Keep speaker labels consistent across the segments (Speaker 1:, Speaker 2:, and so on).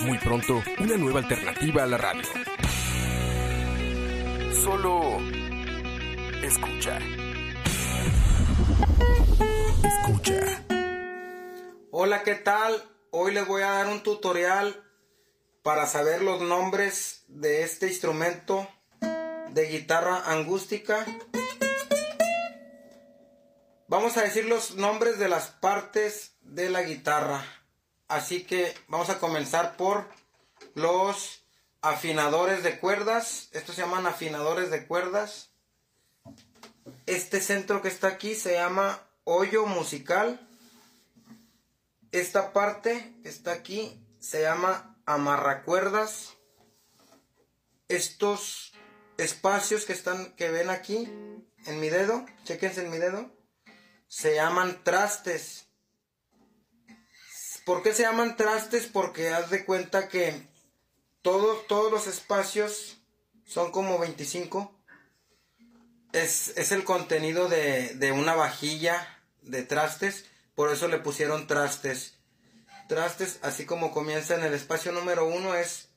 Speaker 1: Muy pronto, una nueva alternativa a la radio. Solo escucha. Escucha.
Speaker 2: Hola, ¿qué tal? Hoy les voy a dar un tutorial para saber los nombres de este instrumento de guitarra angústica. Vamos a decir los nombres de las partes de la guitarra. Así que vamos a comenzar por los afinadores de cuerdas. Estos se llaman afinadores de cuerdas. Este centro que está aquí se llama hoyo musical. Esta parte que está aquí se llama amarracuerdas. Estos espacios que están que ven aquí en mi dedo, chequense en mi dedo, se llaman trastes. ¿Por qué se llaman trastes? Porque haz de cuenta que todos todos los espacios son como 25. Es, es el contenido de, de una vajilla de trastes. Por eso le pusieron trastes. Trastes, así como comienza en el espacio número uno, es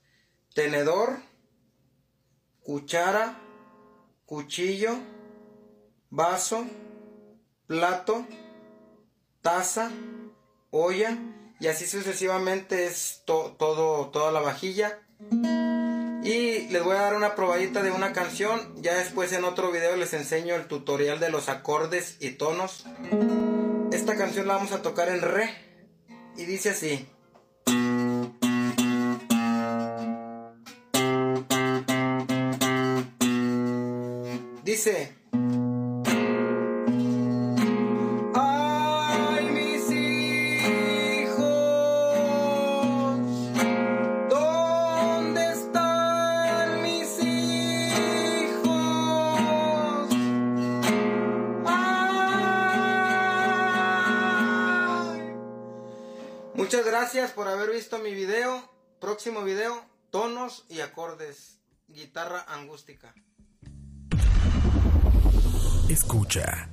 Speaker 2: tenedor, cuchara, cuchillo, vaso, plato, taza, olla y así sucesivamente es to- todo, toda la vajilla. Y les voy a dar una probadita de una canción. Ya después en otro video les enseño el tutorial de los acordes y tonos. Esta canción la vamos a tocar en re y dice así. Dice. Ay, mis hijos, ¿dónde están mis hijos? Ay. Muchas gracias por haber visto mi video. Próximo video, tonos y acordes. Guitarra angústica.
Speaker 1: Escucha.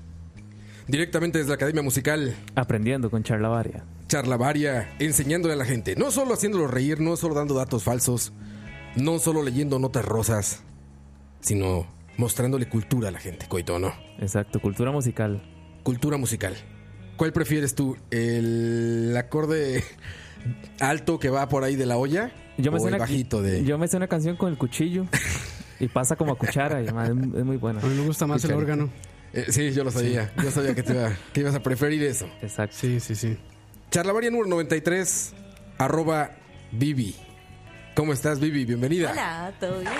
Speaker 1: Directamente desde la Academia Musical,
Speaker 3: Aprendiendo con charla varia.
Speaker 1: charla varia, enseñándole a la gente, no solo haciéndolo reír, no solo dando datos falsos, no solo leyendo notas rosas, sino mostrándole cultura a la gente, coito, ¿no?
Speaker 3: Exacto, cultura musical.
Speaker 1: Cultura musical. ¿Cuál prefieres tú? ¿El acorde alto que va por ahí de la olla?
Speaker 3: Yo me,
Speaker 1: o
Speaker 3: sé
Speaker 1: el
Speaker 3: una,
Speaker 1: bajito de.
Speaker 3: yo me sé una canción con el cuchillo y pasa como a cuchara y madre, es muy buena.
Speaker 4: A mí me gusta más el
Speaker 1: Escuchar.
Speaker 4: órgano.
Speaker 1: Eh, sí, yo lo sabía. Yo sabía que, te iba- que ibas a preferir eso.
Speaker 3: Exacto.
Speaker 4: Sí, sí, sí.
Speaker 1: Charlavaria número 93, arroba Vivi. ¿Cómo estás, Vivi? Bienvenida.
Speaker 5: Hola, todo bien.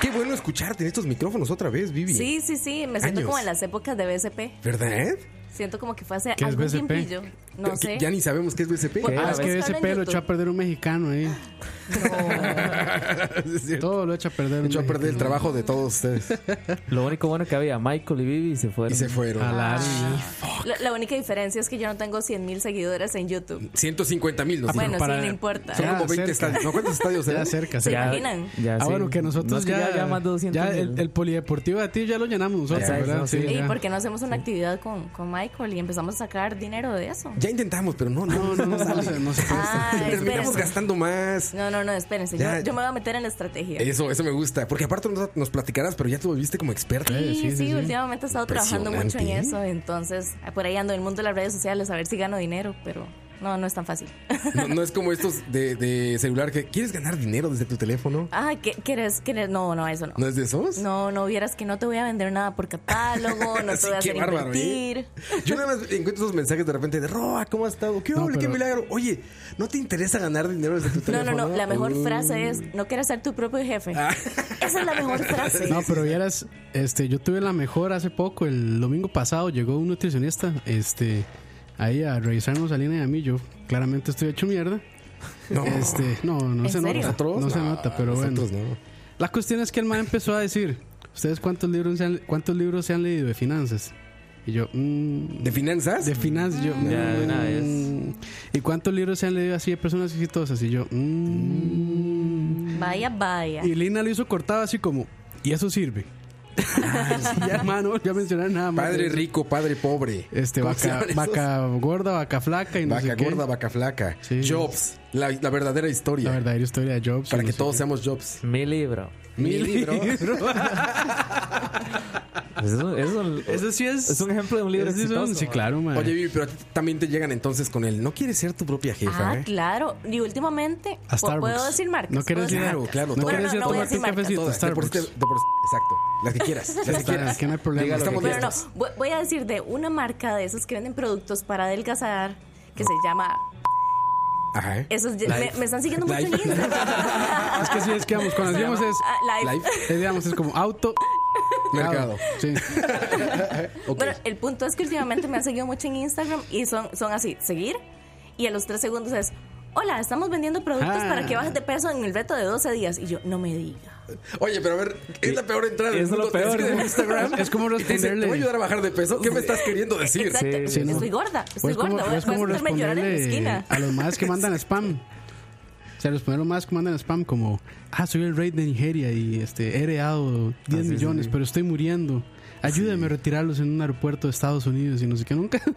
Speaker 1: Qué bueno escucharte en estos micrófonos otra vez, Vivi.
Speaker 5: Sí, sí, sí, me siento
Speaker 1: Años.
Speaker 5: como en las épocas de BSP.
Speaker 1: ¿Verdad?
Speaker 5: Siento como que fue hace
Speaker 4: ¿Qué es
Speaker 5: algún
Speaker 4: BSP?
Speaker 5: tiempillo. No
Speaker 1: Que-
Speaker 5: sé.
Speaker 1: Ya ni sabemos qué es BCP.
Speaker 5: Pues,
Speaker 4: Ah,
Speaker 5: Ah,
Speaker 4: es
Speaker 5: ves
Speaker 4: que
Speaker 5: que
Speaker 4: ese
Speaker 5: habla en
Speaker 4: pelo echó a
Speaker 5: YouTube.
Speaker 4: perder un mexicano ahí.
Speaker 1: Es cierto.
Speaker 4: Todo lo echa a perder. un
Speaker 1: Eh, Echó a perder el
Speaker 4: mexicano.
Speaker 1: trabajo de todos ustedes.
Speaker 3: Lo único bueno que había, Michael y Vivi se fueron.
Speaker 1: Y se fueron.
Speaker 4: A la harina.
Speaker 5: Ah. La, la única diferencia es que yo no tengo 100 mil seguidores en YouTube.
Speaker 1: 150 mil, nos
Speaker 5: bueno,
Speaker 1: dijeron.
Speaker 4: para-
Speaker 5: sí, no importa.
Speaker 1: Son
Speaker 4: Ya
Speaker 1: como 20
Speaker 4: cerca.
Speaker 1: estadios. ¿No? ¿Cuántos estadios
Speaker 4: Ya
Speaker 1: eran?
Speaker 4: cerca,
Speaker 5: Sí.
Speaker 4: cerca.
Speaker 5: imaginan?
Speaker 3: ya
Speaker 4: Ah,
Speaker 3: sí.
Speaker 4: bueno, que nosotros
Speaker 3: No, es que
Speaker 4: ya,
Speaker 3: ya, más de 200
Speaker 4: ya
Speaker 3: mil.
Speaker 4: el, el polideportivo de ti ya lo llenamos nosotros,
Speaker 3: Ya,
Speaker 4: ¿verdad?
Speaker 3: no,
Speaker 4: Sí,
Speaker 3: sí.
Speaker 5: ¿Y
Speaker 4: ya.
Speaker 5: por qué no hacemos una actividad con, con Michael y empezamos a sacar dinero de eso?
Speaker 1: Ya intentamos, pero no, no.
Speaker 4: No, no, no, no se, no se presta.
Speaker 5: Ah,
Speaker 1: Terminamos
Speaker 5: espérense.
Speaker 1: gastando más.
Speaker 5: No, no, no, espérense. Yo,
Speaker 1: Ya.
Speaker 5: yo me voy a meter en la estrategia.
Speaker 1: Eso, eso me gusta. Porque aparte nos, nos platicarás, pero ya te volviste como experta.
Speaker 5: Sí,
Speaker 4: sí,
Speaker 5: sí,
Speaker 4: sí, sí.
Speaker 5: últimamente he estado trabajando mucho en
Speaker 1: Impresionante,
Speaker 5: eso, entonces por ahí ando en el mundo de las redes sociales a ver si gano dinero, pero no, no es tan fácil.
Speaker 1: No, no es como estos de, de celular que quieres ganar dinero desde tu teléfono.
Speaker 5: Ah, ¿qué quieres? quieres? No, no, eso no.
Speaker 1: ¿No es de esos?
Speaker 5: No, no vieras que no te voy a vender nada por catálogo, no te
Speaker 1: Sí,
Speaker 5: voy a
Speaker 1: qué
Speaker 5: hacer
Speaker 1: bárbaro, ¿eh?
Speaker 5: invertir.
Speaker 1: Yo nada más encuentro esos mensajes de repente de Roa, ¿cómo has estado? ¿Qué,
Speaker 4: No,
Speaker 1: ole, qué
Speaker 4: pero-
Speaker 1: milagro? Oye, ¿no te interesa ganar dinero desde tu
Speaker 5: No, no,
Speaker 1: teléfono?
Speaker 5: no, la mejor
Speaker 1: Uh.
Speaker 5: frase es, no quieras ser tu propio jefe.
Speaker 1: Ah. pues,
Speaker 5: Esa es la mejor frase.
Speaker 4: No, pero vieras, este, yo tuve la mejor hace poco, el domingo pasado llegó un nutricionista, este, ahí a revisarnos a Lina y a mí. Yo claramente estoy hecho mierda. No, este, no, no
Speaker 5: ¿En
Speaker 4: se
Speaker 5: serio?
Speaker 4: nota.
Speaker 1: Nosotros,
Speaker 4: No, se nota, pero bueno.
Speaker 1: nosotros no.
Speaker 4: La cuestión es que el man empezó a decir: ¿Ustedes cuántos libros se han, cuántos libros se han leído de finanzas? Y yo, mm,
Speaker 1: ¿De finanzas?
Speaker 4: de finanzas, yo.
Speaker 3: Ya, de una
Speaker 4: mm,
Speaker 3: vez.
Speaker 4: ¿Y cuántos libros se han leído así de personas exitosas? Y yo, mm.
Speaker 5: Vaya, vaya.
Speaker 4: Y Lina lo hizo cortado así como, ¿y eso sirve? ya, hermano, ya mencionar nada más.
Speaker 1: padre
Speaker 4: de eso.
Speaker 1: rico, padre pobre.
Speaker 4: Este,
Speaker 1: ¿Cómo se
Speaker 4: vaca,
Speaker 1: llaman esos?
Speaker 4: vaca gorda, vaca flaca y no
Speaker 1: Vaca
Speaker 4: sé qué.
Speaker 1: gorda, vaca flaca.
Speaker 4: Sí.
Speaker 1: Jobs, la, la verdadera historia.
Speaker 4: La verdadera historia de Jobs.
Speaker 1: Para
Speaker 4: y no
Speaker 1: que
Speaker 4: sé
Speaker 1: todos
Speaker 4: qué.
Speaker 1: seamos Jobs.
Speaker 3: Mi libro.
Speaker 1: Mi libro.
Speaker 3: Pues Eso, eso-
Speaker 4: Eso sí es.
Speaker 3: Es un ejemplo de un libro
Speaker 4: Ese es un-
Speaker 3: exitoso,
Speaker 4: sí,
Speaker 3: man.
Speaker 4: claro, man.
Speaker 1: Oye, Vivi, pero a ti también te llegan entonces con el no quieres ser tu propia jefa,
Speaker 5: Ah,
Speaker 1: ¿eh?
Speaker 5: claro. Y últimamente,
Speaker 4: A
Speaker 5: ¿pu-
Speaker 4: Starbucks.
Speaker 5: ¿puedo decir marcas?
Speaker 4: No quieres
Speaker 5: ¿Puedo decir
Speaker 4: ir a-
Speaker 5: marcas?
Speaker 1: claro,
Speaker 4: No
Speaker 1: Bueno,
Speaker 4: quieres ir
Speaker 5: no,
Speaker 4: a
Speaker 5: voy a
Speaker 4: tomarte
Speaker 5: decir
Speaker 4: un
Speaker 5: marcas.
Speaker 4: cafecito.
Speaker 1: Todas, de por-
Speaker 4: Starbucks.
Speaker 1: de por- exacto. Las que quieras. Las que
Speaker 4: Está,
Speaker 1: quieras.
Speaker 4: es que no hay problema.
Speaker 3: Dígalo.
Speaker 1: Estamos
Speaker 5: Pero no,
Speaker 1: listos.
Speaker 5: voy- voy a decir de una marca de esos que venden productos para adelgazar que se llama.
Speaker 1: Ajá. ¿eh?
Speaker 5: Esos ya- me,
Speaker 1: Life.
Speaker 5: me están siguiendo mucho en
Speaker 1: Life.
Speaker 5: Instagram.
Speaker 4: Es que sí, es que vamos, cuando decimos es.
Speaker 5: Ah, live.
Speaker 1: Life.
Speaker 4: es, Eh, digamos, es como auto.
Speaker 1: Mercado. Pues
Speaker 4: Sí.
Speaker 1: Ok.
Speaker 5: Bueno, el punto es que últimamente me han seguido mucho en Instagram y son, son así, seguir y a los tres segundos es, hola, estamos vendiendo productos
Speaker 4: Ah.
Speaker 5: para que bajes de peso en el reto de 12 días. Y yo, no me diga.
Speaker 1: Oye, pero a ver, es la peor entrada del
Speaker 3: Es lo
Speaker 1: mundo. Te
Speaker 3: peor,
Speaker 1: escriben en
Speaker 3: ¿no?
Speaker 1: Instagram.
Speaker 4: Es como
Speaker 1: y te dicen,
Speaker 4: responderle.
Speaker 1: Te voy a ayudar a bajar de peso. ¿Qué me estás queriendo decir?
Speaker 5: Exacto,
Speaker 3: Sí, sí,
Speaker 4: no.
Speaker 5: estoy gorda, estoy
Speaker 4: Pues como,
Speaker 5: gorda, voy a
Speaker 4: es como
Speaker 5: voy a hacerme llorar en la
Speaker 4: responderle
Speaker 5: esquina.
Speaker 4: a los más que mandan spam. O sea, responder los más que mandan spam como, ah, soy el rey de Nigeria y este, he
Speaker 1: Ah,
Speaker 4: heredado 10
Speaker 3: sí,
Speaker 4: millones,
Speaker 3: sí.
Speaker 4: pero estoy muriendo. Ayúdame a retirarlos en un aeropuerto de Estados Unidos y no sé qué nunca. Eso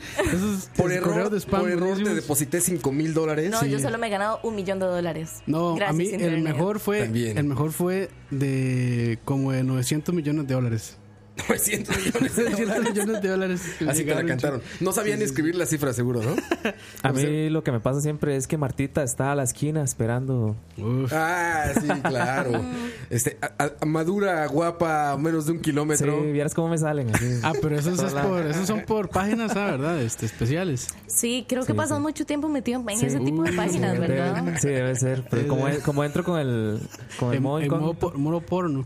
Speaker 4: es
Speaker 1: Por
Speaker 4: es correo
Speaker 1: error,
Speaker 4: de spam.
Speaker 1: por error te
Speaker 4: buenísimos.
Speaker 1: deposité 5 mil dólares.
Speaker 5: No,
Speaker 1: Sí.
Speaker 5: yo solo me he ganado un millón de dólares.
Speaker 4: No, a
Speaker 5: Gracias,
Speaker 4: mí el
Speaker 5: Internet.
Speaker 4: mejor fue
Speaker 1: También.
Speaker 4: el mejor fue de como de 900 millones de dólares.
Speaker 1: 900 millones de
Speaker 4: 900
Speaker 1: dólares.
Speaker 4: millones de dólares.
Speaker 1: Así Ah, te la
Speaker 4: Llegaron,
Speaker 1: cantaron. No sabían escribir la cifra, seguro, ¿no?
Speaker 3: A mí lo que me pasa siempre es que Martita está a la esquina esperando.
Speaker 4: Uf.
Speaker 1: Ah, sí, claro. Este, a- a- madura, guapa, a menos de un
Speaker 3: Si
Speaker 1: kilómetro.
Speaker 3: vieras cómo me salen. así.
Speaker 4: Ah, pero esos, es
Speaker 3: Hola.
Speaker 4: por, esos son por páginas, ah, ¿verdad? Este, especiales.
Speaker 5: Sí, creo que
Speaker 3: Sí,
Speaker 5: pasas
Speaker 3: sí.
Speaker 5: mucho tiempo metido en
Speaker 3: Sí.
Speaker 5: ese tipo de
Speaker 4: Uy,
Speaker 5: páginas,
Speaker 3: Debe-
Speaker 5: ¿verdad?
Speaker 3: sí, debe ser. Pero como, como entro con el, con el,
Speaker 4: En,
Speaker 3: modo
Speaker 4: en
Speaker 3: icon-
Speaker 4: modo, por- modo porno.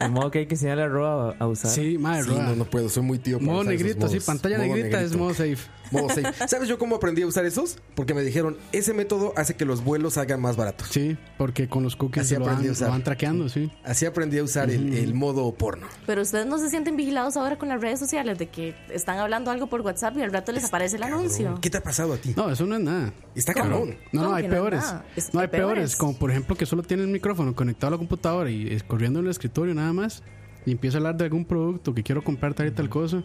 Speaker 3: el modo que hay que enseñarle a Roa a usar.
Speaker 4: Sí, madre,
Speaker 1: Sí,
Speaker 4: roa.
Speaker 1: no, no puedo, soy muy tío. para
Speaker 4: ah, Modo
Speaker 1: usar esos
Speaker 4: negrito, sí,
Speaker 1: modos.
Speaker 4: pantalla
Speaker 1: Modo
Speaker 4: negrita es
Speaker 1: negrito.
Speaker 4: modo safe.
Speaker 1: Modo safe. ¿Sabes yo cómo aprendí a usar esos? Porque me dijeron, ese método hace que los vuelos salgan más baratos.
Speaker 4: Sí, porque con los cookies
Speaker 1: Así
Speaker 4: se lo van,
Speaker 1: aprendí a usar.
Speaker 4: lo van traqueando, sí.
Speaker 1: Así aprendí a usar el, el modo porno.
Speaker 5: Pero ustedes no se sienten vigilados ahora con las redes sociales de que están hablando algo por WhatsApp y al rato les aparece el anuncio.
Speaker 1: ¿Qué te ha pasado a ti?
Speaker 4: No, eso no es nada.
Speaker 1: Está cabrón.
Speaker 4: No,
Speaker 5: ¿Cómo
Speaker 4: no, hay
Speaker 5: que no es
Speaker 4: peores.
Speaker 5: nada? Es-
Speaker 4: no hay
Speaker 5: hay peores.
Speaker 4: peores, como por ejemplo que solo tiene el micrófono conectado a la computadora y es corriendo en el escritorio nada más y empiezo a hablar de algún producto que quiero comprar tal y tal cosa.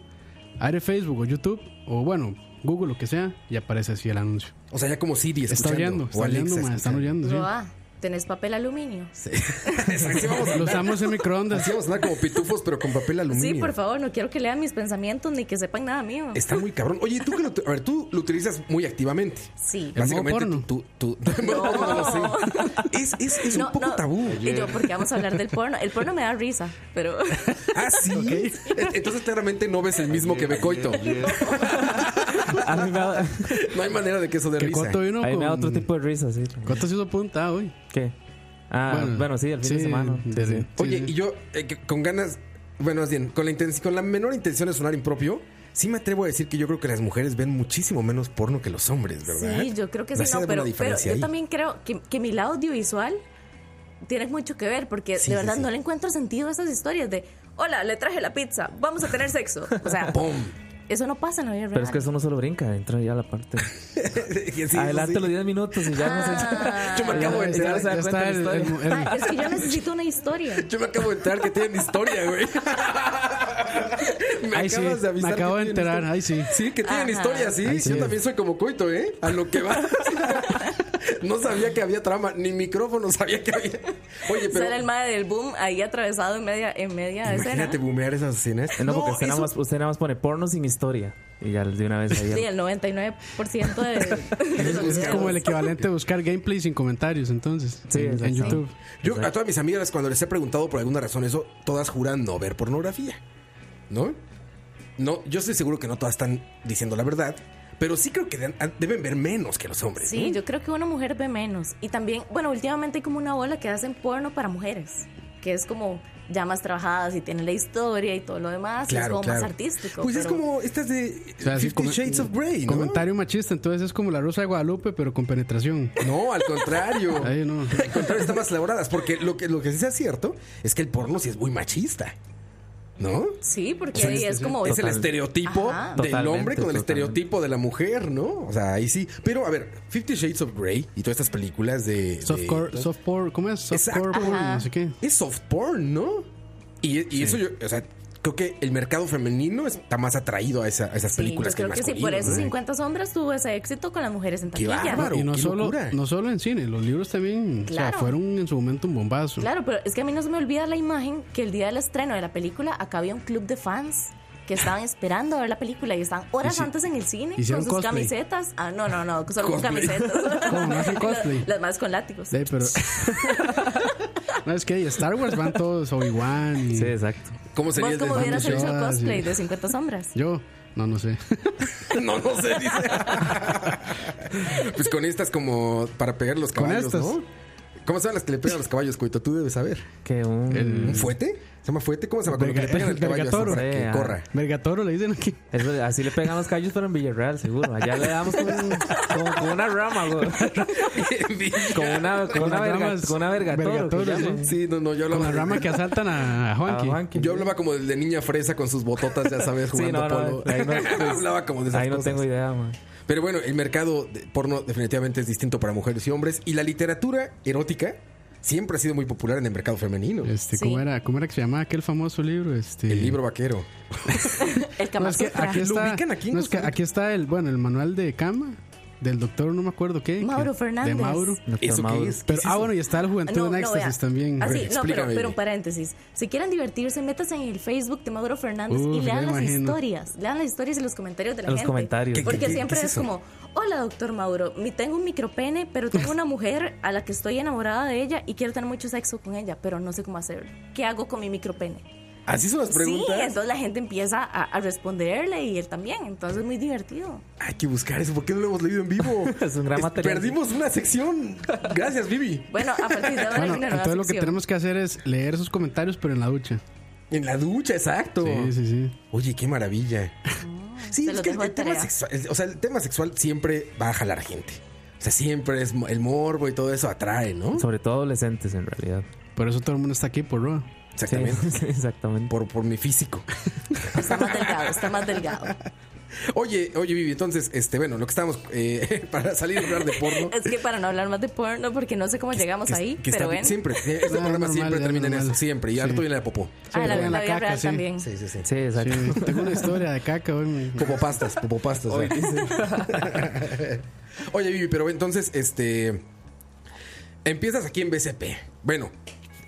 Speaker 4: Abre Facebook o YouTube o bueno, Google, lo que sea, y aparece así el anuncio.
Speaker 1: O sea, ya como Siri
Speaker 4: Está
Speaker 1: escuchando.
Speaker 4: oyendo,
Speaker 1: o Alexa
Speaker 4: está oyendo, ma, están
Speaker 1: escuchando.
Speaker 4: oyendo, sí.
Speaker 5: Roa, ¿tenés papel aluminio?
Speaker 1: Sí. Exacto, sí, vamos a
Speaker 4: Lo
Speaker 1: andar-
Speaker 4: usamos en microondas.
Speaker 1: así vamos a andar como pitufos, pero con papel aluminio.
Speaker 5: Sí, por favor, no quiero que lean mis pensamientos ni que sepan nada mío.
Speaker 1: Está muy cabrón. Oye, tú que lo, a ver, tú lo utilizas muy activamente.
Speaker 5: Sí.
Speaker 4: ¿El modo
Speaker 1: Básicamente,
Speaker 4: porno?
Speaker 1: tú, tú, tú-
Speaker 5: No.
Speaker 1: Sí. Es, es, es
Speaker 5: No,
Speaker 1: un poco
Speaker 5: no.
Speaker 1: tabú.
Speaker 5: Y yo, porque vamos a hablar del porno. El porno me da risa, pero.
Speaker 1: Ah, sí. Entonces claramente no ves el mismo que ve Coito.
Speaker 3: A mí me da, a
Speaker 1: No hay manera de que eso de
Speaker 4: Que
Speaker 1: risa.
Speaker 4: Coto vino
Speaker 3: mí
Speaker 4: con...
Speaker 3: me da otro tipo de risa, sí.
Speaker 4: Coto se hizo punta hoy.
Speaker 3: ¿Qué? Ah, bueno, sí, el fin de
Speaker 4: sí,
Speaker 3: semana. Sí,
Speaker 4: desde-
Speaker 3: sí.
Speaker 1: Oye,
Speaker 4: sí, sí.
Speaker 1: y yo eh, que- con ganas, bueno, más bien, con la intención, con la menor intención de sonar impropio, sí me atrevo a decir que yo creo que las mujeres ven muchísimo menos porno que los hombres, ¿verdad?
Speaker 5: Sí, yo creo que
Speaker 1: Debe
Speaker 5: sí,
Speaker 1: haber una
Speaker 5: no, pero, pero
Speaker 1: diferencia
Speaker 5: yo
Speaker 1: ahí.
Speaker 5: también creo que, que mi lado audiovisual tiene mucho que ver, porque
Speaker 1: Sí, sí,
Speaker 5: de verdad
Speaker 1: sí.
Speaker 5: no le encuentro sentido a esas historias de, hola, le traje la pizza, vamos a tener sexo. O sea,
Speaker 1: ¡Pum!
Speaker 5: eso no pasa en la vida
Speaker 3: Pero es
Speaker 5: real.
Speaker 3: que eso no solo brinca, entra ya a la parte.
Speaker 1: Que sí,
Speaker 3: Adelante
Speaker 1: eso sí.
Speaker 3: los 10 minutos y ya
Speaker 5: Ah.
Speaker 3: no sé.
Speaker 1: Yo me acabo de
Speaker 4: Ya
Speaker 1: enterar.
Speaker 4: está-
Speaker 3: se da
Speaker 4: ya
Speaker 3: cuenta
Speaker 4: está
Speaker 3: de la
Speaker 4: el- el- el-
Speaker 5: Ah, es que yo necesito una historia.
Speaker 1: Yo me acabo de enterar que tienen historia, güey. Me
Speaker 4: Ay, sí,
Speaker 1: acabas de avisar.
Speaker 4: me acabo
Speaker 1: que
Speaker 4: de
Speaker 1: tienen
Speaker 4: enterar,
Speaker 1: historia.
Speaker 4: ay, sí.
Speaker 1: Sí, que tienen
Speaker 5: Ajá.
Speaker 1: historia, sí.
Speaker 4: Ay, sí.
Speaker 1: Yo también soy como coito, ¿eh? A lo que va. no sabía que había trama, ni micrófono sabía que había. Oye, pero.
Speaker 5: Ser el madre del boom ahí atravesado en media, en media escena.
Speaker 1: Imagínate boomear esas escenas.
Speaker 3: No, porque usted, nada
Speaker 1: eso-
Speaker 3: más, usted nada más pone porno sin historia. Y ya de una vez
Speaker 5: Sí,
Speaker 3: ahí.
Speaker 5: el 99% de, de los
Speaker 4: Es como el
Speaker 5: videos.
Speaker 4: equivalente de buscar gameplay sin comentarios, entonces,
Speaker 3: Sí,
Speaker 4: en- en
Speaker 3: exacto.
Speaker 4: YouTube.
Speaker 1: Yo a todas mis amigas, cuando les he preguntado por alguna razón eso, todas juran no ver pornografía. ¿No? No, yo estoy seguro que no todas están diciendo la verdad, pero sí creo que de- deben ver menos que los hombres.
Speaker 5: Sí,
Speaker 1: ¿no?
Speaker 5: yo creo que una mujer ve menos. Y también, bueno, últimamente hay como una bola que hacen porno para mujeres, que es como ya más trabajadas y tiene la historia y todo lo demás. y es
Speaker 1: Claro,
Speaker 5: como
Speaker 1: claro.
Speaker 5: más artístico.
Speaker 1: Pues es
Speaker 5: pero-
Speaker 1: como estas de
Speaker 4: O sea, así
Speaker 1: Fifty
Speaker 4: come-
Speaker 1: Shades of Grey, ¿no?
Speaker 4: Comentario machista, entonces es como la Rosa de Guadalupe, pero con penetración.
Speaker 1: No, al contrario.
Speaker 4: Ahí no.
Speaker 1: Al contrario, están más elaboradas. Porque lo que, lo que sí sea cierto es que el porno sí es muy machista. ¿No?
Speaker 5: Sí, porque
Speaker 1: sea,
Speaker 5: ahí es, como.
Speaker 1: Es el
Speaker 3: Total.
Speaker 1: estereotipo
Speaker 5: Ajá.
Speaker 1: del
Speaker 3: Totalmente,
Speaker 1: hombre con el
Speaker 3: totalmente.
Speaker 1: estereotipo de la mujer, ¿no? O sea, ahí sí. Pero a ver, Fifty Shades of Grey y todas estas películas de. de-
Speaker 4: Softcore, softcore, ¿cómo es? Softcore
Speaker 1: Exacto.
Speaker 4: porn,
Speaker 5: Ajá.
Speaker 4: no sé qué.
Speaker 1: Es soft porn, ¿no? Y, y eso yo, o sea, creo que el mercado femenino está más atraído a, esa- a esas
Speaker 5: Sí,
Speaker 1: películas
Speaker 5: yo
Speaker 1: que el
Speaker 5: creo que sí,
Speaker 1: masculino.
Speaker 5: por eso
Speaker 1: ¿no?
Speaker 5: 50 Sombras tuvo ese éxito con las mujeres en
Speaker 1: Qué
Speaker 5: taquilla.
Speaker 1: bárbaro.
Speaker 4: y no
Speaker 1: qué
Speaker 4: solo,
Speaker 1: locura.
Speaker 4: no solo en cine, los libros también. O
Speaker 5: Claro.
Speaker 4: sea, fueron en su momento un bombazo.
Speaker 5: Claro, pero es que a mí no se me olvida la imagen que el día del estreno de la película acá había un club de fans que estaban esperando a ver la película y estaban horas
Speaker 4: Hici-
Speaker 5: antes en el cine con
Speaker 4: hicieron
Speaker 5: sus
Speaker 4: cosplay.
Speaker 5: camisetas. Ah, no, no, no, solo con
Speaker 1: Cosplay.
Speaker 5: camisetas.
Speaker 4: ¿Cómo? ¿No hacen cosplay?
Speaker 5: Las más con látigos.
Speaker 4: Sí, pero. no, es que Star Wars van todos, Obi-Wan. y-
Speaker 3: Sí, exacto.
Speaker 1: ¿Cómo sería
Speaker 5: ¿Vos
Speaker 1: el de
Speaker 5: cómo hubieras
Speaker 4: Fantasy
Speaker 5: hecho
Speaker 4: Show?
Speaker 5: cosplay
Speaker 4: Ah, sí.
Speaker 5: de 50 sombras?
Speaker 4: Yo, no, no sé.
Speaker 1: No, no sé, dice. pues con estas como para pegar los
Speaker 4: Con
Speaker 1: caballos,
Speaker 4: estas.
Speaker 1: ¿no? ¿Cómo se llaman las que le pegan a los caballos, Cuito? Tú debes saber.
Speaker 3: Que un.
Speaker 1: ¿Un fuete? ¿Se llama fuete? ¿Cómo se llama? Con lo que le
Speaker 4: Verga-
Speaker 1: pegan al caballo así
Speaker 4: vergatoro.
Speaker 1: para que
Speaker 3: Sí, ah.
Speaker 1: corra.
Speaker 4: Vergatoro le dicen aquí.
Speaker 3: Eso, así le pegan los callos, pero en Villarreal, seguro. Allá le damos con, con- con una rama, güey. ah. Con una, con
Speaker 4: Con
Speaker 3: una,
Speaker 4: las
Speaker 3: verga,
Speaker 4: ramas.
Speaker 3: con una verga toro, que
Speaker 4: Vergatoro,
Speaker 3: llaman.
Speaker 1: Sí, no, no, yo
Speaker 4: Con
Speaker 1: hablaba,
Speaker 4: la rama que asaltan a, a
Speaker 3: A
Speaker 4: Juanqui.
Speaker 3: Juanqui.
Speaker 1: yo hablaba como del de niña fresa con sus bototas, ya sabes,
Speaker 3: Sí,
Speaker 1: jugando
Speaker 3: no, no,
Speaker 1: polo.
Speaker 3: ahí no, pues,
Speaker 1: hablaba como de esas
Speaker 3: ahí no
Speaker 1: cosas.
Speaker 3: tengo idea, man.
Speaker 1: Pero bueno, el mercado de porno definitivamente es distinto para mujeres y hombres. Y la literatura erótica siempre ha sido muy popular en el mercado femenino.
Speaker 4: Este,
Speaker 5: Sí.
Speaker 4: ¿cómo, era, ¿Cómo era que se llamaba aquel famoso libro? Este,
Speaker 1: El libro vaquero.
Speaker 5: El
Speaker 4: No,
Speaker 5: Kama
Speaker 4: es que
Speaker 5: Sutra.
Speaker 4: aquí
Speaker 1: ¿Lo
Speaker 4: está,
Speaker 1: ubican aquí en
Speaker 4: no, es que
Speaker 1: Costa Rica?
Speaker 4: aquí está el, bueno, el manual de cama del doctor, no me acuerdo qué. que-
Speaker 5: Mauro Fernández.
Speaker 4: De Mauro.
Speaker 3: Doctor
Speaker 1: ¿Eso
Speaker 3: Mauro.
Speaker 1: qué es?
Speaker 4: Pero,
Speaker 1: ¿Qué es
Speaker 4: ah,
Speaker 1: eso?
Speaker 4: bueno, y está el Juventud en Éxtasis
Speaker 5: vea.
Speaker 4: también.
Speaker 5: Ah, sí, no, pero,
Speaker 1: explícame.
Speaker 5: pero un paréntesis. Si quieren divertirse, métanse en el Facebook de Mauro Fernández
Speaker 4: Uf,
Speaker 5: y
Speaker 4: ya
Speaker 5: lean
Speaker 4: me
Speaker 5: las
Speaker 4: imagino.
Speaker 5: historias. Lean las historias y los comentarios de la
Speaker 3: Los
Speaker 5: gente.
Speaker 3: comentarios. ¿Qué-
Speaker 5: Porque
Speaker 1: qué- qué-
Speaker 5: siempre
Speaker 1: qué es
Speaker 5: es,
Speaker 1: eso?
Speaker 5: como, hola, doctor Mauro, mi- tengo un micropene, pero tengo una mujer a la que estoy enamorada de ella y quiero tener mucho sexo con ella, pero no sé cómo hacerlo. ¿Qué hago con mi micropene?
Speaker 1: Así son las
Speaker 5: Sí,
Speaker 1: preguntas.
Speaker 5: entonces la gente empieza a, a responderle y él también. Entonces es muy divertido.
Speaker 1: Hay que buscar eso. ¿Por qué no lo hemos leído en vivo?
Speaker 3: Es un gran material.
Speaker 1: Perdimos una sección. Gracias, Vivi.
Speaker 5: Bueno, a partir de ahora hay
Speaker 4: Bueno,
Speaker 5: una nueva
Speaker 4: entonces lo que
Speaker 5: sección.
Speaker 4: tenemos que hacer es leer sus comentarios, pero en la ducha.
Speaker 1: En la ducha, exacto.
Speaker 4: Sí, sí, sí.
Speaker 1: Oye, qué maravilla. sí,
Speaker 5: Ah, se
Speaker 1: es
Speaker 5: los
Speaker 1: que el,
Speaker 5: dejo de
Speaker 1: tema
Speaker 5: tarea.
Speaker 1: sexual, el- o sea, el tema sexual siempre va a jalar a gente. O sea, siempre es mo- el morbo y todo eso atrae, ¿no?
Speaker 3: Sobre todo adolescentes, en realidad.
Speaker 4: Por eso todo el mundo está aquí por Roa.
Speaker 3: Sí,
Speaker 1: Exactamente.
Speaker 3: sí, exactamente.
Speaker 1: Por, por mi físico.
Speaker 5: Está más delgado, está más delgado.
Speaker 1: Oye, oye, Vivi, entonces, este, bueno, lo que estábamos eh, para salir a hablar de porno.
Speaker 5: Es que para no hablar más de porno, porque no sé cómo llegamos
Speaker 1: que-
Speaker 5: ahí,
Speaker 1: que está
Speaker 5: pero
Speaker 1: bien.
Speaker 5: ven.
Speaker 1: Siempre. eh, Este
Speaker 4: Ah,
Speaker 1: programa
Speaker 4: normal,
Speaker 1: siempre
Speaker 4: ya
Speaker 1: termina en
Speaker 4: normal.
Speaker 1: eso. Siempre. Y harto
Speaker 4: Sí.
Speaker 1: viene la popó.
Speaker 5: ah, la,
Speaker 4: en la
Speaker 5: la vida
Speaker 4: caca,
Speaker 5: real
Speaker 4: sí.
Speaker 5: también.
Speaker 1: Sí, sí, sí.
Speaker 3: Sí,
Speaker 4: Sí,
Speaker 3: exacto.
Speaker 4: tengo una historia de caca hoy. me-
Speaker 1: Popopastas, popopastas. ¿no? Oye, Vivi, pero entonces, este. Empiezas aquí en BCP. Bueno,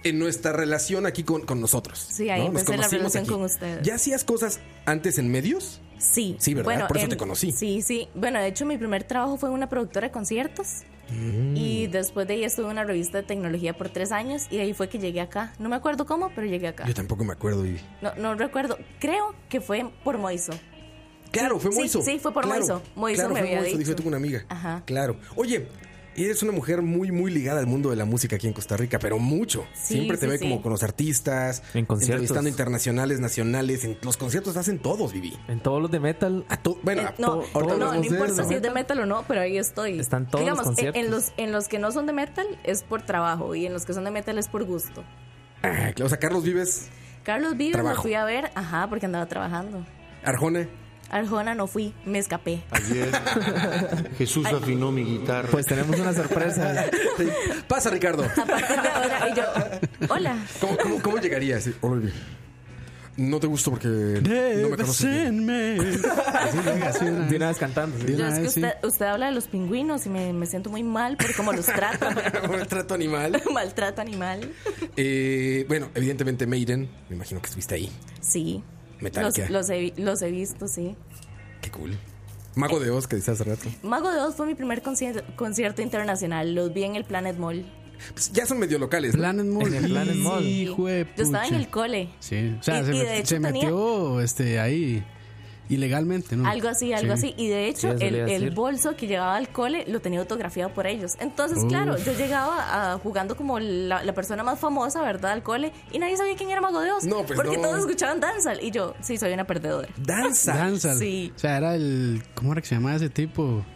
Speaker 1: en nuestra relación aquí con, con nosotros.
Speaker 5: Sí, ahí
Speaker 1: Nos
Speaker 5: empecé la
Speaker 1: conocimos
Speaker 5: relación
Speaker 1: aquí.
Speaker 5: con ustedes.
Speaker 1: ¿Ya hacías cosas antes en medios?
Speaker 5: Sí.
Speaker 1: Sí, ¿verdad? Por eso te conocí.
Speaker 5: Sí, sí. Bueno, de hecho, mi primer trabajo fue en una productora de conciertos.
Speaker 1: Mm.
Speaker 5: Y después de ahí estuve en una revista de tecnología por tres años. Y de ahí fue que llegué acá. No me acuerdo cómo, pero llegué acá.
Speaker 1: Yo tampoco me acuerdo, Vivi.
Speaker 5: No, no recuerdo. Creo que fue por Moiso.
Speaker 1: Claro, fue
Speaker 5: Sí,
Speaker 1: Moiso.
Speaker 5: sí, fue por
Speaker 1: Claro,
Speaker 5: Moiso. Moiso
Speaker 1: claro,
Speaker 5: me
Speaker 1: fue
Speaker 5: había
Speaker 1: Moiso, dijo,
Speaker 5: dicho.
Speaker 1: yo tengo una amiga.
Speaker 5: Ajá.
Speaker 1: Claro. Oye, eres una mujer muy, muy ligada al mundo de la música aquí en Costa Rica, pero mucho.
Speaker 5: Sí,
Speaker 1: Siempre te
Speaker 5: sí,
Speaker 1: ve
Speaker 5: sí.
Speaker 1: como con los artistas,
Speaker 3: En conciertos.
Speaker 1: entrevistando internacionales, nacionales. En los conciertos hacen todos, Vivi.
Speaker 3: En todos los de metal.
Speaker 1: A to- bueno,
Speaker 5: Eh,
Speaker 1: a
Speaker 5: No,
Speaker 1: to- ahorita
Speaker 5: no, no,
Speaker 1: hablamos de
Speaker 5: importa
Speaker 1: eso.
Speaker 5: si es de metal o no, pero ahí estoy.
Speaker 3: Están todos
Speaker 5: Digamos,
Speaker 3: los
Speaker 5: en- en,
Speaker 3: conciertos.
Speaker 5: los, en los que no son de metal es por trabajo y en los que son de metal es por gusto.
Speaker 1: Ah, claro, o sea, Carlos Vives,
Speaker 5: Carlos Vives
Speaker 1: Trabajo.
Speaker 5: lo fui a ver, ajá, porque andaba trabajando.
Speaker 1: Arjona.
Speaker 5: Arjona no fui, me escapé.
Speaker 6: Ayer Jesús afinó mi guitarra.
Speaker 3: Pues tenemos una sorpresa.
Speaker 1: Sí. Pasa, Ricardo.
Speaker 5: A partir de ahora, y yo, hola.
Speaker 1: ¿Cómo, cómo, cómo llegarías? Sí, hola, Vivi. No te gusto porque no me conoces. bien.
Speaker 4: Desenme. Así llega, así una
Speaker 3: De una vez
Speaker 4: vez.
Speaker 3: cantando. sí.
Speaker 4: De
Speaker 5: Yo
Speaker 4: una
Speaker 5: es que
Speaker 4: vez, sí.
Speaker 5: usted, usted habla de los pingüinos y me, me siento muy mal por cómo los tratan.
Speaker 1: Un trato animal.
Speaker 5: Maltrato animal.
Speaker 1: Eh, bueno, evidentemente Maiden, me imagino que estuviste ahí.
Speaker 5: Sí. Los,
Speaker 1: Metallica.
Speaker 5: los he, vi- los he visto, sí.
Speaker 1: Qué cool. Mago de Oz que decía hace rato.
Speaker 5: Mago de Oz fue mi primer concierto, concierto internacional. Los vi en el Planet Mall.
Speaker 1: Pues ya son medio locales. ¿no?
Speaker 4: Planet Mall.
Speaker 3: En el Planet Mall.
Speaker 4: Hijo de
Speaker 5: Yo estaba en
Speaker 4: pucha.
Speaker 5: el cole.
Speaker 4: Sí, o sea,
Speaker 5: Y-
Speaker 4: se,
Speaker 5: y de
Speaker 4: met-
Speaker 5: hecho
Speaker 4: se
Speaker 5: tenía-
Speaker 4: metió este, ahí Ilegalmente, ¿no?
Speaker 5: Algo así, algo
Speaker 4: Sí.
Speaker 5: así. Y de hecho,
Speaker 3: Sí, eso
Speaker 5: el,
Speaker 3: le iba a
Speaker 5: el
Speaker 3: decir.
Speaker 5: bolso que llevaba al cole lo tenía autografiado por ellos. Entonces, claro, yo llegaba ah, jugando como la, la persona más famosa, ¿verdad? Al cole. Y nadie sabía quién era Mago de Oz.
Speaker 1: No, pues
Speaker 5: porque
Speaker 1: no.
Speaker 5: todos escuchaban Danzal. Y yo, sí, soy una perdedora.
Speaker 1: Danza.
Speaker 4: Danza.
Speaker 5: Sí.
Speaker 4: O sea, era el. ¿Cómo era que se llamaba ese tipo?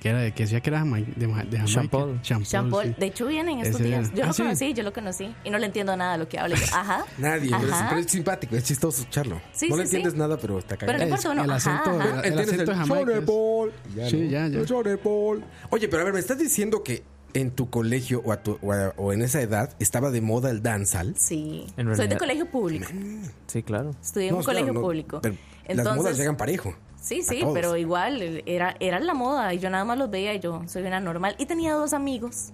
Speaker 4: Que, era, que decía que era Jamai- de, Ma- de Jamaica.
Speaker 3: Sean Paul.
Speaker 4: Sean
Speaker 5: Sean Paul,
Speaker 4: sí.
Speaker 5: de hecho viene en estos
Speaker 4: Ese
Speaker 5: días.
Speaker 4: era.
Speaker 5: Yo
Speaker 4: Ah,
Speaker 5: lo
Speaker 4: ¿sí?
Speaker 5: conocí, yo lo conocí. Y no le entiendo nada de lo que habla. Yo, ajá.
Speaker 1: Nadie,
Speaker 5: ajá.
Speaker 1: pero es, pero es simpático, es chistoso charlo.
Speaker 5: Sí,
Speaker 1: no le
Speaker 5: sí, sí.
Speaker 1: entiendes nada, pero está
Speaker 5: Pero
Speaker 1: cagado.
Speaker 5: no importa, uno,
Speaker 4: el
Speaker 5: ajá,
Speaker 4: acento
Speaker 5: ajá.
Speaker 4: de- Eh, El
Speaker 1: Entiendes
Speaker 4: acento de Jamaica es-
Speaker 1: Shortball. Y
Speaker 4: Sí,
Speaker 1: ¿no?
Speaker 4: ya, ya.
Speaker 1: El Shortball. Oye, pero a ver, ¿me estás diciendo que en tu colegio o, a tu- o a- o en esa edad estaba de moda el danzal?
Speaker 5: Sí.
Speaker 3: En
Speaker 5: Soy de
Speaker 3: realidad-
Speaker 5: colegio público.
Speaker 3: Sí, claro.
Speaker 5: Estudié en
Speaker 1: No,
Speaker 5: un
Speaker 1: claro,
Speaker 5: colegio
Speaker 1: no,
Speaker 5: público.
Speaker 1: pero las modas
Speaker 5: Entonces,
Speaker 1: llegan parejo.
Speaker 5: Sí, sí,
Speaker 1: todos.
Speaker 5: pero igual era, era la moda y yo nada más los veía y yo soy una normal. Y tenía dos amigos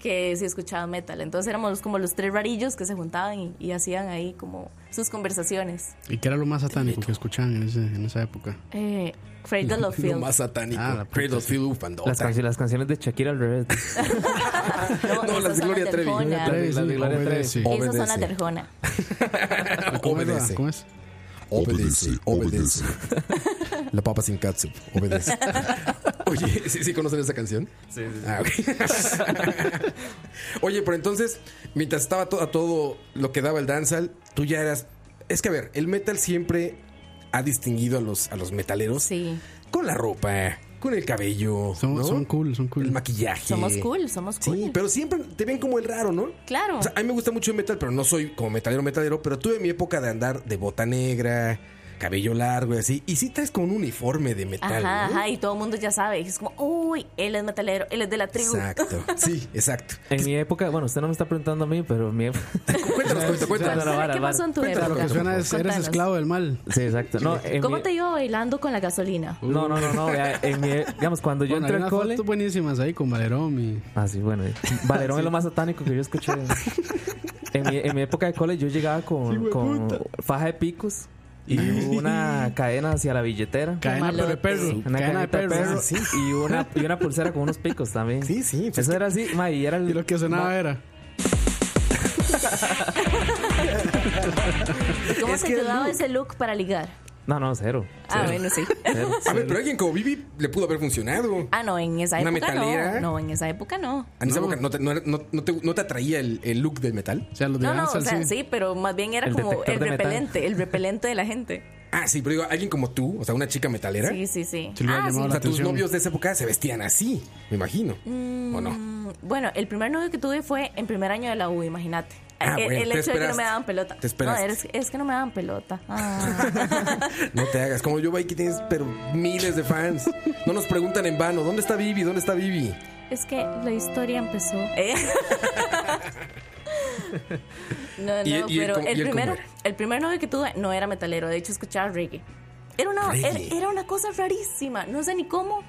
Speaker 5: que sí escuchaban metal. Entonces éramos como los tres rarillos que se juntaban y, y hacían ahí como sus conversaciones.
Speaker 4: ¿Y qué era lo más satánico que escuchaban en, ese- en esa época?
Speaker 5: Eh, Cradle of
Speaker 1: Lo
Speaker 5: Filth.
Speaker 1: más satánico.
Speaker 4: Ah, la puta,
Speaker 1: Cradle of Filth, Ufandota.
Speaker 3: Las, cancio- las canciones de Shakira al revés.
Speaker 5: Ah, No,
Speaker 1: las
Speaker 5: esas
Speaker 1: de Gloria
Speaker 5: son las de
Speaker 1: Trevi.
Speaker 5: Arjona.
Speaker 3: Trevi.
Speaker 4: Sí,
Speaker 3: la de Gloria
Speaker 4: obedece.
Speaker 3: Trevi.
Speaker 4: Sí.
Speaker 5: Esas son las de
Speaker 1: Obedece.
Speaker 5: Arjona.
Speaker 4: ¿Cómo es la-
Speaker 1: Obedece.
Speaker 4: ¿Cómo es?
Speaker 1: Obedece, obedece. La papa sin katsup, obedece. Oye, ¿sí, sí conocen esa canción? Sí, sí. Oye, pero entonces, mientras estaba to- a todo lo que daba el danzal, tú ya eras. Es que a ver, el metal siempre ha distinguido a los, a los metaleros
Speaker 5: Sí.
Speaker 1: con la ropa, con el cabello.
Speaker 4: Son,
Speaker 1: ¿no?
Speaker 4: son cool, son cool.
Speaker 1: El maquillaje.
Speaker 5: Somos cool, somos cool.
Speaker 1: Sí, pero siempre te ven como el raro, ¿no?
Speaker 5: Claro.
Speaker 1: O sea, a mí me gusta mucho el metal, pero no soy como metalero, metalero, pero tuve mi época de andar de bota negra, cabello largo y así. Y sí traes con un uniforme de metal.
Speaker 5: Ajá,
Speaker 1: ¿no?
Speaker 5: ajá, y todo el mundo ya sabe. Es como, uy, él es metalero, él es de la tribu.
Speaker 1: Exacto. Sí, exacto.
Speaker 3: En mi época, bueno, usted no me está preguntando a mí, pero en mi época.
Speaker 1: Cuéntanos, cuéntanos, cuéntanos.
Speaker 3: Pero vara,
Speaker 5: ¿Qué
Speaker 3: vara.
Speaker 5: pasó en tu
Speaker 1: Cuéntanos lo
Speaker 5: época?
Speaker 4: Lo que suena es, eres
Speaker 5: Contanos.
Speaker 4: esclavo del mal.
Speaker 3: Sí, exacto. No, en
Speaker 5: ¿Cómo
Speaker 3: mi-
Speaker 5: te iba bailando con la gasolina?
Speaker 3: No, no, no, no. vea, en mi- e-, digamos, cuando yo
Speaker 4: Bueno, hay
Speaker 3: entré
Speaker 4: unas
Speaker 3: al cole.
Speaker 4: fotos buenísimas ahí con Valerón y...
Speaker 3: Ah, sí, bueno. eh. Valerón es lo más satánico que yo escuché. En mi, en mi época de cole yo llegaba con, con faja de picos y una cadena hacia la billetera.
Speaker 4: Ah, Cadena pero de
Speaker 5: malote.
Speaker 4: perro.
Speaker 3: Una
Speaker 4: cadena
Speaker 3: cadena
Speaker 4: de perro. Ah,
Speaker 1: perro. sí.
Speaker 3: y, una, y una pulsera con unos picos también.
Speaker 1: Sí, sí, pues
Speaker 3: Eso era así, ma, y era el-
Speaker 4: Y lo que
Speaker 3: ma-
Speaker 4: sonaba era...
Speaker 5: ¿Y cómo te ayudaba ese look para ligar?
Speaker 3: No, no, cero.
Speaker 5: Ah,
Speaker 3: cero,
Speaker 5: bueno, sí.
Speaker 3: cero,
Speaker 1: A ver,
Speaker 3: cero.
Speaker 1: pero alguien como Vivi le pudo haber funcionado.
Speaker 5: Ah, no, en esa
Speaker 1: ¿Una
Speaker 5: época
Speaker 1: metalera?
Speaker 5: no. No, en esa época no.
Speaker 1: A mí esa época no te, no, era- no- no te, no te atraía el, el look del metal.
Speaker 4: O sea, los de
Speaker 5: No, no,
Speaker 4: danza,
Speaker 5: o sea, sí, pero más bien era
Speaker 3: El
Speaker 5: como
Speaker 3: detector
Speaker 5: el
Speaker 3: de metal.
Speaker 5: repelente, el repelente de la gente.
Speaker 1: Ah, sí, pero digo, alguien como tú, o sea, una chica metalera.
Speaker 5: Sí, sí, sí.
Speaker 4: Se le hubiera
Speaker 5: Ah,
Speaker 4: llamado
Speaker 1: O
Speaker 4: la
Speaker 1: sea, tus
Speaker 4: atención.
Speaker 1: novios de esa época se vestían así, me imagino. ¿O no?
Speaker 5: Mm, Bueno, el primer novio que tuve fue en primer año de la U, imagínate.
Speaker 1: Ah,
Speaker 5: el,
Speaker 1: bueno, te
Speaker 5: el hecho de que no
Speaker 1: esperaste.
Speaker 5: me daban pelota.
Speaker 1: Te esperaste.
Speaker 5: No, es, es que no me daban pelota. Ah.
Speaker 1: No te hagas. Como yo, Bike, tienes pero miles de fans. No nos preguntan en vano. ¿Dónde está Vivi? ¿Dónde está Vivi?
Speaker 5: es que la historia empezó. Eh. no, no,
Speaker 1: ¿Y- y él
Speaker 5: pero
Speaker 1: cómo- y
Speaker 5: el,
Speaker 1: él cómo
Speaker 5: primero,
Speaker 1: era?
Speaker 5: el primer novio que tuve no era metalero, de hecho escuchaba reggae. Era una, era,
Speaker 1: Reggae.
Speaker 5: era una cosa rarísima, no sé ni cómo,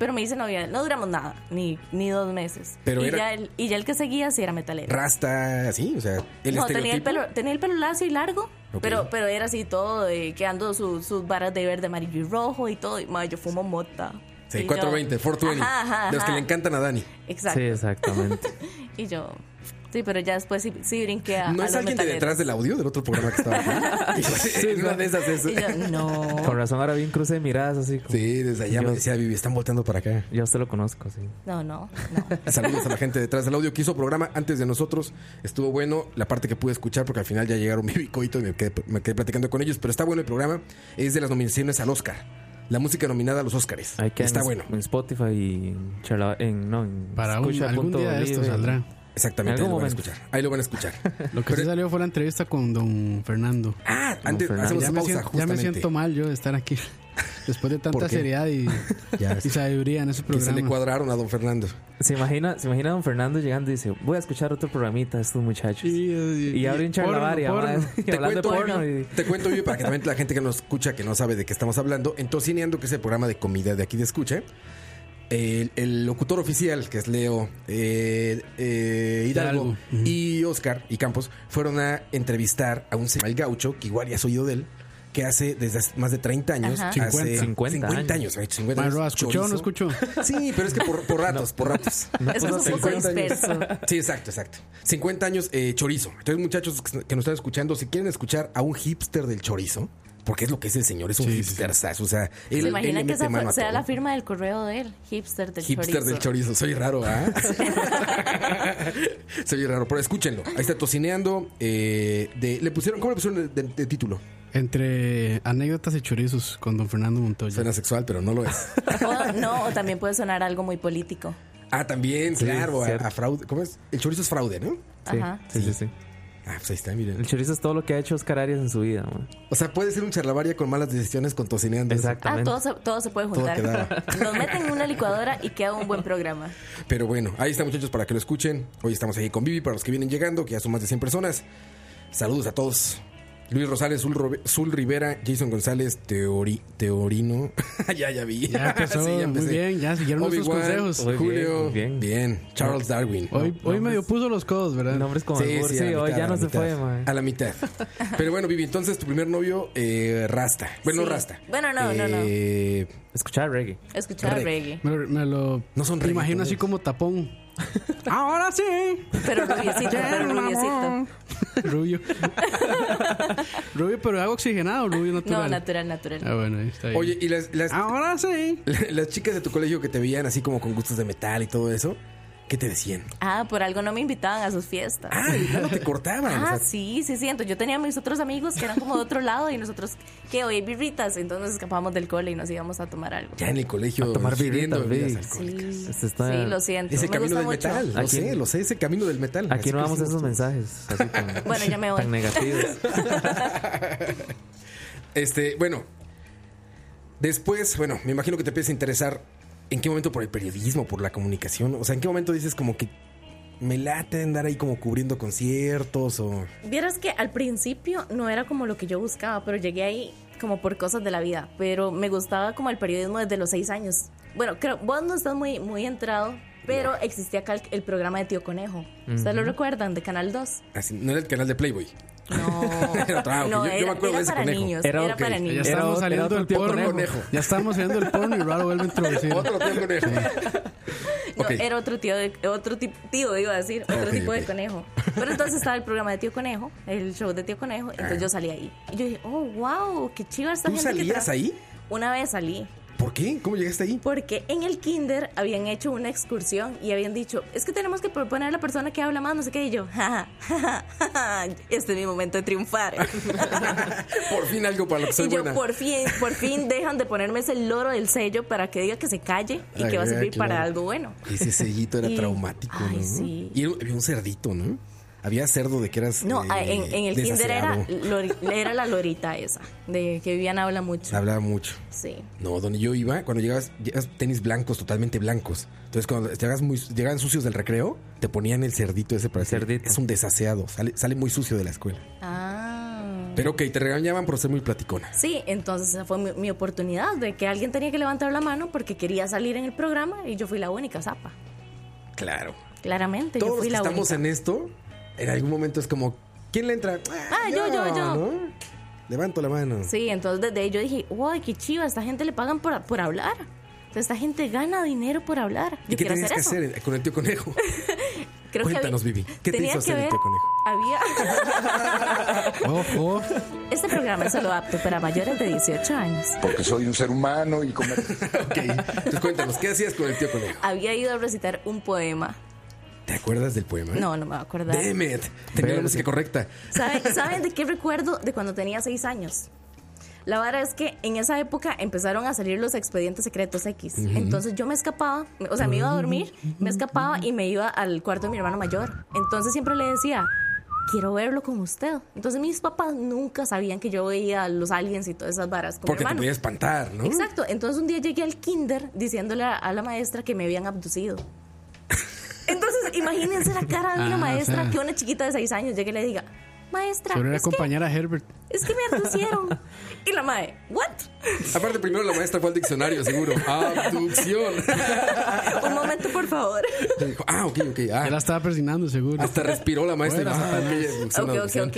Speaker 5: pero me hice novia. de él. No duramos nada, ni, ni dos meses.
Speaker 1: Pero
Speaker 5: y,
Speaker 1: era-
Speaker 5: ya el, y ya el que seguía sí era metalero.
Speaker 1: Rasta, así, o sea, el
Speaker 5: no,
Speaker 1: estereotipo.
Speaker 5: tenía el, pelo, tenía el pelo lacio y largo,
Speaker 1: Ok.
Speaker 5: pero, pero era así todo, de, quedando su- sus varas de verde, amarillo y rojo y todo. Y, ma, yo fumo mota.
Speaker 1: Sí,
Speaker 5: Y yo-
Speaker 1: 420, 420.
Speaker 5: Ajá, ajá,
Speaker 1: De los que
Speaker 5: ajá.
Speaker 1: le encantan a Dani.
Speaker 5: Exacto.
Speaker 3: Sí, exactamente.
Speaker 5: Y yo, sí, pero ya después sí, sí brinqué a.
Speaker 1: ¿No
Speaker 5: a
Speaker 1: es
Speaker 5: los
Speaker 1: alguien de
Speaker 5: metaleros.
Speaker 1: detrás del audio del otro programa que estaba aquí? En una de esas es.
Speaker 5: Y yo, no.
Speaker 4: Oh.
Speaker 3: Con razón ahora vi un cruce de miradas así. como-
Speaker 1: Sí, desde allá me
Speaker 3: Yo-
Speaker 1: decía Vivi, están volteando para acá.
Speaker 3: Yo a usted lo conozco, sí.
Speaker 5: No, no, no.
Speaker 1: Saludos a la gente detrás del audio que hizo programa antes de nosotros. Estuvo bueno la parte que pude escuchar porque al final ya llegaron mi bicoito y me quedé, me quedé platicando con ellos. Pero está bueno el programa. Es de las nominaciones al Oscar. La música nominada a los Oscars.
Speaker 3: Ahí queda
Speaker 1: Está
Speaker 3: en,
Speaker 1: bueno.
Speaker 3: en Spotify y en charla- en, no, en
Speaker 4: Para un,
Speaker 3: escucha
Speaker 4: algún
Speaker 3: punto
Speaker 4: día de esto
Speaker 3: libre.
Speaker 4: saldrá.
Speaker 1: Exactamente. Ahí
Speaker 3: En
Speaker 1: lo
Speaker 3: algún
Speaker 1: van a
Speaker 3: momento.
Speaker 1: escuchar. Ahí lo van a escuchar.
Speaker 4: Lo que sí salió fue la entrevista con don Fernando.
Speaker 1: Ah, antes
Speaker 3: Fernando.
Speaker 1: hacemos
Speaker 4: Ya me,
Speaker 1: pausa.
Speaker 4: siento, ya me
Speaker 1: justamente.
Speaker 4: siento mal yo de estar aquí. Después de
Speaker 1: ¿Por
Speaker 4: tanta
Speaker 1: qué?
Speaker 4: seriedad y,
Speaker 1: Ya
Speaker 4: y
Speaker 1: ves.
Speaker 4: sabiduría en ese
Speaker 1: Que se le
Speaker 4: programa.
Speaker 1: cuadraron a don Fernando.
Speaker 3: ¿Se imagina, se imagina a don Fernando llegando y dice, voy a escuchar otro programita a estos muchachos.
Speaker 4: Sí,
Speaker 3: Y,
Speaker 4: y- y-
Speaker 3: abre un charlabar y,
Speaker 4: porno,
Speaker 3: además- y
Speaker 1: Te
Speaker 3: hablando
Speaker 1: cuento,
Speaker 3: de porno. y-
Speaker 1: te cuento, Vivi, para que también la gente que nos escucha, que no sabe de qué estamos hablando, en Tocineando, que es el programa de comida de aquí de Escucha, el, el locutor oficial, que es Leo eh, eh, Hidalgo, y Oscar y Campos, fueron a entrevistar a un señor, el gaucho, que igual ya has oído de él, que hace desde hace más de 30 años,
Speaker 5: Ajá.
Speaker 4: 50.
Speaker 1: hace
Speaker 3: 50
Speaker 1: años, ha hecho 50
Speaker 4: Marroa,
Speaker 1: años,
Speaker 4: ¿escuchó o no
Speaker 1: chorizo.
Speaker 4: escuchó?
Speaker 1: Sí, pero es que por, por ratos, por ratos.
Speaker 5: Es que es un poco
Speaker 1: 50 años.
Speaker 5: disperso.
Speaker 1: Sí, exacto, exacto. 50 años eh, chorizo. Entonces, muchachos que nos están escuchando, si quieren escuchar a un hipster del chorizo, porque es lo que es el señor, es un
Speaker 4: Sí, sí,
Speaker 1: hipster O sea, él,
Speaker 5: ¿Se
Speaker 1: él
Speaker 5: imagina
Speaker 1: le
Speaker 5: que
Speaker 1: mete
Speaker 5: esa fue-
Speaker 1: mano a
Speaker 5: sea
Speaker 1: todo.
Speaker 5: la firma del correo de él? Hipster del
Speaker 1: Hipster
Speaker 5: chorizo.
Speaker 1: del chorizo, soy raro, ¿ah? soy raro, pero escúchenlo. Ahí está tocineando. eh, de- le pusieron, ¿cómo le pusieron de, de- de título?
Speaker 4: Entre anécdotas y chorizos con don Fernando Montoya.
Speaker 1: Suena sexual, pero no lo es.
Speaker 5: O- no, o también puede sonar algo muy político.
Speaker 1: Ah, también, claro, a,
Speaker 3: cierto.
Speaker 1: a fraude. ¿Cómo es? El chorizo es fraude, ¿no?
Speaker 3: Sí,
Speaker 5: Ajá.
Speaker 3: sí, sí, sí.
Speaker 1: Ah, pues ahí está, miren.
Speaker 3: El chorizo es todo lo que ha hecho Oscar Arias en su vida, man.
Speaker 1: O sea, puede ser un charlavaria con malas decisiones con tocineando.
Speaker 5: Ah,
Speaker 3: Exactamente.
Speaker 5: todo se, todo se puede juntar.
Speaker 1: queda.
Speaker 5: Nos meten en una licuadora y queda un buen programa.
Speaker 1: Pero bueno, ahí está, muchachos, para que lo escuchen. Hoy estamos ahí con Vivi, para los que vienen llegando, que ya son más de 100 personas. Saludos a todos. Luis Rosales, Zul, Robe- Zul Rivera, Jason González, Teori, Teorino. ya, ya vi.
Speaker 4: Ya empezó,
Speaker 1: Sí,
Speaker 4: muy
Speaker 1: empecé.
Speaker 4: bien, ya siguieron nuestros
Speaker 1: Obi-Wan,
Speaker 4: consejos.
Speaker 3: Muy bien,
Speaker 1: Julio,
Speaker 3: muy
Speaker 1: bien,
Speaker 3: bien.
Speaker 1: Charles Darwin.
Speaker 4: Hoy, hoy medio puso los codos, ¿verdad?
Speaker 3: Nombres como el Bursi,
Speaker 1: a la
Speaker 3: hoy
Speaker 1: mitad,
Speaker 3: ya
Speaker 1: a
Speaker 3: no
Speaker 1: la
Speaker 3: se
Speaker 1: mitad. Ah.
Speaker 3: fue, man.
Speaker 1: A la mitad. Pero bueno, Vivi, entonces tu primer novio, eh, Rasta. Bueno,
Speaker 5: Sí.
Speaker 1: Rasta.
Speaker 5: Bueno, no, no, no.
Speaker 1: Eh,
Speaker 3: Escuchar reggae.
Speaker 5: Escuchar
Speaker 1: Correcto.
Speaker 5: reggae.
Speaker 4: Me lo, me lo
Speaker 1: No son
Speaker 4: imagino
Speaker 1: reggaetoneros.
Speaker 4: así como tapón. Ahora sí.
Speaker 5: Pero rubiecito, pero rubiecito.
Speaker 4: Rubio. Rubio, pero algo oxigenado, rubio natural.
Speaker 5: No, natural, natural.
Speaker 4: Ah, bueno, ahí está bien.
Speaker 1: Oye, este y las, las-
Speaker 4: Ahora sí.
Speaker 1: las chicas de tu colegio que te veían así como con gustos de metal y todo eso, ¿qué te decían?
Speaker 5: Ah, por algo no me invitaban a sus fiestas.
Speaker 1: Ah, no te cortaban. o
Speaker 5: Ah,
Speaker 1: sea,
Speaker 5: sí, sí, siento. Yo tenía a mis otros amigos que eran como de otro lado y nosotros, que hoy hay birritas, entonces nos escapábamos del cole y nos íbamos a tomar algo.
Speaker 1: Ya en el colegio.
Speaker 3: A tomar
Speaker 1: sirviendo
Speaker 3: birritas,
Speaker 1: bebidas
Speaker 3: sí.
Speaker 1: alcohólicas.
Speaker 5: Sí,
Speaker 3: Esto está-
Speaker 5: sí, lo siento.
Speaker 1: Ese
Speaker 5: me
Speaker 1: camino
Speaker 5: gusta
Speaker 1: del
Speaker 5: mucho.
Speaker 1: metal. Lo
Speaker 3: Aquí-
Speaker 1: sé, lo sé, ese camino del metal.
Speaker 3: Aquí
Speaker 1: Así
Speaker 3: no
Speaker 1: que
Speaker 3: damos
Speaker 1: sí,
Speaker 3: esos
Speaker 1: tú-
Speaker 3: mensajes así tan,
Speaker 5: Bueno, ya me voy.
Speaker 3: tan negativos.
Speaker 1: Este, bueno. Después, bueno, me imagino que te empiezas a interesar en qué momento por el periodismo, por la comunicación. O sea, en qué momento dices como que me late andar ahí como cubriendo conciertos o.
Speaker 5: Vieras que al principio no era como lo que yo buscaba, pero llegué ahí como por cosas de la vida. Pero me gustaba como el periodismo desde los seis años. Bueno, creo, vos no estás muy, muy entrado, pero existía acá el, el programa de Tío Conejo. ¿Ustedes lo recuerdan? De Canal 2.
Speaker 1: Así, no era el canal de Playboy.
Speaker 5: No,
Speaker 1: Era otro, ah, ok, yo-
Speaker 5: no,
Speaker 1: yo me
Speaker 5: era,
Speaker 1: acuerdo
Speaker 5: era
Speaker 1: de ese
Speaker 5: para
Speaker 1: conejo.
Speaker 5: niños.
Speaker 3: Era
Speaker 5: Era,
Speaker 3: ok.
Speaker 5: para
Speaker 4: Ya
Speaker 5: niños.
Speaker 3: Era
Speaker 4: estamos
Speaker 3: otro- era
Speaker 4: saliendo
Speaker 3: otro
Speaker 4: del
Speaker 3: tío
Speaker 4: porno.
Speaker 1: conejo.
Speaker 4: Ya estamos saliendo del porno y raro vuelve a introducir.
Speaker 1: Otro tío conejo.
Speaker 5: No,
Speaker 1: Ok.
Speaker 5: era otro tío, de- otro ti- tío, iba a decir, otro
Speaker 1: Ok,
Speaker 5: tipo
Speaker 1: ok.
Speaker 5: de conejo. Pero entonces estaba el programa de Tío Conejo, el show de Tío Conejo, entonces yo salí ahí. Y yo dije, oh, wow, qué chiva esta
Speaker 1: Ah. ¿Tú
Speaker 5: gente. que
Speaker 1: salías
Speaker 5: tra-
Speaker 1: ahí?
Speaker 5: Una vez salí,
Speaker 1: ¿Por qué? ¿Cómo llegaste ahí?
Speaker 5: porque en el kinder habían hecho una excursión y habían dicho, es que tenemos que proponer a la persona que habla más, no sé qué, y yo, jaja, jaja, jaja, este es mi momento de triunfar.
Speaker 1: Por fin algo para lo que soy
Speaker 5: Y yo,
Speaker 1: buena.
Speaker 5: por fin, por fin dejan de ponerme ese loro del sello para que diga que se calle y
Speaker 1: Ay,
Speaker 5: que va a servir para
Speaker 1: claro.
Speaker 5: algo bueno.
Speaker 1: Ese sellito era
Speaker 5: Y-
Speaker 1: traumático,
Speaker 5: ay,
Speaker 1: ¿no?
Speaker 5: sí.
Speaker 1: Y había un cerdito, ¿no? Había cerdo de que eras.
Speaker 5: No,
Speaker 1: eh,
Speaker 5: ah, en, en el kinder era,
Speaker 1: desaseado.
Speaker 5: lori- era la lorita esa, de que Viviana habla mucho.
Speaker 1: Hablaba mucho.
Speaker 5: Sí.
Speaker 1: No, donde yo iba, cuando llegabas, llegas tenis blancos, totalmente blancos. Entonces, cuando llegas muy, llegaban sucios del recreo, te ponían el cerdito ese para decir,
Speaker 3: Cerdito.
Speaker 1: Es un desaseado, sale, sale muy sucio de la escuela.
Speaker 5: Ah.
Speaker 1: Pero ok, te regañaban por ser muy platicona.
Speaker 5: Sí, entonces esa fue mi, mi oportunidad de que alguien tenía que levantar la mano porque quería salir en el programa y yo fui la única zapa.
Speaker 1: Claro.
Speaker 5: Claramente,
Speaker 1: Todos
Speaker 5: yo
Speaker 1: los
Speaker 5: fui
Speaker 1: que
Speaker 5: la
Speaker 1: estamos
Speaker 5: única.
Speaker 1: en esto, en algún momento es como, ¿quién le entra?
Speaker 5: Ah, yo, yo, yo.
Speaker 1: ¿no? Levanto la mano.
Speaker 5: Sí, entonces desde ahí yo dije, wow, qué chiva, esta gente le pagan por, por hablar. Entonces, Esta gente gana dinero por hablar.
Speaker 1: ¿Y
Speaker 5: Yo
Speaker 1: qué
Speaker 5: quiero
Speaker 1: tenías
Speaker 5: hacer
Speaker 1: que
Speaker 5: eso.
Speaker 1: hacer con el tío conejo?
Speaker 5: Creo que
Speaker 1: Cuéntanos, Vivi, ¿qué te
Speaker 5: tenía
Speaker 1: hizo hacer el
Speaker 5: que ver-
Speaker 1: tío conejo?
Speaker 5: Había.
Speaker 4: Ojo.
Speaker 5: este programa es solo apto para mayores de 18 años.
Speaker 7: porque soy un ser humano y como
Speaker 1: ok. Entonces, cuéntanos, ¿qué hacías con el tío conejo?
Speaker 5: Había ido a recitar un poema.
Speaker 1: ¿Te acuerdas del poema?
Speaker 5: No, no me voy a acordar.
Speaker 1: Damn it. Tenía la
Speaker 3: Verde.
Speaker 1: música correcta.
Speaker 5: ¿Sabe- ¿Saben, de qué recuerdo? De cuando tenía seis años. La verdad es que en esa época empezaron a salir los expedientes secretos X. Entonces yo me escapaba, o sea, me iba a dormir, me escapaba y me iba al cuarto de mi hermano mayor. Entonces siempre le decía, quiero verlo con usted. Entonces mis papás nunca sabían que yo veía a los aliens y todas esas varas con
Speaker 1: Porque
Speaker 5: mi
Speaker 1: te
Speaker 5: hermano.
Speaker 1: podía espantar,
Speaker 4: Mm.
Speaker 1: ¿no?
Speaker 5: Exacto. Entonces un día llegué al kinder diciéndole a, a la maestra que me habían abducido. Entonces, imagínense la cara de una
Speaker 4: Ah, o
Speaker 5: maestra
Speaker 4: sea.
Speaker 5: que una chiquita de seis años llegue y le diga, maestra,
Speaker 4: Sobre era
Speaker 5: es que,
Speaker 4: acompañar a Herbert.
Speaker 5: es que me abducieron. y la mae, ¿what?
Speaker 1: Aparte, primero la maestra fue al diccionario, seguro. Abducción.
Speaker 5: Un momento, por favor.
Speaker 1: Le dijo, ah, ok, ok. ah.
Speaker 4: Ya la estaba persignando, seguro.
Speaker 1: Hasta respiró la maestra. y dijo,
Speaker 4: Fuera,
Speaker 1: ah, ok, abducción,
Speaker 5: ok, ok,
Speaker 1: abducción.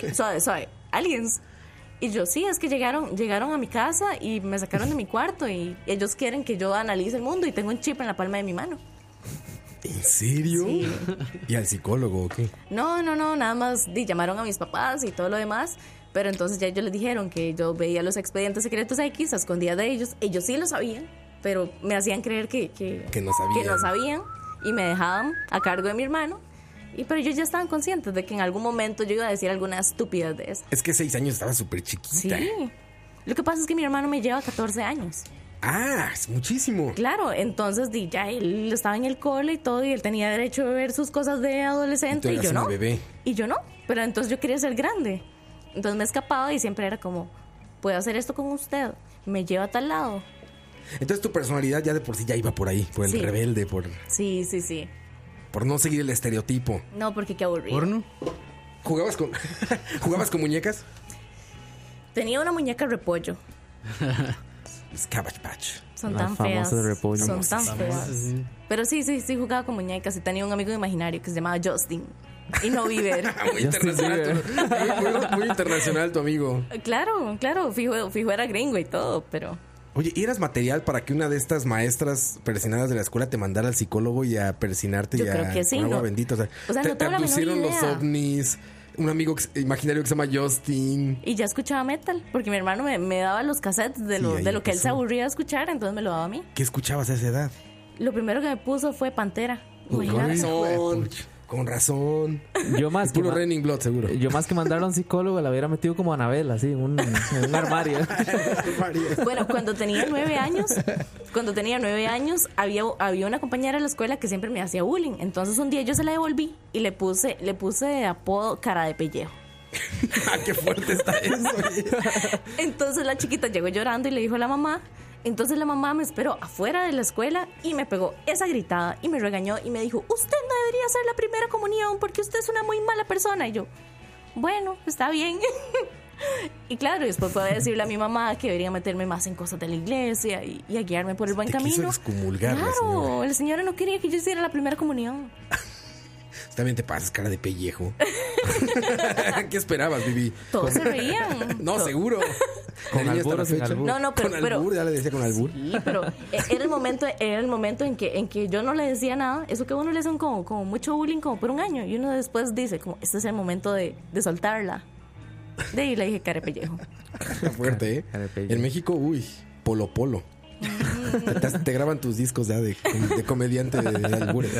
Speaker 5: ok, ok, suave, suave. Aliens. Y yo, sí, es que llegaron, llegaron a mi casa y me sacaron de mi cuarto y ellos quieren que yo analice el mundo y tengo un chip en la palma de mi mano.
Speaker 1: ¿En serio? ¿Y al psicólogo o qué?
Speaker 5: No, no, no, nada más di, llamaron a mis papás y todo lo demás, Pero entonces ya ellos les dijeron que yo veía los expedientes secretos X a escondidas de ellos. Ellos sí lo sabían, pero me hacían creer que, que,
Speaker 1: Que no sabían.
Speaker 5: que no sabían y me dejaban a cargo de mi hermano. Y pero ellos ya estaban conscientes de que en algún momento yo iba a decir alguna estupidez de esas.
Speaker 1: Es que seis años estaba súper
Speaker 5: Sí.
Speaker 1: chiquita.
Speaker 5: Lo que pasa es que mi hermano me lleva 14 años.
Speaker 1: Ah, es muchísimo.
Speaker 5: Claro, entonces di, ya él estaba en el cole y todo, y él tenía derecho a ver sus cosas de adolescente,
Speaker 1: Y
Speaker 5: y,
Speaker 1: tú eras
Speaker 5: yo no.
Speaker 1: una bebé.
Speaker 5: Y yo no, pero entonces yo quería ser grande. Entonces me escapaba y siempre era como, puedo hacer esto con usted, me lleva a tal lado.
Speaker 1: Entonces tu personalidad ya de por sí ya iba por ahí, por el
Speaker 5: Sí.
Speaker 1: rebelde, por,
Speaker 5: Sí, sí, sí.
Speaker 1: por no seguir el estereotipo.
Speaker 5: No, porque qué aburrido.
Speaker 4: ¿Porno?
Speaker 1: ¿Jugabas con, ¿jugabas con muñecas?
Speaker 5: Tenía una muñeca repollo.
Speaker 1: Es Cabbage Patch.
Speaker 5: Son
Speaker 3: Las
Speaker 5: tan
Speaker 3: famosas
Speaker 5: feas.
Speaker 3: de repollo.
Speaker 5: Son tan feas. Pero sí, sí, sí jugaba con muñecas y tenía un amigo imaginario que se llamaba Justin. Y no Bieber.
Speaker 1: Ah, muy internacional. tu- muy, muy- muy internacional tu amigo.
Speaker 5: claro, claro, fijo, fijo era gringo y todo, pero
Speaker 1: Oye, ¿y eras material para que una de estas maestras persinadas de la escuela te mandara al psicólogo y a persinarte
Speaker 5: Yo
Speaker 1: y a
Speaker 5: creo que sí,
Speaker 1: con agua
Speaker 5: no.
Speaker 1: bendita? O sea,
Speaker 5: O sea,
Speaker 1: te,
Speaker 5: no
Speaker 1: te
Speaker 5: tengo la menor
Speaker 1: abducieron los
Speaker 5: idea.
Speaker 1: ovnis, un amigo que se- imaginario que se llama Justin.
Speaker 5: Y ya escuchaba metal, porque mi hermano me, me daba los cassettes de
Speaker 1: Sí,
Speaker 5: lo,
Speaker 1: ahí
Speaker 5: de lo que él se
Speaker 1: empezó.
Speaker 5: aburría de escuchar, entonces me lo daba a mí.
Speaker 1: ¿Qué escuchabas a esa edad?
Speaker 5: Lo primero que me puso fue Pantera.
Speaker 1: con
Speaker 5: Imagínate.
Speaker 1: razón. Con razón.
Speaker 3: Yo más que
Speaker 1: Puro
Speaker 3: ma-
Speaker 1: Raining Blood, seguro.
Speaker 3: yo más que mandarlo a un psicólogo la hubiera metido como a Anabel, así, en un, en un armario.
Speaker 5: Bueno, cuando tenía nueve años, cuando tenía nueve años, había, había una compañera de la escuela que siempre me hacía bullying. Entonces un día yo se la devolví y le puse, le puse de apodo cara de pellejo.
Speaker 1: ah, qué fuerte está eso. oye.
Speaker 5: Entonces la chiquita llegó llorando y le dijo a la mamá. Entonces la mamá me esperó afuera de la escuela y me pegó esa gritada y me regañó y me dijo, usted no debería hacer la primera comunión porque usted es una muy mala persona. Y yo, bueno, está bien. y claro, después fue a decirle a mi mamá que debería meterme más en cosas de la iglesia y, y a guiarme por el buen
Speaker 1: Te quiso
Speaker 5: camino.
Speaker 1: excomulgar la
Speaker 5: claro, la señora no quería que yo hiciera la primera comunión.
Speaker 1: También te pasas cara de pellejo. ¿Qué esperabas, Vivi?
Speaker 5: Todos se reían.
Speaker 1: No, seguro.
Speaker 3: Con
Speaker 1: La niña hasta
Speaker 3: albur
Speaker 1: la
Speaker 3: o sin
Speaker 1: fecha.
Speaker 3: albur.
Speaker 5: No, no, pero-
Speaker 1: Con
Speaker 5: pero-
Speaker 1: albur, ya le decía con albur.
Speaker 5: Sí, pero e- era el momento, era el momento en que, en que yo no le decía nada. Eso que a uno le hacen como, como mucho bullying como por un año. Y uno después dice como, este es el momento de, de soltarla. De ahí le dije carepellejo.
Speaker 1: Está fuerte, ¿eh?
Speaker 3: Cara de pellejo.
Speaker 1: En México, uy, polo polo. te, te- te graban tus discos ya de, de comediante de, de albures.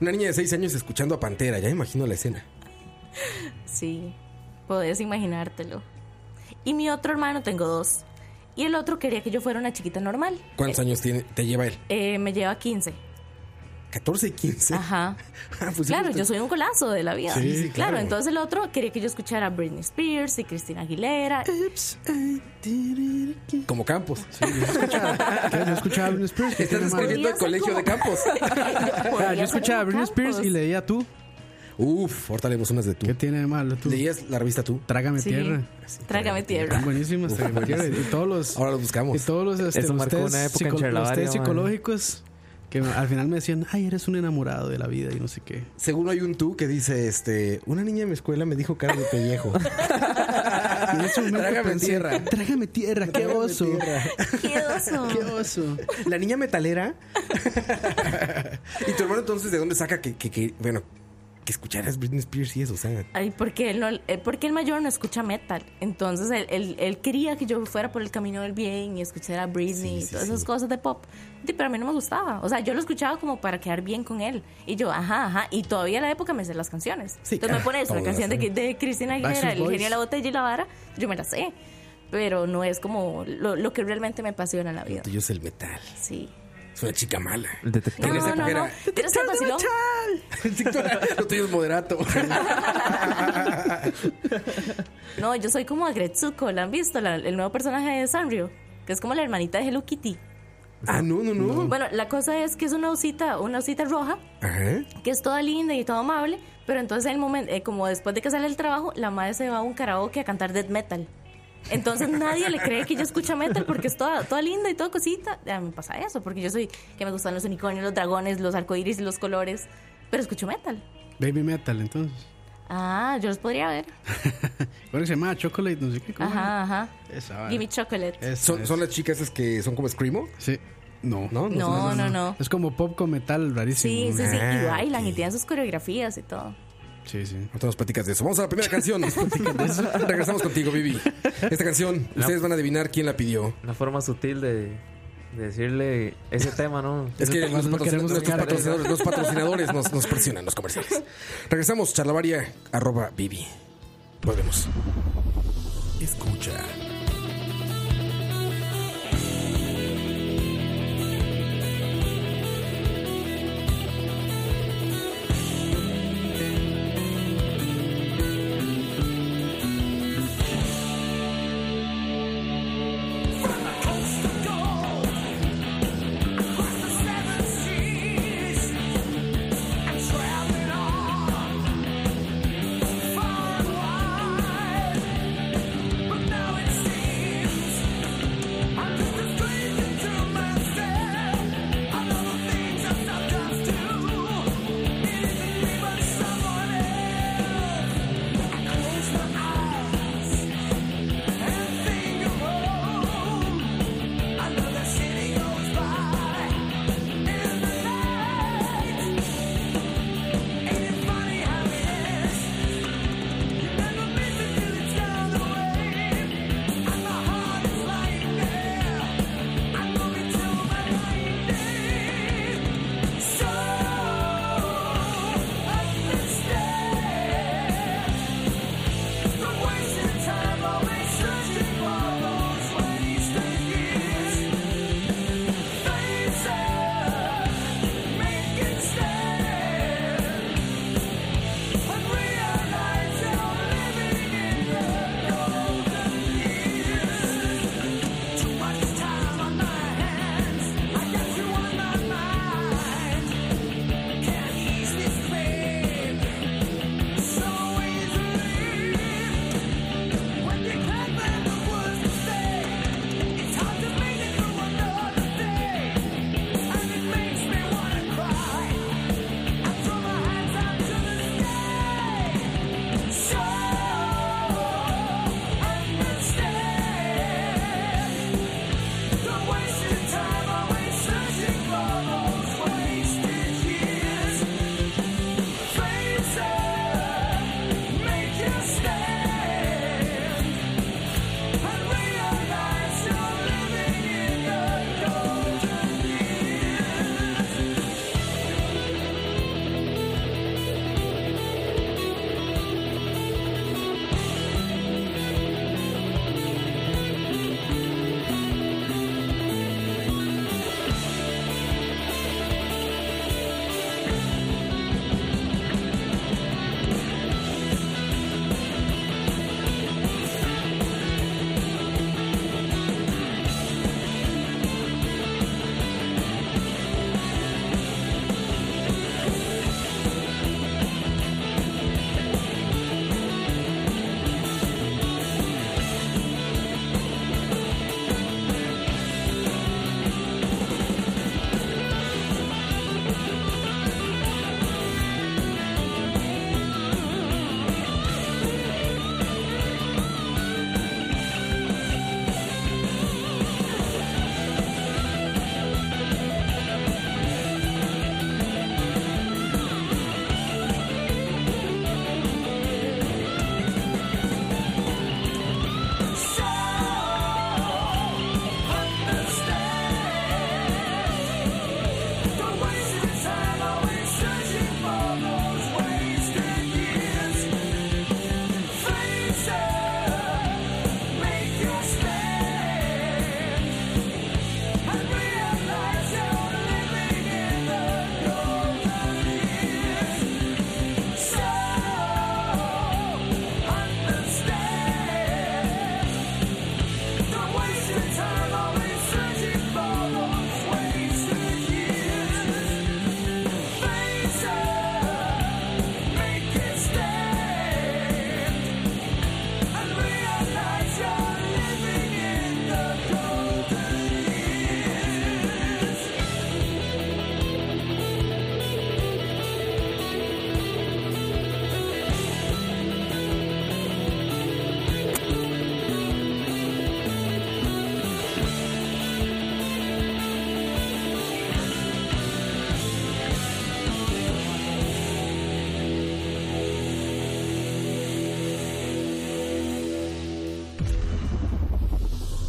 Speaker 1: Una niña de seis años escuchando a Pantera, ya imagino la escena.
Speaker 5: Sí, podés imaginártelo. Y mi otro hermano, tengo dos. Y el otro quería que yo fuera una chiquita normal.
Speaker 1: ¿Cuántos años tiene, te lleva él?
Speaker 5: Eh, me lleva 15.
Speaker 1: 14 y 15. Ah,
Speaker 5: Ajá.
Speaker 1: pues sí,
Speaker 5: claro,
Speaker 1: usted-
Speaker 5: yo soy un golazo de la vida.
Speaker 1: Sí, sí,
Speaker 5: claro.
Speaker 1: claro.
Speaker 5: entonces el otro quería que yo escuchara a Britney Spears y Cristina Aguilera.
Speaker 1: Como Campos.
Speaker 4: ¿Qué? Yo escuchaba a Britney Spears. que
Speaker 1: Estás
Speaker 4: tiene más-
Speaker 1: describiendo el
Speaker 5: Podría ser
Speaker 1: colegio de
Speaker 5: como-
Speaker 1: Campos.
Speaker 4: Ah, Yo escuchaba a Britney Spears y leía tú.
Speaker 1: Uf, ahorita leemos unas de tú.
Speaker 4: ¿Qué tiene de malo tú?
Speaker 1: ¿Leías la revista tú?
Speaker 4: Trágame
Speaker 5: Sí.
Speaker 4: tierra.
Speaker 5: Trágame tierra.
Speaker 4: Están buenísimas. Trágame tierra. Y todos los.
Speaker 1: Ahora lo buscamos.
Speaker 4: Y todos los, este,
Speaker 3: Eso
Speaker 4: los
Speaker 3: marcó
Speaker 4: test
Speaker 3: una época en
Speaker 4: psico- los
Speaker 3: Charlavaria,
Speaker 4: test
Speaker 3: man.
Speaker 4: psicológicos que al final me decían, ay, eres un enamorado de la vida y no sé qué.
Speaker 1: Seguro hay un tú que dice, este, una niña en mi escuela me dijo cara de pellejo.
Speaker 4: Y en ese momento
Speaker 1: Trágame
Speaker 4: pensé,
Speaker 1: tierra.
Speaker 4: Trágame tierra, qué
Speaker 1: Trágame
Speaker 4: oso.
Speaker 1: tierra.
Speaker 5: Qué oso.
Speaker 4: Qué oso.
Speaker 1: La niña metalera. y tu hermano entonces, ¿de dónde saca que, que- que, bueno, que escucharas Britney Spears y eso? O sea,
Speaker 5: Ay, porque él no, eh, porque el mayor no escucha metal. Entonces él, él- él quería que yo fuera por el camino del bien y escuchara a Britney y todas esas cosas de pop. Sí, pero a mí no me gustaba. O sea, yo lo escuchaba como para quedar bien con él. Y yo, ajá, ajá. Y todavía en la época me sé las canciones.
Speaker 1: Sí,
Speaker 5: Entonces me
Speaker 1: ah,
Speaker 5: pones la
Speaker 1: todas,
Speaker 5: canción de,
Speaker 1: ¿eh?
Speaker 5: de Cristina Aguilera,
Speaker 4: Backstreet
Speaker 5: El
Speaker 4: Boys.
Speaker 5: genio de la botella y la vara, yo me la sé. Pero no es como lo, lo que realmente me apasiona en la
Speaker 1: lo
Speaker 5: vida.
Speaker 1: tuyo es el metal.
Speaker 5: Sí.
Speaker 1: Es una chica mala.
Speaker 3: El
Speaker 5: No,
Speaker 3: detective.
Speaker 1: En esa
Speaker 5: no, no.
Speaker 1: época era-
Speaker 5: Quiero ser vacilón.
Speaker 1: lo tuyo es moderato.
Speaker 5: No, yo soy como Agretsuko, ¿la han visto? La- el nuevo personaje de Sanrio, que es como la hermanita de Hello Kitty.
Speaker 1: ah, no, no, no.
Speaker 5: Bueno, la cosa es que es una osita, una osita roja,
Speaker 1: Ajá.
Speaker 5: que es toda linda y toda amable, pero entonces en el momento, eh, como después de que sale el trabajo, la madre se va a un karaoke a cantar death metal. Entonces nadie le cree que ella escucha metal porque es toda, toda linda y toda cosita. A mí me pasa eso, porque yo soy que me gustan los unicornios, los dragones, los arcoíris y los colores, pero escucho metal.
Speaker 4: Baby metal, entonces.
Speaker 5: Ah, yo los podría ver.
Speaker 4: Bueno, se llamaba Chocolate, no sé qué. ¿cómo era?
Speaker 5: Ajá, ajá.
Speaker 4: Esa vara.
Speaker 5: Gimme chocolate.
Speaker 4: Esa
Speaker 1: Son,
Speaker 4: es.
Speaker 1: son las chicas esas que son como Screamo,
Speaker 4: Sí. No.
Speaker 1: ¿no?
Speaker 5: No, no, no.
Speaker 4: Es como pop con metal rarísimo.
Speaker 5: Sí, sí, sí.
Speaker 1: Ah,
Speaker 5: Y bailan y
Speaker 1: ok.
Speaker 5: tienen sus coreografías y todo.
Speaker 4: Sí, sí.
Speaker 1: Ahorita nos platicas de eso. Vamos a la primera canción. Regresamos contigo, Vivi. Esta canción, ustedes van a adivinar quién la pidió.
Speaker 3: Una forma sutil de, de decirle ese tema, ¿no?
Speaker 1: Es que
Speaker 4: Nosotros
Speaker 1: los
Speaker 4: no
Speaker 1: patrocinadores,
Speaker 4: queremos
Speaker 1: nuestros
Speaker 4: dejar de-
Speaker 1: patrocinadores, los patrocinadores nos, nos presionan los comerciales. Regresamos, charlavaria, arroba Vivi. Volvemos. Escucha.
Speaker 8: But now it's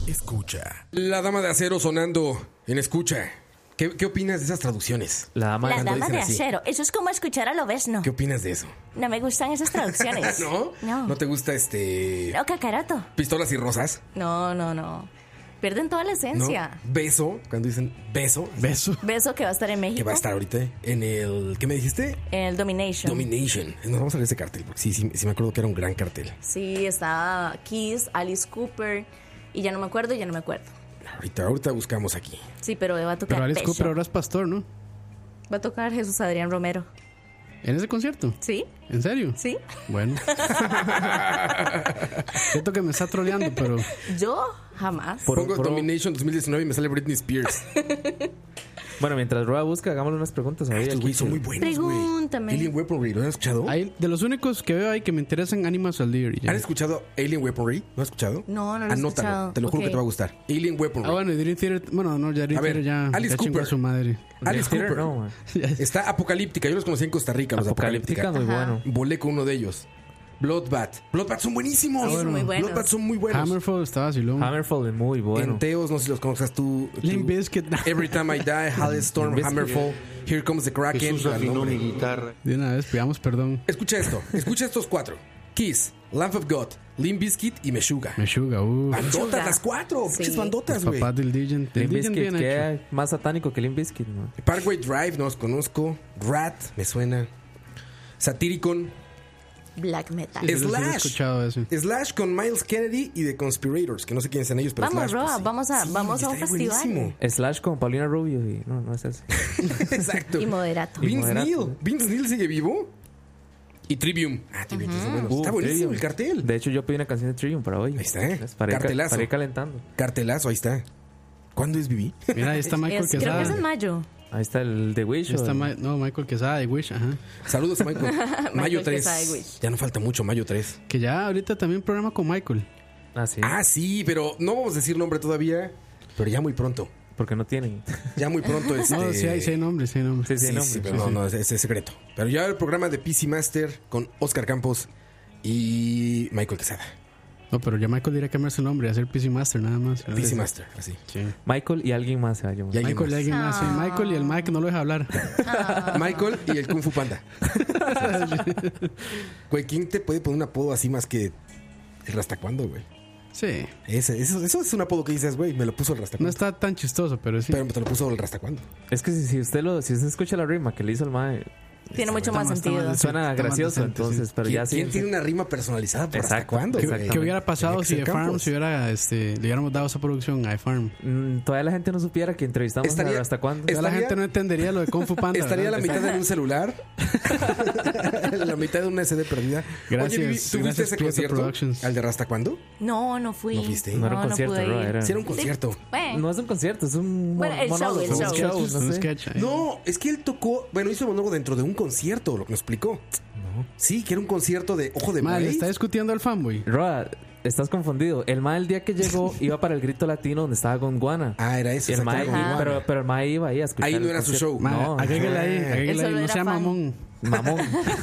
Speaker 1: escucha. La dama de acero sonando en escucha. ¿Qué, qué opinas de esas traducciones?
Speaker 3: La dama
Speaker 5: La
Speaker 3: de-
Speaker 1: cuando
Speaker 5: dama
Speaker 1: dicen
Speaker 5: de
Speaker 1: así.
Speaker 5: acero. Eso es como escuchar a Lobesno.
Speaker 1: ¿Qué opinas de eso?
Speaker 5: No me gustan esas traducciones.
Speaker 1: ¿No?
Speaker 5: No.
Speaker 1: ¿No te gusta este.
Speaker 5: No, Kakaroto.
Speaker 1: Pistolas y rosas?
Speaker 5: No, no, no. Pierden toda la
Speaker 1: ¿No?
Speaker 5: esencia.
Speaker 1: Beso, cuando dicen beso,
Speaker 4: Beso.
Speaker 5: Beso que va a estar en México.
Speaker 1: que va a estar ahorita en el. ¿Qué me dijiste?
Speaker 5: En el Domination.
Speaker 1: Domination. Nos vamos a ver ese cartel, porque sí, sí, sí me acuerdo que era un gran cartel.
Speaker 5: sí, estaba Kiss, Alice Cooper. Y ya no me acuerdo, ya no me acuerdo.
Speaker 1: Ahorita, ahorita buscamos aquí.
Speaker 5: Sí, pero va a tocar.
Speaker 4: Pero Alice
Speaker 5: Pecho.
Speaker 4: Cooper ahora es pastor, ¿no?
Speaker 5: Va a tocar Jesús Adrián Romero.
Speaker 4: En ese concierto.
Speaker 5: ¿Sí?
Speaker 4: ¿En serio?
Speaker 5: ¿Sí?
Speaker 4: Bueno. Siento que me está troleando, pero
Speaker 5: Yo jamás.
Speaker 3: Por-
Speaker 1: Pongo
Speaker 3: por-
Speaker 1: Domination 2019 y me sale Britney Spears.
Speaker 3: Bueno, mientras Rueda busca, hagámosle unas preguntas. a ver,
Speaker 1: Estos
Speaker 3: aquí,
Speaker 1: güey son
Speaker 3: que-
Speaker 1: muy buenos, güey.
Speaker 5: Pregúntame.
Speaker 1: Alien Weaponry, ¿lo han escuchado?
Speaker 4: ahí, de los únicos que veo ahí que me interesan, Animals al Deer.
Speaker 1: ¿Han escuchado Alien Weaponry? ¿Lo has escuchado?
Speaker 5: No, no lo he
Speaker 1: Anótalo,
Speaker 5: escuchado.
Speaker 1: te lo juro
Speaker 5: Ok.
Speaker 1: que te va a gustar. Alien Weaponry.
Speaker 4: Ah, bueno, y Dream Theater. Bueno, no, ya Dream
Speaker 1: A ver,
Speaker 4: Theater ya,
Speaker 1: Alice
Speaker 4: ya chingó
Speaker 1: Cooper.
Speaker 4: a su madre.
Speaker 1: Pues Alice
Speaker 3: Twitter,
Speaker 1: Cooper.
Speaker 3: no, man.
Speaker 1: Está Apocalíptica. Yo los conocí en Costa Rica, los
Speaker 3: Apocalíptica,
Speaker 1: Apocalíptica.
Speaker 3: muy bueno.
Speaker 1: Volé con uno de ellos. Bloodbat. Bloodbat son buenísimos.
Speaker 5: Sí, son muy buenos.
Speaker 1: Bloodbat son muy buenos.
Speaker 4: Hammerfall estaba así, luego.
Speaker 3: Hammerfall es muy bueno.
Speaker 1: En Teos, no sé si los conozcas tú. tú.
Speaker 4: Limp Bizkit.
Speaker 1: Every Time I Die, Halestorm,
Speaker 3: Limp Bizkit.
Speaker 1: Hammerfall, Here Comes the Kraken.
Speaker 6: Jesús
Speaker 1: gran
Speaker 6: afinó
Speaker 1: nombre.
Speaker 6: mi guitarra.
Speaker 4: De una vez, pidamos perdón.
Speaker 1: Escucha esto. Escucha estos cuatro. Kiss, Lamb of God, Limp Bizkit y Meshuga.
Speaker 4: Meshuga, uh.
Speaker 1: Bandotas,
Speaker 5: Meshuga.
Speaker 1: las cuatro.
Speaker 5: Sí.
Speaker 1: Muchas bandotas, güey.
Speaker 4: Papá del Dijon. Del
Speaker 3: Limp
Speaker 4: Dijon
Speaker 3: Bizkit,
Speaker 4: bien hecho.
Speaker 3: que es más satánico que Limp Bizkit, man.
Speaker 1: Parkway Drive, no los conozco. Rat, me suena. Satyricon,
Speaker 5: Black Metal.
Speaker 4: Sí, sí, los he
Speaker 1: Slash.
Speaker 4: escuchado ese.
Speaker 1: Slash con Miles Kennedy y The Conspirators, que no sé quiénes son ellos, pero
Speaker 5: Vamos,
Speaker 1: Slash, pues,
Speaker 5: Roa,
Speaker 1: sí.
Speaker 5: vamos a- vamos a un
Speaker 1: está
Speaker 5: festival.
Speaker 1: buenísimo.
Speaker 3: Slash con Paulina Rubio y no, no es eso.
Speaker 1: Exacto.
Speaker 5: Y moderato.
Speaker 3: Y
Speaker 1: Vince
Speaker 3: moderato.
Speaker 1: Neil. Vince Neil sigue vivo. Y Trivium. Ah, Trivium. está bueno.
Speaker 3: Uh,
Speaker 1: está buenísimo
Speaker 3: Trivium.
Speaker 1: el cartel.
Speaker 3: De hecho, yo pedí una canción de Trivium para hoy.
Speaker 1: Ahí está, eh.
Speaker 3: Es Para ir, ca-
Speaker 1: Cartelazo.
Speaker 3: para ir calentando.
Speaker 1: Cartelazo, ahí está. ¿Cuándo es Vivi?
Speaker 4: Mira, ahí está Michael
Speaker 5: Es- creo
Speaker 4: Quesada.
Speaker 5: que es en mayo.
Speaker 3: Ahí está el The Wish.
Speaker 4: Ahí está
Speaker 3: o-
Speaker 4: Ma- no, Michael Quesada de Wish, ajá.
Speaker 1: Saludos a Michael. mayo
Speaker 5: Michael Quesada, güey.
Speaker 1: 3. Ya no falta mucho, mayo 3.
Speaker 4: Que ya ahorita también programa con Michael.
Speaker 3: Ah, sí.
Speaker 1: Ah, sí, pero no vamos a decir nombre todavía. Pero ya muy pronto.
Speaker 3: Porque no tienen.
Speaker 1: Ya muy pronto. Este...
Speaker 4: No, sí hay, sí hay nombres, sí hay nombres.
Speaker 3: Sí, sí,
Speaker 1: Sí,
Speaker 3: no,
Speaker 1: sí,
Speaker 3: hombre.
Speaker 1: pero no, no, es, es secreto. Pero ya el programa de PC Master con Oscar Campos y Michael Quesada.
Speaker 4: No, pero ya Michael diría cambiarse el nombre, hacer PC Master nada más.
Speaker 1: PC Master, así.
Speaker 4: Ah, Sí.
Speaker 3: Michael y alguien más se va a llamar.
Speaker 1: Y alguien
Speaker 4: Michael y
Speaker 1: más.
Speaker 4: alguien más.
Speaker 5: Ah.
Speaker 4: sí. Michael y el Mike no lo deja hablar. Ah.
Speaker 1: Michael y el Kung Fu Panda. Güey, ¿quién te puede poner un apodo así más que el Rastacuando, güey?
Speaker 4: Sí.
Speaker 1: Ese, eso, eso es un apodo que dices, güey, me lo puso el
Speaker 4: No
Speaker 1: Rastacuando.
Speaker 4: está tan chistoso, pero sí.
Speaker 1: Pero me te lo puso el Rastacuando.
Speaker 3: Es que si, si usted lo, si usted escucha la rima que le hizo el mae,
Speaker 5: Tiene mucho
Speaker 4: está
Speaker 5: más
Speaker 4: más- está más
Speaker 5: sentido.
Speaker 4: decente.
Speaker 3: suena
Speaker 4: está más
Speaker 3: gracioso,
Speaker 4: decente,
Speaker 3: entonces, pero
Speaker 1: ¿Quién,
Speaker 3: ya sí.
Speaker 1: quién tiene una rima personalizada por
Speaker 3: Exacto,
Speaker 1: Rastacuando, güey?
Speaker 3: exacto.
Speaker 4: ¿Qué hubiera pasado
Speaker 1: Tenía que
Speaker 4: si
Speaker 1: ser
Speaker 4: E-Farm
Speaker 1: Campos.
Speaker 4: se hubiera, este, le hubiéramos dado esa producción a E-Farm?
Speaker 3: Mm, todavía la gente no supiera que entrevistamos
Speaker 1: Estaría-
Speaker 3: a hasta cuándo.
Speaker 1: es-
Speaker 4: Ya La
Speaker 1: Estaría-
Speaker 4: gente no entendería lo de Kung Fu Panda.
Speaker 1: Estaría
Speaker 4: ¿verdad?
Speaker 1: la mitad de un celular, la mitad de una SD perdida.
Speaker 4: Gracias,
Speaker 1: Oye, Vivi, ¿tú
Speaker 4: gracias,
Speaker 1: viste ese
Speaker 4: Prieto
Speaker 1: concierto?
Speaker 4: Productions.
Speaker 1: ¿Al de Rastacuando?
Speaker 5: No, no fui.
Speaker 1: ¿No fuiste?
Speaker 3: No era un concierto,
Speaker 5: pude
Speaker 3: bro,
Speaker 5: ir.
Speaker 3: era-
Speaker 1: Sí, era un concierto.
Speaker 5: Bueno,
Speaker 3: No es un concierto, es un
Speaker 5: Bueno, el show, el
Speaker 3: monólogo,
Speaker 4: Un
Speaker 3: un
Speaker 5: show.
Speaker 4: sketch,
Speaker 3: show, no
Speaker 4: un
Speaker 3: sé.
Speaker 4: sketch ahí.
Speaker 1: No, es que él tocó, bueno, hizo el monólogo dentro de un concierto, lo que nos explicó. Sí, que era un concierto de Ojo de
Speaker 4: Madre,
Speaker 1: Buey.
Speaker 4: está discutiendo al fanboy.
Speaker 3: Roa, estás confundido. El mae el día que llegó iba para el grito latino donde estaba Gonguana.
Speaker 1: Ah, era eso.
Speaker 3: Y el
Speaker 1: exacto,
Speaker 3: mae,
Speaker 1: era Gonguana.
Speaker 3: pero, pero el mae iba ahí a escuchar.
Speaker 1: Ahí no
Speaker 3: el
Speaker 1: era su
Speaker 3: concierto.
Speaker 1: show.
Speaker 4: Madre,
Speaker 3: No,
Speaker 4: agrégale ahí,
Speaker 5: Él
Speaker 4: agrégale
Speaker 5: solo
Speaker 4: ahí. No
Speaker 5: era
Speaker 4: sea
Speaker 5: fan.
Speaker 4: mamón.
Speaker 3: mamón.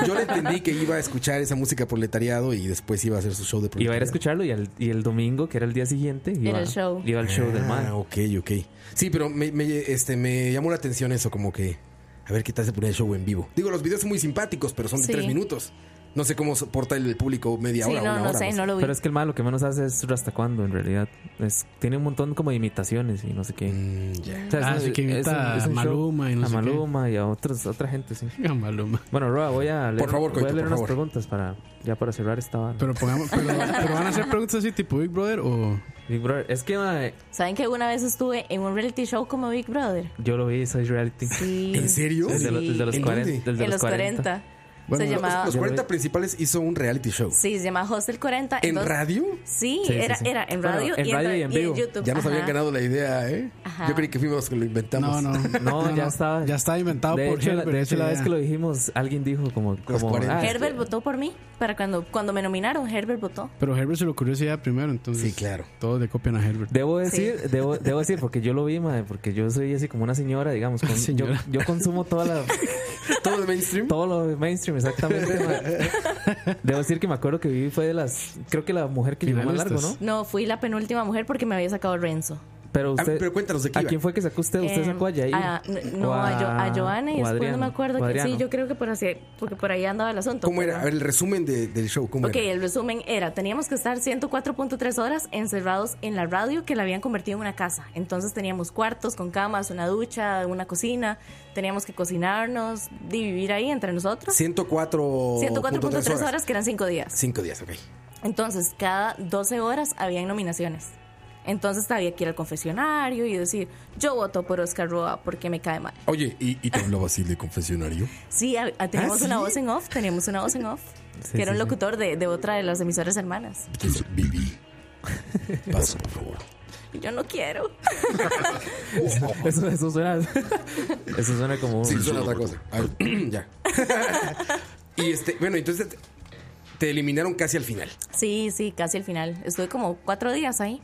Speaker 1: Yo le entendí que iba a escuchar esa música proletariado y después iba a hacer su show de
Speaker 3: Iba a ir a
Speaker 1: proletariado.
Speaker 3: escucharlo y el, y el domingo, que era el día siguiente, iba,
Speaker 5: el show.
Speaker 3: iba al show del
Speaker 1: Ah,
Speaker 3: mae.
Speaker 1: ok, ok. Sí, pero me, me, este, me llamó la atención eso, como que a ver qué tal se ponía el show en vivo. Digo, los videos son muy simpáticos, pero son de
Speaker 5: Sí.
Speaker 1: tres minutos. No sé cómo soporta el público media
Speaker 5: sí,
Speaker 1: hora,
Speaker 5: no,
Speaker 1: una
Speaker 5: no
Speaker 1: hora.
Speaker 5: sé,
Speaker 1: no
Speaker 5: no lo vi.
Speaker 3: Pero es que el mae lo que menos hace es hasta cuándo, en realidad. Es, tiene un montón como de imitaciones y no sé qué.
Speaker 1: Mm, ya.
Speaker 3: O sea,
Speaker 4: Ah,
Speaker 3: es-
Speaker 4: sí, que
Speaker 3: es
Speaker 4: imita
Speaker 3: un- es un
Speaker 4: a
Speaker 3: show.
Speaker 4: Maluma y no
Speaker 3: a
Speaker 4: sé qué.
Speaker 3: Maluma y a otros, otra gente, sí.
Speaker 4: Ah, Maluma.
Speaker 3: Bueno, Roa, voy a leer,
Speaker 1: Por favor,
Speaker 3: voy a
Speaker 1: Coito, por
Speaker 3: leer unas
Speaker 1: favor.
Speaker 3: preguntas para ya para cerrar esta vara.
Speaker 4: Pero, pongamos, pero, pero van a hacer preguntas así tipo Big Brother o...
Speaker 3: Big Brother, es que mae,
Speaker 5: ¿Saben que una vez estuve en un reality show como Big Brother?
Speaker 3: yo lo vi, soy reality.
Speaker 5: Sí.
Speaker 1: ¿En serio?
Speaker 3: El de, los- el de los
Speaker 1: ¿En
Speaker 3: 40.
Speaker 1: dónde?
Speaker 3: el de
Speaker 5: en los 40.
Speaker 4: Bueno,
Speaker 5: se
Speaker 4: los-
Speaker 5: llamaba.
Speaker 1: Los 40 principales hizo un reality show.
Speaker 5: sí, se llamaba Hostel 40.
Speaker 1: ¿En
Speaker 5: entonces-
Speaker 1: radio?
Speaker 5: Sí,
Speaker 3: Sí, sí,
Speaker 5: era,
Speaker 3: sí.
Speaker 5: era en
Speaker 3: Bueno,
Speaker 5: radio,
Speaker 3: en
Speaker 5: y, en,
Speaker 3: radio y
Speaker 5: ra-
Speaker 3: en
Speaker 5: y en
Speaker 3: vivo.
Speaker 5: YouTube.
Speaker 1: Ya nos habían
Speaker 5: Ajá.
Speaker 1: ganado la idea, ¿eh?
Speaker 5: Ajá.
Speaker 1: Yo creí que fuimos los que lo inventamos.
Speaker 4: No, no.
Speaker 3: No, ya estaba.
Speaker 4: Ya estaba inventado
Speaker 3: de
Speaker 4: por
Speaker 3: hecho, la-
Speaker 4: Herbert,
Speaker 3: De hecho, la
Speaker 4: ya.
Speaker 3: vez que lo dijimos, alguien dijo como. como
Speaker 1: 40.
Speaker 3: ah,
Speaker 5: Herbert votó por mí. Para cuando, cuando me nominaron, Herbert votó.
Speaker 4: Pero Herbert se le ocurrió esa idea primero, entonces...
Speaker 1: Sí, claro.
Speaker 4: Todos le copian a Herbert.
Speaker 3: Debo decir, debo, debo decir, porque yo lo vi, madre, porque yo soy así como una señora, digamos. con-
Speaker 4: Señora.
Speaker 3: Yo, yo consumo toda la.
Speaker 1: Todo lo mainstream.
Speaker 3: Todo lo mainstream, exactamente. ma. Debo decir que me acuerdo que viví fue de las. Creo que la mujer que llegó más largo, ¿no?
Speaker 4: Finalistas.
Speaker 5: No, fui la penúltima mujer porque me había sacado Renzo.
Speaker 3: Pero
Speaker 1: Ah,
Speaker 3: usted.
Speaker 1: pero cuéntanos de qué
Speaker 3: ¿A
Speaker 1: iba.
Speaker 3: quién fue que sacó usted? ¿Usted
Speaker 5: Eh,
Speaker 3: sacó a Yair?
Speaker 5: a- n- no,
Speaker 3: ¿O
Speaker 5: a, Jo- a Joana y
Speaker 3: o
Speaker 5: después
Speaker 3: Adriano?
Speaker 5: no me acuerdo
Speaker 3: ¿O
Speaker 5: que
Speaker 3: Adriano?
Speaker 5: sí, yo creo que por así, porque por ahí andaba el asunto.
Speaker 1: ¿Cómo era?
Speaker 5: pero-
Speaker 1: A ver, el resumen de- del show. ¿Cómo
Speaker 5: Ok,
Speaker 1: era?
Speaker 5: el resumen era, teníamos que estar 104.3 horas encerrados en la radio que la habían convertido en una casa. Entonces teníamos cuartos con camas, una ducha, una cocina, teníamos que cocinarnos, y vivir ahí entre nosotros.
Speaker 1: 104.
Speaker 5: 104.3 horas. que eran 5 días.
Speaker 1: Cinco días, ok.
Speaker 5: Entonces, cada 12 horas habían nominaciones. Entonces había que ir al confesionario y decir, yo voto por Oscar Roa porque me cae mal.
Speaker 1: Oye, ¿y, y te hablaba así de confesionario? ¿Ah,
Speaker 5: Sí, a- a- teníamos
Speaker 1: ¿sí?
Speaker 5: una voz en off, teníamos una voz en off,
Speaker 3: Sí,
Speaker 5: que era
Speaker 3: sí,
Speaker 5: un
Speaker 3: sí.
Speaker 5: locutor de, de otra de las emisoras hermanas.
Speaker 1: Entonces, Vivi, pasa, por favor.
Speaker 5: Y yo no quiero.
Speaker 3: Eso, eso suena. eso suena como. un-
Speaker 1: Sí, suena otra cosa. A ver, ya. y este, bueno, entonces te, te eliminaron casi al final.
Speaker 5: Sí, sí, casi al final. Estuve como cuatro días ahí.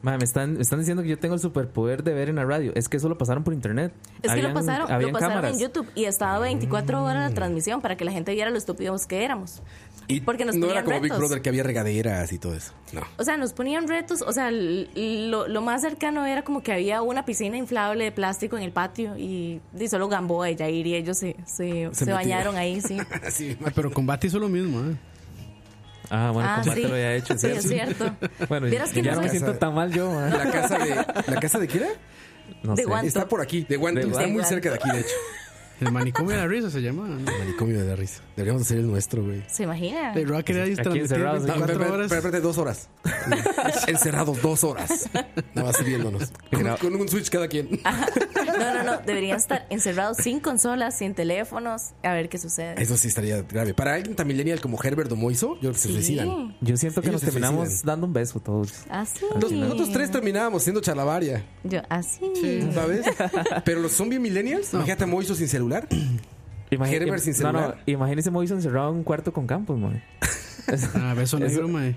Speaker 3: Ma, me están, me están diciendo que yo tengo el superpoder de ver en la radio. Es que eso lo pasaron por internet.
Speaker 5: Es que
Speaker 3: Habían-
Speaker 5: lo pasaron, lo
Speaker 3: habían
Speaker 5: pasaron en
Speaker 3: cámaras.
Speaker 5: YouTube y estaba 24
Speaker 1: Mm.
Speaker 5: horas la transmisión para que la gente viera lo estúpidos que éramos.
Speaker 1: Y
Speaker 5: Porque nos
Speaker 1: no era
Speaker 5: ponían
Speaker 1: como Big
Speaker 5: retos.
Speaker 1: Brother que había regaderas y todo eso. No.
Speaker 5: O sea, nos ponían retos, o sea, l- lo, lo más cercano era como que había una piscina inflable de plástico en el patio y, y solo Gamboa y Jair y ellos se, se, se
Speaker 1: metió.
Speaker 5: bañaron ahí, sí.
Speaker 1: Así,
Speaker 4: Ah, Pero combate hizo lo mismo, ¿eh?
Speaker 3: Ah, bueno,
Speaker 5: Ah,
Speaker 3: como
Speaker 5: sí.
Speaker 3: te lo había hecho.
Speaker 5: Sí, es cierto.
Speaker 3: Bueno, ya,
Speaker 5: Vieras que
Speaker 3: ya
Speaker 5: no
Speaker 3: no me
Speaker 5: soy-
Speaker 3: siento tan mal yo, ma.
Speaker 1: La casa de. ¿La casa de quién era?
Speaker 3: No
Speaker 5: De
Speaker 3: sé.
Speaker 5: Guan-
Speaker 1: Está por aquí, de Guantum.
Speaker 3: De
Speaker 1: Está muy
Speaker 5: Guantum.
Speaker 1: cerca de aquí, de hecho.
Speaker 4: El manicomio de la risa se llama. ¿no?
Speaker 1: Manicomio de la risa. Deberíamos hacer el nuestro, güey.
Speaker 5: ¿Se imagina?
Speaker 4: El Rock quería transmitir
Speaker 3: encerrados,
Speaker 1: No,
Speaker 4: 24
Speaker 1: espérate,
Speaker 4: horas.
Speaker 1: espérate, dos horas. Encerrados dos horas. Nada más viéndonos. Ah, Con, con un switch cada quien.
Speaker 5: No, no, no, deberían estar encerrados sin consolas, sin teléfonos, a ver qué sucede.
Speaker 1: Eso sí estaría grave. Para alguien tan millennial como Herbert o Moiso, yo creo que se
Speaker 5: Sí.
Speaker 1: suicidan.
Speaker 3: Yo siento que
Speaker 1: Ellos
Speaker 3: nos
Speaker 1: se
Speaker 3: terminamos
Speaker 1: suicidan.
Speaker 3: dando un beso todos.
Speaker 5: Así.
Speaker 1: Nos- nosotros tres terminábamos siendo chalabaria,
Speaker 5: Yo, así.
Speaker 1: ¿sabes? Pero los zombies millennials, imagínate a Moiso sin celular.
Speaker 3: Imagi-
Speaker 1: Herbert sin
Speaker 3: no, no,
Speaker 1: celular.
Speaker 3: imagínese Moiso encerrado en un cuarto con Campos, man.
Speaker 4: Ah, beso negro, mae.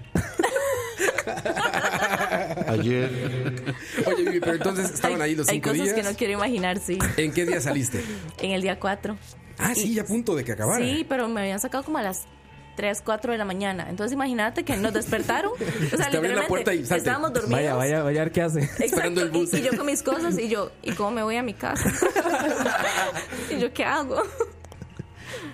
Speaker 6: Ayer
Speaker 1: Oye, Vivi, pero entonces estaban
Speaker 5: Hay-
Speaker 1: ahí los cinco
Speaker 5: Hay cosas
Speaker 1: días.
Speaker 5: que no quiero imaginar, sí.
Speaker 1: ¿En qué día saliste?
Speaker 5: En el día 4.
Speaker 1: Ah, sí, ya a punto de que acabara.
Speaker 5: Sí, pero me habían sacado como a las 3, 4 de la mañana. Entonces imagínate que nos despertaron. O sea,
Speaker 1: Te abrí la
Speaker 5: literalmente
Speaker 1: puerta y salte.
Speaker 5: estábamos dormidos.
Speaker 3: Vaya, vaya, vaya, a ver qué hace.
Speaker 5: Exacto,
Speaker 1: esperando el bus.
Speaker 5: Y, y yo con mis cosas y yo, ¿y cómo me voy a mi casa? y yo, ¿qué hago?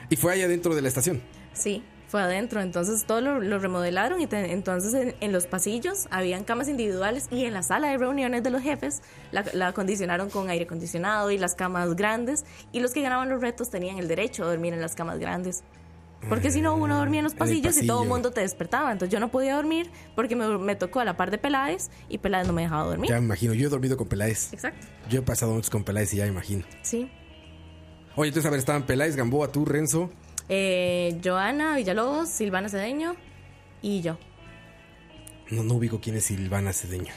Speaker 1: Y fue allá dentro de la estación.
Speaker 5: Sí, fue adentro. Entonces todo lo, lo remodelaron y te- entonces en, en los pasillos habían camas individuales y en la sala de reuniones de los jefes la, la acondicionaron con aire acondicionado y las camas grandes y los que ganaban los retos tenían el derecho a dormir en las camas grandes. Porque si no, uno dormía en los
Speaker 1: Mm, En el
Speaker 5: pasillos y todo el
Speaker 1: pasillo.
Speaker 5: mundo te despertaba. Entonces yo no podía dormir porque me, me tocó a la par de Peláez y Peláez no me dejaba dormir.
Speaker 1: Ya me imagino. Yo he dormido con Peláez.
Speaker 5: Exacto.
Speaker 1: Yo he pasado noches con Peláez y ya me imagino.
Speaker 5: Sí.
Speaker 1: Oye, entonces, a ver, estaban Peláez, Gamboa, tú, Renzo.
Speaker 5: Eh, Joana Villalobos, Silvana Cedeño y yo.
Speaker 1: No, no ubico quién es Silvana Cedeño.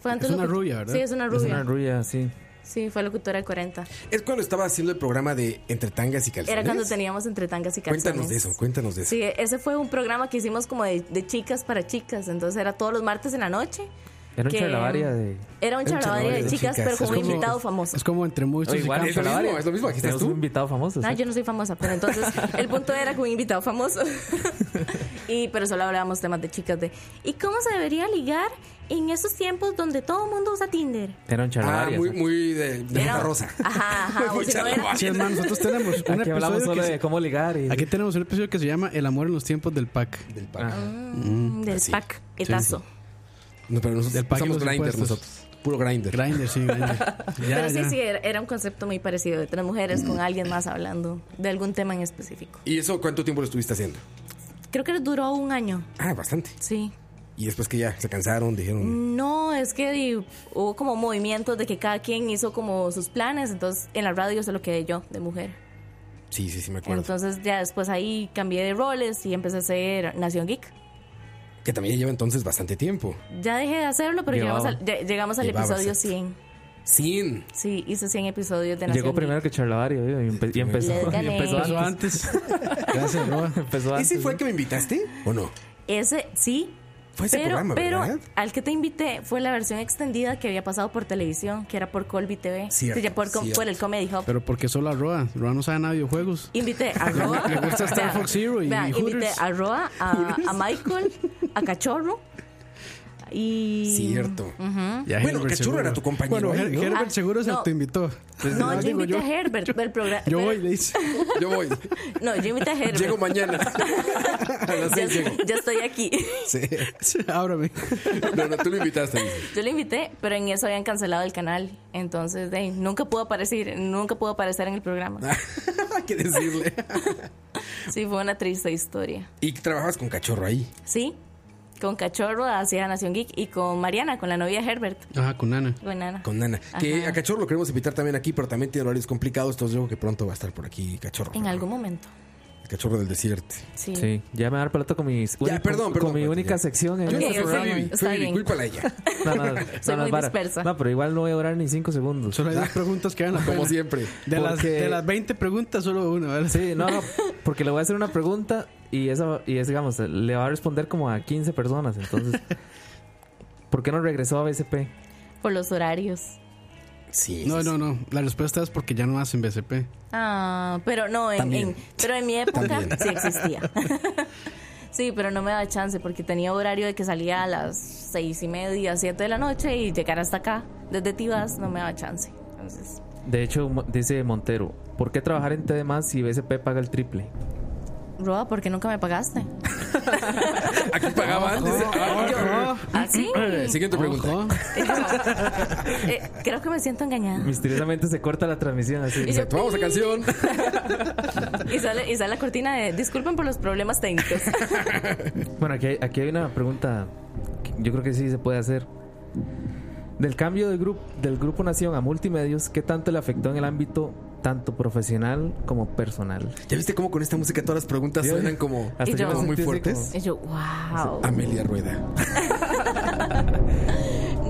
Speaker 5: Fue antes
Speaker 4: Es una
Speaker 5: locu-
Speaker 4: rubia, ¿verdad?
Speaker 5: Sí, es una
Speaker 3: Es
Speaker 5: rubia.
Speaker 3: una rubia, sí.
Speaker 5: Sí, fue locutora de 40.
Speaker 1: Es cuando estaba haciendo el programa de Entre Tangas y Calzones.
Speaker 5: Era cuando teníamos entre tangas y calzones.
Speaker 1: Cuéntanos de eso, cuéntanos de eso.
Speaker 5: Sí, ese fue un programa que hicimos como de, de chicas para chicas. Entonces era todos los martes en la noche.
Speaker 3: Era un
Speaker 5: que-
Speaker 3: charlavaria de.
Speaker 5: Era
Speaker 1: Era
Speaker 5: un
Speaker 1: un
Speaker 5: charlavaria de
Speaker 1: charlavaria de
Speaker 5: chicas,
Speaker 1: chicas.
Speaker 5: pero con
Speaker 1: Es
Speaker 5: un
Speaker 1: como-
Speaker 5: invitado famoso.
Speaker 4: Es como entre muchos
Speaker 3: Oh,
Speaker 4: y
Speaker 1: es
Speaker 3: igual,
Speaker 1: lo
Speaker 4: campos.
Speaker 3: charlavaria.
Speaker 1: mismo, es lo mismo, aquí estás
Speaker 3: Tenemos
Speaker 1: tú.
Speaker 3: un invitado famoso.
Speaker 5: No,
Speaker 3: exacto.
Speaker 5: Ah, yo no soy famosa, pero entonces el punto era con un invitado famoso. y pero solo hablábamos temas de chicas de ¿y cómo se debería ligar en esos tiempos donde todo el mundo usa Tinder?
Speaker 3: Era un
Speaker 1: Ah,
Speaker 3: charlavaria.
Speaker 1: muy,
Speaker 3: exacto.
Speaker 1: muy de, de
Speaker 5: Era-
Speaker 1: Boca rosa.
Speaker 5: Ajá, ajá. o
Speaker 1: Muy
Speaker 5: si no era-
Speaker 4: Che,
Speaker 1: charlavaria.
Speaker 4: man, nosotros tenemos un
Speaker 3: Aquí hablamos
Speaker 4: episodio
Speaker 3: solo
Speaker 4: que
Speaker 3: de
Speaker 4: se-
Speaker 3: cómo ligar y.
Speaker 4: Aquí tenemos un episodio que se llama El amor en los tiempos del pack.
Speaker 1: Del pack.
Speaker 5: Mm, del
Speaker 1: Así.
Speaker 5: pack, etazo.
Speaker 1: No, pero nosotros
Speaker 4: Del pack y
Speaker 1: usamos
Speaker 4: los
Speaker 1: grinder
Speaker 4: impuestos.
Speaker 1: nosotros. Puro grinder.
Speaker 4: Grindr, sí, Grindr. Ya,
Speaker 5: Pero sí,
Speaker 4: ya.
Speaker 5: sí, era, era un concepto muy parecido de tres mujeres con alguien más hablando de algún tema en específico.
Speaker 1: ¿Y eso cuánto tiempo lo estuviste haciendo?
Speaker 5: Creo que duró un año,
Speaker 1: Ah, bastante.
Speaker 5: sí.
Speaker 1: Y después que ya se cansaron, dijeron.
Speaker 5: Mm. No, es que di- hubo como movimientos de que cada quien hizo como sus planes, entonces en la radio solo quedé yo de mujer.
Speaker 1: Sí, sí, sí, me acuerdo.
Speaker 5: Entonces ya después ahí cambié de roles y empecé a hacer Nación Geek.
Speaker 1: que también lleva entonces bastante tiempo.
Speaker 5: Ya dejé de hacerlo, pero llegamos
Speaker 3: Llevaba-
Speaker 5: al, ya- llegamos al
Speaker 1: llevabas
Speaker 5: episodio
Speaker 1: esto.
Speaker 5: 100.
Speaker 1: Sin.
Speaker 5: Sí, hice 100 episodios de Nación
Speaker 3: Llegó primero
Speaker 5: Geek.
Speaker 3: que charlavaria y, empe- y empezó.
Speaker 5: Les
Speaker 3: Y
Speaker 5: gané.
Speaker 3: empezó
Speaker 4: Empezó
Speaker 3: antes.
Speaker 4: antes. Gracias, Roa.
Speaker 1: ¿Ese
Speaker 3: Empezó antes,
Speaker 1: fue
Speaker 3: ¿no?
Speaker 1: el que me invitaste? ¿O no?
Speaker 5: Ese, sí,
Speaker 1: Fue ese
Speaker 5: Pero,
Speaker 1: programa,
Speaker 5: pero
Speaker 1: ¿verdad?
Speaker 5: al que te invité fue la versión extendida que había pasado por televisión, que era por Colby TV,
Speaker 1: Cierto,
Speaker 5: que ya por, com-
Speaker 1: cierto.
Speaker 5: por el Comedy Hub.
Speaker 4: Pero porque solo a Roa. Roa no sabe nada de videojuegos.
Speaker 5: Invité a Roa.
Speaker 4: Le gusta Star
Speaker 5: vean,
Speaker 4: Fox Zero y
Speaker 5: vean, invité
Speaker 4: Hooters.
Speaker 5: a Roa, a, a Michael, a Cachorro y. Mm.
Speaker 1: Cierto.
Speaker 4: Ya,
Speaker 1: Bueno,
Speaker 4: Herbert
Speaker 1: Cachorro era tu compañero
Speaker 4: Bueno,
Speaker 1: ahí,
Speaker 4: Her-
Speaker 1: ¿no?
Speaker 4: Herbert
Speaker 5: Ah,
Speaker 4: seguro se
Speaker 5: no.
Speaker 4: autoinvitó.
Speaker 5: No, yo
Speaker 4: Pues, digo
Speaker 5: invité a Herbert del programa.
Speaker 4: Yo voy, le dice.
Speaker 1: Yo voy.
Speaker 5: No, yo invité a Herbert.
Speaker 1: Llego mañana. A las
Speaker 5: ya,
Speaker 1: seis llego.
Speaker 5: ya estoy aquí.
Speaker 1: Sí.
Speaker 4: Ábrame.
Speaker 1: No, no, tú lo invitaste. dice.
Speaker 5: Yo lo invité, pero en eso habían cancelado el canal. Entonces, de ahí, nunca pudo aparecer, nunca pudo aparecer en el programa.
Speaker 1: Hay que decirle.
Speaker 5: Sí, fue una triste historia.
Speaker 1: Y trabajabas con Cachorro ahí.
Speaker 5: Sí, con Cachorro hacía Nación Geek y con Mariana, con la novia de Herbert,
Speaker 4: Ajá, con Ana.
Speaker 5: con Nana.
Speaker 1: Con Nana. Que
Speaker 5: Ajá.
Speaker 1: a Cachorro lo queremos invitar también aquí, pero también tiene horarios complicados. Entonces, yo creo que pronto va a estar por aquí Cachorro.
Speaker 5: En algún momento.
Speaker 1: El Cachorro del Desierto.
Speaker 5: Sí.
Speaker 3: Sí, ya me va a dar pelota con, mis,
Speaker 1: Ya,
Speaker 3: con-
Speaker 1: perdón,
Speaker 3: con,
Speaker 1: perdón,
Speaker 3: mi
Speaker 1: Pati,
Speaker 3: única
Speaker 1: ya.
Speaker 3: sección. en
Speaker 1: Yo
Speaker 5: Ok,
Speaker 1: no
Speaker 3: este
Speaker 1: fui
Speaker 5: está
Speaker 3: programa.
Speaker 5: bien,
Speaker 1: Phoebe,
Speaker 5: está
Speaker 1: Phoebe,
Speaker 5: bien.
Speaker 1: Culpala a ella.
Speaker 3: No, no, no,
Speaker 5: Soy
Speaker 3: no,
Speaker 5: muy
Speaker 3: es vara.
Speaker 5: dispersa.
Speaker 3: No, pero igual no voy a durar ni cinco segundos.
Speaker 4: Solo hay dos preguntas que eran la
Speaker 1: Como
Speaker 4: pena.
Speaker 1: siempre.
Speaker 4: De, las,
Speaker 3: Porque-
Speaker 4: de las 20 preguntas, solo una. ¿vale?
Speaker 3: Sí, no, no, porque le voy a hacer una pregunta y esa y es, digamos, le va a responder como a 15 personas, entonces ¿Por qué no regresó a BCP?
Speaker 5: Por los horarios.
Speaker 1: Sí.
Speaker 4: No,
Speaker 1: sí,
Speaker 4: no, no. La respuesta es porque ya no hacen BCP.
Speaker 5: Ah, pero no, en,
Speaker 1: También.
Speaker 5: en- pero en mi época
Speaker 1: También.
Speaker 5: sí existía. sí, pero no me daba chance porque tenía horario de que salía a las seis y media, siete de la noche y llegar hasta acá desde Tibás no me daba chance. Entonces,
Speaker 3: De hecho, mo- dice Montero, ¿por qué trabajar en TD más si BCP paga el triple?
Speaker 5: Roa, ¿por qué nunca me pagaste?
Speaker 1: Aquí pagaban. dice. Ah,
Speaker 3: Oh.
Speaker 5: ¿Así?
Speaker 1: Siguiente pregunta.
Speaker 4: Ojo.
Speaker 5: Eh, creo que me siento engañada.
Speaker 3: Misteriosamente se corta la transmisión así.
Speaker 5: Y yo,
Speaker 1: Exacto. Vamos a canción.
Speaker 5: Y sale, y sale la cortina de disculpen por los problemas técnicos.
Speaker 3: Bueno, aquí hay, aquí hay una pregunta que yo creo que sí se puede hacer. Del cambio de grupo del grupo Nación a Multimedios, ¿qué tanto le afectó en el ámbito tanto profesional como personal?
Speaker 1: ¿Ya viste cómo con esta música todas las preguntas
Speaker 3: Dios.
Speaker 1: suenan como
Speaker 3: Hasta
Speaker 5: Y yo-
Speaker 3: me
Speaker 5: Como
Speaker 1: muy
Speaker 3: sentí así
Speaker 1: fuertes.
Speaker 5: Y yo, wow.
Speaker 1: Amelia Rueda?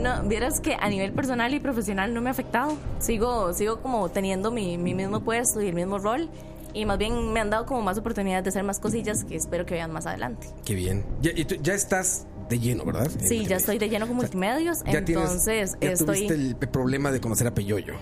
Speaker 5: No, vieras que a nivel personal y profesional no me ha afectado. Sigo, sigo como teniendo mi, mi mismo puesto y el mismo rol. Y más bien me han dado como más oportunidades de hacer más cosillas que espero que vean más adelante.
Speaker 1: Qué bien. Ya, y tú- ya estás de lleno, ¿verdad? En
Speaker 5: Sí, ya
Speaker 1: multimedia.
Speaker 5: estoy de lleno con multimedios,
Speaker 1: Ya tienes-
Speaker 5: entonces
Speaker 1: ya
Speaker 5: estoy...
Speaker 1: tuviste el problema de conocer a Peyoyo.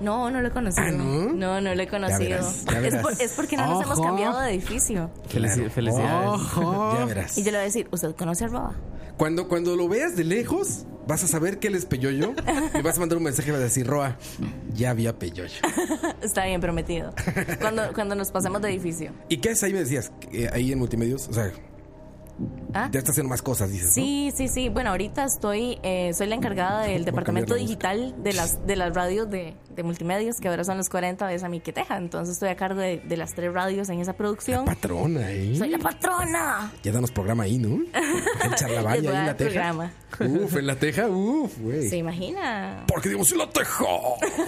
Speaker 5: No, no lo he conocido.
Speaker 1: Ah, ¿no?
Speaker 5: no, no lo he conocido.
Speaker 1: verás, ya
Speaker 5: es,
Speaker 1: verás.
Speaker 5: por- es porque no nos hemos
Speaker 4: Ojo.
Speaker 5: cambiado de edificio.
Speaker 3: Felici-
Speaker 1: Claro.
Speaker 3: Felicidades.
Speaker 4: Ojo.
Speaker 1: Ya verás.
Speaker 5: Y yo le voy a decir, ¿usted conoce a Roa?
Speaker 1: Cuando, cuando lo veas de lejos, vas a saber que él es Peyoyo. Me vas a mandar un mensaje y vas a decir, Roa, ya había Peyoyo.
Speaker 5: Está bien, prometido. Cuando, cuando nos pasemos de edificio.
Speaker 1: ¿Y qué haces ahí? Me decías, eh, ahí en multimedios. O sea,
Speaker 5: ¿Ah?
Speaker 1: ya estás haciendo más cosas, dices. ¿no?
Speaker 5: Sí, sí, sí. Bueno, ahorita estoy, eh, soy la encargada del departamento
Speaker 1: cambiar la música.
Speaker 5: digital de las de las radios de, de multimedios, que ahora son los 40 de Sami Queteja. Entonces estoy a cargo de, de las tres radios en esa producción.
Speaker 1: Patrona, ¿eh?
Speaker 5: Soy la patrona.
Speaker 1: Ya danos programa ahí, ¿no? El
Speaker 5: Les voy
Speaker 1: charlavaria
Speaker 5: a
Speaker 1: ahí en
Speaker 5: dar
Speaker 1: la teja.
Speaker 5: programa.
Speaker 1: Uf, en la teja, uf, güey.
Speaker 5: ¿Se imagina?
Speaker 1: Porque digamos, en la teja.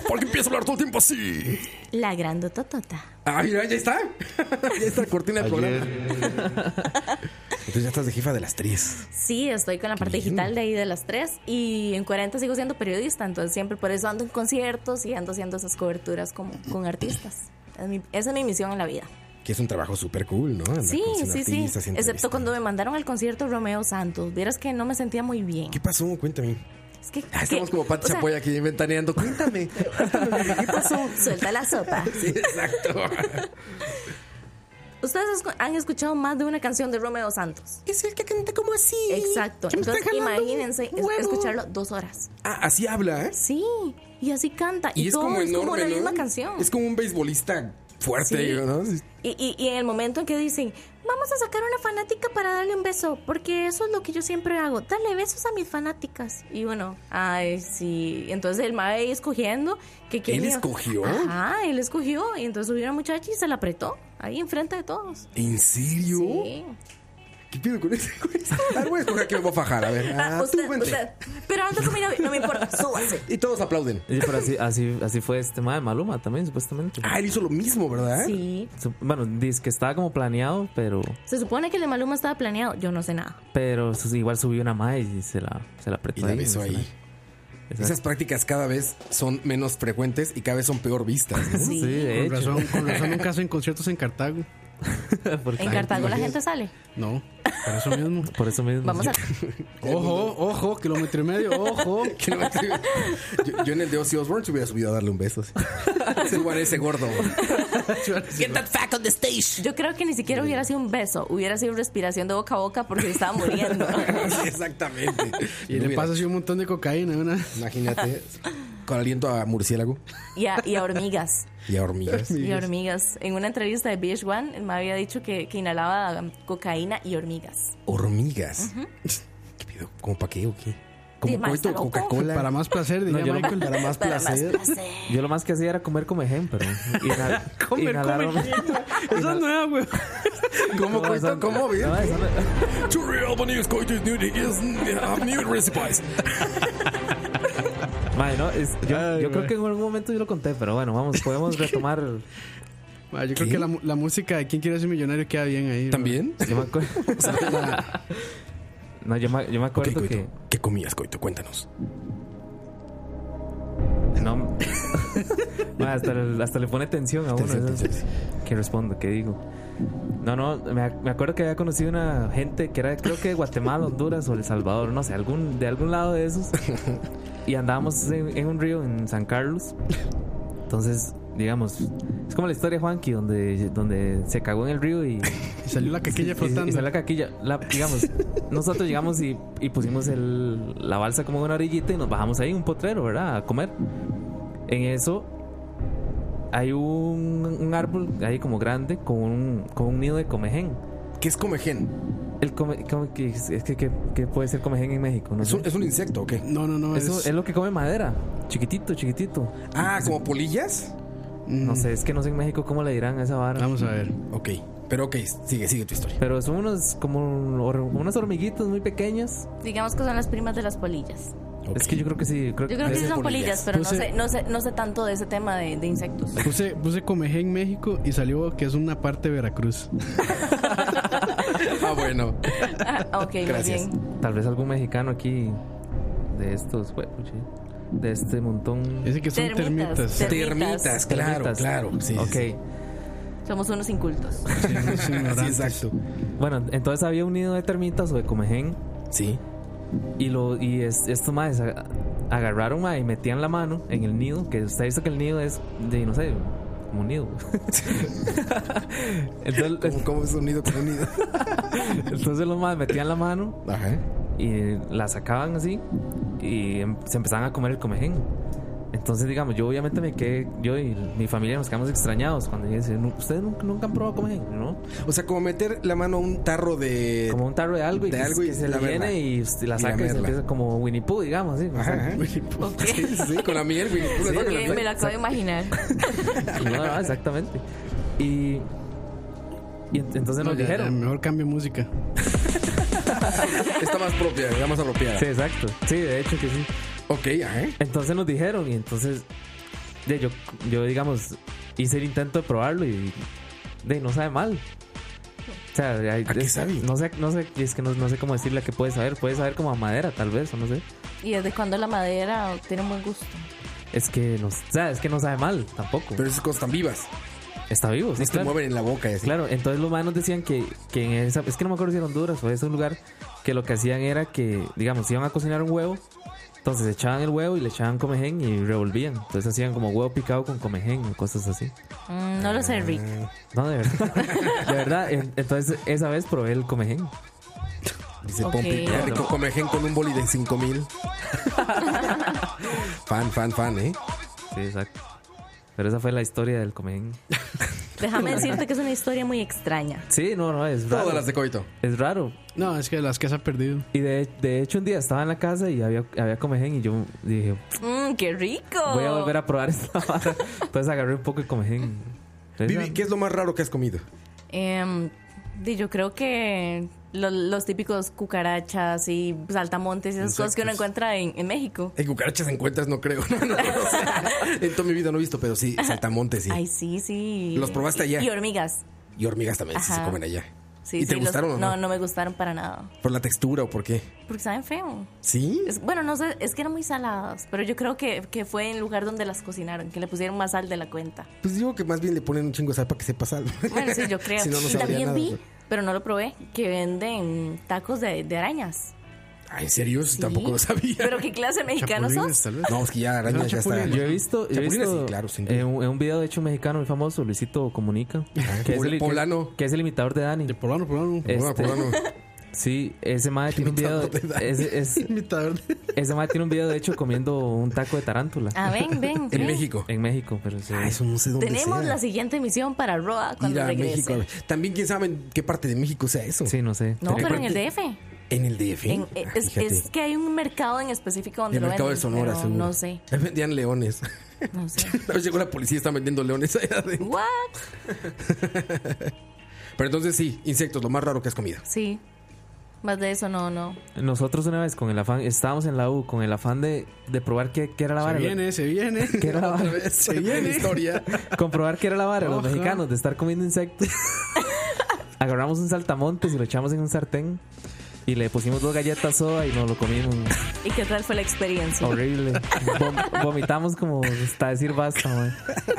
Speaker 1: Porque empieza a hablar todo el tiempo así.
Speaker 5: La grandototota.
Speaker 1: Ah, mira, ya está. ya está la cortina del programa.
Speaker 6: Ayer.
Speaker 1: Entonces ya estás de jefa de las tres.
Speaker 5: Sí, estoy con la parte
Speaker 1: bien.
Speaker 5: digital de ahí de las tres. Y en 40 sigo siendo periodista, entonces siempre por eso ando en conciertos y ando haciendo esas coberturas como, con artistas. Es mi- esa es mi misión en la vida.
Speaker 1: Que es un trabajo súper cool, ¿no? Andar
Speaker 5: Sí,
Speaker 1: conociendo
Speaker 5: sí, sí.
Speaker 1: artistas, entrevistas.
Speaker 5: Excepto cuando me mandaron al concierto de Romeo Santos. Vieras que no me sentía muy bien.
Speaker 1: ¿Qué pasó? Cuéntame.
Speaker 5: Es que,
Speaker 1: Ah, estamos
Speaker 5: que-
Speaker 1: como Pati
Speaker 5: o sea,
Speaker 1: Chapoy aquí ventaneando. Cuéntame. ¿Qué pasó?
Speaker 5: Suelta la sopa.
Speaker 1: Sí, exacto.
Speaker 5: Ustedes escu- han escuchado más de una canción de Romeo Santos.
Speaker 1: Es el que canta como así.
Speaker 5: Exacto.
Speaker 1: Que me está
Speaker 5: Entonces,
Speaker 1: jalando un
Speaker 5: imagínense es-
Speaker 1: huevo.
Speaker 5: escucharlo dos horas.
Speaker 1: Ah, así habla, ¿eh?
Speaker 5: Sí, y así canta. Y,
Speaker 1: Y es
Speaker 5: todo
Speaker 1: como
Speaker 5: es
Speaker 1: enorme,
Speaker 5: como la
Speaker 1: ¿no?
Speaker 5: misma canción.
Speaker 1: Es como un beisbolista fuerte,
Speaker 5: Sí.
Speaker 1: ¿no?
Speaker 5: Y, y- y en el momento en que dicen, vamos a sacar una fanática para darle un beso, porque eso es lo que yo siempre hago, darle besos a mis fanáticas. Y bueno, ay, sí. Entonces el mae ahí escogiendo que quién
Speaker 1: ¿Él
Speaker 5: iba-
Speaker 1: escogió?
Speaker 5: Ajá, él escogió. Y entonces subió una muchacha y se la apretó ahí enfrente de todos.
Speaker 1: ¿En serio?
Speaker 5: Sí.
Speaker 1: ¿Qué pido con ese güey? A ver, voy a escoger que me voy a fajar. A ver. Ah,
Speaker 5: Ah, usted,
Speaker 1: tú vente.
Speaker 5: usted. Pero anda con mi novio, no me importa, súbase.
Speaker 1: Y todos aplauden.
Speaker 3: Sí, pero así, así, así fue este tema de Maluma también, supuestamente.
Speaker 1: Ah, él hizo lo mismo, ¿verdad?
Speaker 5: Sí.
Speaker 3: Su- Bueno, dice que estaba como planeado, pero
Speaker 5: Se supone que el de Maluma estaba planeado, yo no sé nada.
Speaker 3: pero su- igual subió una más y se la, se la apretó
Speaker 1: Y la besó
Speaker 3: no sé
Speaker 1: ahí.
Speaker 3: Exacto.
Speaker 1: Esas prácticas cada vez son menos frecuentes y cada vez son peor vistas. ¿no?
Speaker 3: Sí, de
Speaker 4: Con
Speaker 3: hecho.
Speaker 4: razón, con razón nunca hacen conciertos en Cartago.
Speaker 3: Porque-
Speaker 5: En Cartago la gente sale.
Speaker 4: No, por eso mismo.
Speaker 3: Por eso mismo.
Speaker 5: Vamos a.
Speaker 4: Ojo, ojo, kilómetro y medio, ojo.
Speaker 1: Que no me atrevo. yo, yo en el de Ozzy Osbourne se hubiera subido a darle un beso. así. Suban ese gordo.
Speaker 5: Get that back on the stage. Yo creo que ni siquiera hubiera sido un beso, hubiera sido respiración de boca a boca porque estaba muriendo.
Speaker 1: Sí, exactamente.
Speaker 4: Y le pasa así un montón de cocaína, una.
Speaker 1: Imagínate, con aliento a murciélago
Speaker 5: Y a, y a hormigas.
Speaker 1: y a hormigas.
Speaker 5: Y a hormigas. En una entrevista de VH1 él me había dicho que, que inhalaba um, cocaína y hormigas.
Speaker 1: ¿Hormigas? ¿Qué pido? ¿Como pa' qué o qué? ¿Como
Speaker 5: Sí, ma,
Speaker 1: coito
Speaker 5: está loco.
Speaker 1: Coca-Cola?
Speaker 4: Para más placer, diría
Speaker 3: yo no-
Speaker 4: Michael. Para más
Speaker 5: Para más placer.
Speaker 3: Yo lo más que hacía era comer como ejemplo. Inhalar, inhalar hor-
Speaker 4: Eso es
Speaker 3: Ah,
Speaker 4: nueva, güey.
Speaker 1: ¿Cómo
Speaker 3: No,
Speaker 1: coito?
Speaker 3: eso-
Speaker 1: ¿Cómo bien?
Speaker 3: no, eso no-
Speaker 1: To real Japanese coito is new, is have new recipes.
Speaker 3: Mae, no, es- yo,
Speaker 4: Ay,
Speaker 3: yo creo
Speaker 4: mae.
Speaker 3: que en algún momento yo lo conté, pero bueno, vamos, podemos retomar.
Speaker 4: Ma, Ah, yo creo que la, mu- la música de ¿Quién quiere ser millonario? queda bien ahí. ma.
Speaker 1: ¿También?
Speaker 3: Yo me acuerdo. no, yo me, yo me
Speaker 1: Ok,
Speaker 3: acuerdo
Speaker 1: coito. ¿Qué comías, coito? Cuéntanos.
Speaker 3: que. No, Mae, hasta, le- hasta le pone tensión a uno.
Speaker 1: Atención,
Speaker 3: eso.
Speaker 1: atención.
Speaker 3: ¿Qué respondo? ¿Qué digo? No, no, me, ac- me acuerdo que había conocido una gente que era, creo que de Guatemala, Honduras o El Salvador, no sé, algún, de algún lado de esos. Y andábamos en, en un río en San Carlos. Entonces, digamos, es como la historia de Juanqui, donde, donde se cagó en el río y,
Speaker 4: Y salió la caquilla
Speaker 3: y- y
Speaker 4: flotando.
Speaker 3: sale la caquilla. La- digamos, nosotros llegamos y, y pusimos el- la balsa como en una orillita y nos bajamos ahí, un potrero, ¿verdad? A comer. En eso hay un, un árbol ahí como grande con un, con un nido de comején.
Speaker 1: ¿Qué es comején?
Speaker 3: El come- come- que es es que, que- que puede ser comején en México, no
Speaker 1: ¿Es
Speaker 3: sé.
Speaker 1: un, es un insecto o qué?
Speaker 4: No, no, no.
Speaker 3: Eso
Speaker 4: es-
Speaker 3: es lo que come madera, chiquitito, chiquitito.
Speaker 1: Ah, ¿como polillas?
Speaker 4: mm,
Speaker 3: No sé, es que no sé en México cómo le dirán a esa vara.
Speaker 4: Vamos a ver.
Speaker 1: Ok, pero ok, sigue, sigue tu historia.
Speaker 3: Pero son unos como hor- unas hormiguitas muy pequeñas.
Speaker 5: Digamos que son las primas de las polillas.
Speaker 3: Es que yo creo que sí, creo
Speaker 5: Yo creo que sí
Speaker 3: es-
Speaker 5: son polillas, pero no
Speaker 4: Puse-
Speaker 5: sé, no sé, no sé tanto de ese tema de, de insectos.
Speaker 4: Puse, puse Comején México y salió que es una parte de Veracruz.
Speaker 1: Ah, bueno.
Speaker 5: Ah, ok, muy
Speaker 1: Gracias.
Speaker 5: bien.
Speaker 3: Tal vez algún mexicano aquí de estos, güey, puchi, de este montón.
Speaker 4: Ese que son termitas.
Speaker 5: Termitas.
Speaker 1: Termitas, claro,
Speaker 3: Termitas.
Speaker 1: claro. Sí, sí,
Speaker 3: ok.
Speaker 1: sí.
Speaker 5: Somos unos incultos.
Speaker 4: Sí, unos ignorantes.
Speaker 1: Sí, exacto.
Speaker 3: Bueno, entonces había un nido de termitas o de comején
Speaker 1: Sí.
Speaker 3: y lo y es- estos maes a- agarraron mae, y metían la mano en el nido, que usted dice que el nido es de no sé, como un nido. entonces,
Speaker 1: ¿Cómo, cómo es unido con unido?
Speaker 3: entonces los más metían la mano
Speaker 1: Ajá.
Speaker 3: y la sacaban así y em- se empezaban a comer el comején. Entonces, digamos, yo obviamente me quedé, yo y mi familia nos quedamos extrañados cuando dicen, ¿ustedes nunca, nunca han probado comején? ¿No?
Speaker 1: O sea, como meter la mano a un tarro de.
Speaker 3: Como un tarro de algo y,
Speaker 1: Eh, de
Speaker 3: que,
Speaker 1: algo y
Speaker 3: que se le
Speaker 1: lamerla.
Speaker 3: viene y
Speaker 1: Y
Speaker 3: usted la saca y, se
Speaker 1: lamerla.
Speaker 3: empieza como Winnie Pooh, digamos, así. o
Speaker 1: Ajá,
Speaker 3: sea,
Speaker 1: ajá. Sí, sí, con la miel, güey. Pura
Speaker 5: Ok,
Speaker 1: saca la
Speaker 5: me
Speaker 1: miel.
Speaker 5: lo acabo de imaginar.
Speaker 3: no, no, exactamente. Y, y ent- entonces
Speaker 4: No,
Speaker 3: nos
Speaker 4: ya, ya,
Speaker 3: dijeron.
Speaker 4: mejor cambio música.
Speaker 1: Está más propia, está más apropiada.
Speaker 3: Sí, exacto. Sí, de hecho que sí.
Speaker 1: Ok, ajá.
Speaker 3: Entonces nos dijeron y entonces ya, yo, yo digamos hice el intento de probarlo y de no sabe mal. O sea, hay-
Speaker 1: ¿A qué
Speaker 3: es-
Speaker 1: sabe?
Speaker 3: no sé, no sé, y es que no, no sé cómo decirle que puede saber, puede saber como a madera tal vez, o no sé.
Speaker 5: ¿Y desde cuándo la madera tiene un buen gusto?
Speaker 3: Es que no, o sea, es que no sabe mal tampoco.
Speaker 1: Pero esas cosas están vivas.
Speaker 3: Está vivo, sí,
Speaker 1: No se
Speaker 3: claro.
Speaker 1: mueven en la boca y así.
Speaker 3: Claro, entonces los manos decían que, que en esa, es que no me acuerdo si era Honduras o es un lugar que lo que hacían era que, digamos, iban a cocinar un huevo, entonces echaban el huevo y le echaban comején y revolvían. Entonces hacían como huevo picado con comején o cosas así.
Speaker 5: Mm, no lo sé, Rick.
Speaker 3: No, de verdad. de verdad, en- entonces esa vez probé el comején.
Speaker 1: Dice
Speaker 5: Ok.
Speaker 1: Pompi. Qué rico comején con un boli de 5000. fan, fan, fan, ¿eh?
Speaker 3: Sí, exacto. Pero esa fue la historia del comején.
Speaker 5: Déjame decirte que es una historia muy extraña.
Speaker 3: Sí, no, no, es raro.
Speaker 1: Todas las de coito.
Speaker 3: Es raro.
Speaker 4: No, es que las que se ha perdido.
Speaker 3: Y de, de hecho un día estaba en la casa y había, había comején y yo dije,
Speaker 5: Mmm, qué rico.
Speaker 3: voy a volver a probar esta vara. Entonces agarré un poco de comején.
Speaker 1: Vivi, ¿qué es lo más raro que has comido?
Speaker 5: Em, di, yo creo que lo- los típicos cucarachas y saltamontes y esas cosas que uno encuentra en, en México.
Speaker 1: En cucarachas encuentras, no creo. No, no, no sé. En toda mi vida no he visto, pero sí, saltamontes sí.
Speaker 5: Ay, sí, sí.
Speaker 1: ¿Los probaste
Speaker 5: Y-
Speaker 1: allá?
Speaker 5: Y hormigas.
Speaker 1: Y hormigas también sí se
Speaker 5: Ajá.
Speaker 1: comen allá.
Speaker 5: Sí,
Speaker 1: ¿Y te
Speaker 5: sí, los-
Speaker 1: gustaron o no?
Speaker 5: no, no me gustaron para nada.
Speaker 1: ¿Por la textura o por qué?
Speaker 5: Porque saben feo.
Speaker 1: ¿Sí?
Speaker 5: Es- bueno, no sé, es que eran muy saladas, pero yo creo que, que fue en lugar donde las cocinaron, que le pusieron más sal de la cuenta.
Speaker 1: Pues digo que más bien le ponen un chingo de sal para que sepa sal.
Speaker 5: Bueno, sí, yo creo.
Speaker 1: si no, no
Speaker 5: y
Speaker 1: sabría
Speaker 5: también
Speaker 1: nada.
Speaker 5: vi, pero no lo probé, que venden tacos de, de arañas.
Speaker 1: Ah, ¿en serio? Sí,
Speaker 5: Sí.
Speaker 1: Tampoco lo sabía.
Speaker 5: ¿Pero qué clase de mexicano
Speaker 4: Chapulines,
Speaker 5: sos?
Speaker 4: tal vez.
Speaker 1: No, es que ya araña
Speaker 4: No,
Speaker 1: ya está.
Speaker 4: chapulines.
Speaker 3: Yo he visto, yo he
Speaker 1: Chapulines,
Speaker 3: visto
Speaker 1: sí, claro, sin duda.
Speaker 3: en, un, en un video de hecho mexicano muy famoso, Luisito Comunica, que, es
Speaker 1: Pol-
Speaker 3: el,
Speaker 1: Poblano.
Speaker 3: que, que es el imitador de Dani.
Speaker 4: De poblano, poblano.
Speaker 3: Eh.
Speaker 1: Bueno,
Speaker 3: este-
Speaker 1: bueno,
Speaker 3: Sí, ese madre tiene un video.
Speaker 1: Imitador de Dani.
Speaker 3: ese- es-
Speaker 4: Imitador de-
Speaker 3: ese madre tiene un video de hecho comiendo un taco de tarántula
Speaker 5: Ah, ven, ven.
Speaker 1: en
Speaker 5: ven.
Speaker 1: México.
Speaker 3: ¿eh? en México, pero sí.
Speaker 1: Ah, eso no sé dónde
Speaker 5: Tenemos
Speaker 1: sea.
Speaker 5: la siguiente misión para Roa cuando
Speaker 1: Ir a México.
Speaker 5: regrese.
Speaker 1: a ver. También quién sabe en qué parte de México sea eso.
Speaker 3: Sí, no sé.
Speaker 5: No, pero en el
Speaker 1: Aparte-
Speaker 5: DF.
Speaker 1: En el DF.
Speaker 5: En- eh,
Speaker 1: Ah,
Speaker 5: es,
Speaker 1: fíjate.
Speaker 5: es que hay un mercado en específico donde
Speaker 1: el
Speaker 5: lo
Speaker 1: mercado de
Speaker 5: venden,
Speaker 1: Sonora,
Speaker 5: pero
Speaker 1: seguro.
Speaker 5: No sé,
Speaker 1: Ahí Vendían leones.
Speaker 5: no sé.
Speaker 1: Una vez llegó la policía y están vendiendo leones allá adentro.
Speaker 5: ¿What?
Speaker 1: Pero entonces sí, insectos, lo más raro que has comido.
Speaker 5: Sí. Más de eso, no, no.
Speaker 3: Nosotros una vez con el afán, estábamos en la U con el afán de, de probar qué, qué era
Speaker 1: Ah,
Speaker 3: la
Speaker 4: Se
Speaker 3: vara.
Speaker 4: viene, se viene.
Speaker 3: ¿Qué era la
Speaker 1: Otra
Speaker 3: vara?
Speaker 1: vez,
Speaker 4: Se
Speaker 1: viene
Speaker 4: viene.
Speaker 1: la historia.
Speaker 3: Comprobar qué era la vara, los
Speaker 4: Ojo.
Speaker 3: mexicanos, de estar comiendo insectos. Agarramos un saltamontes y lo echamos en un sartén y le pusimos dos galletas soda y nos lo comimos.
Speaker 5: ¿Y qué tal fue la experiencia?
Speaker 3: Horrible. Vom- vomitamos como hasta decir basta, man.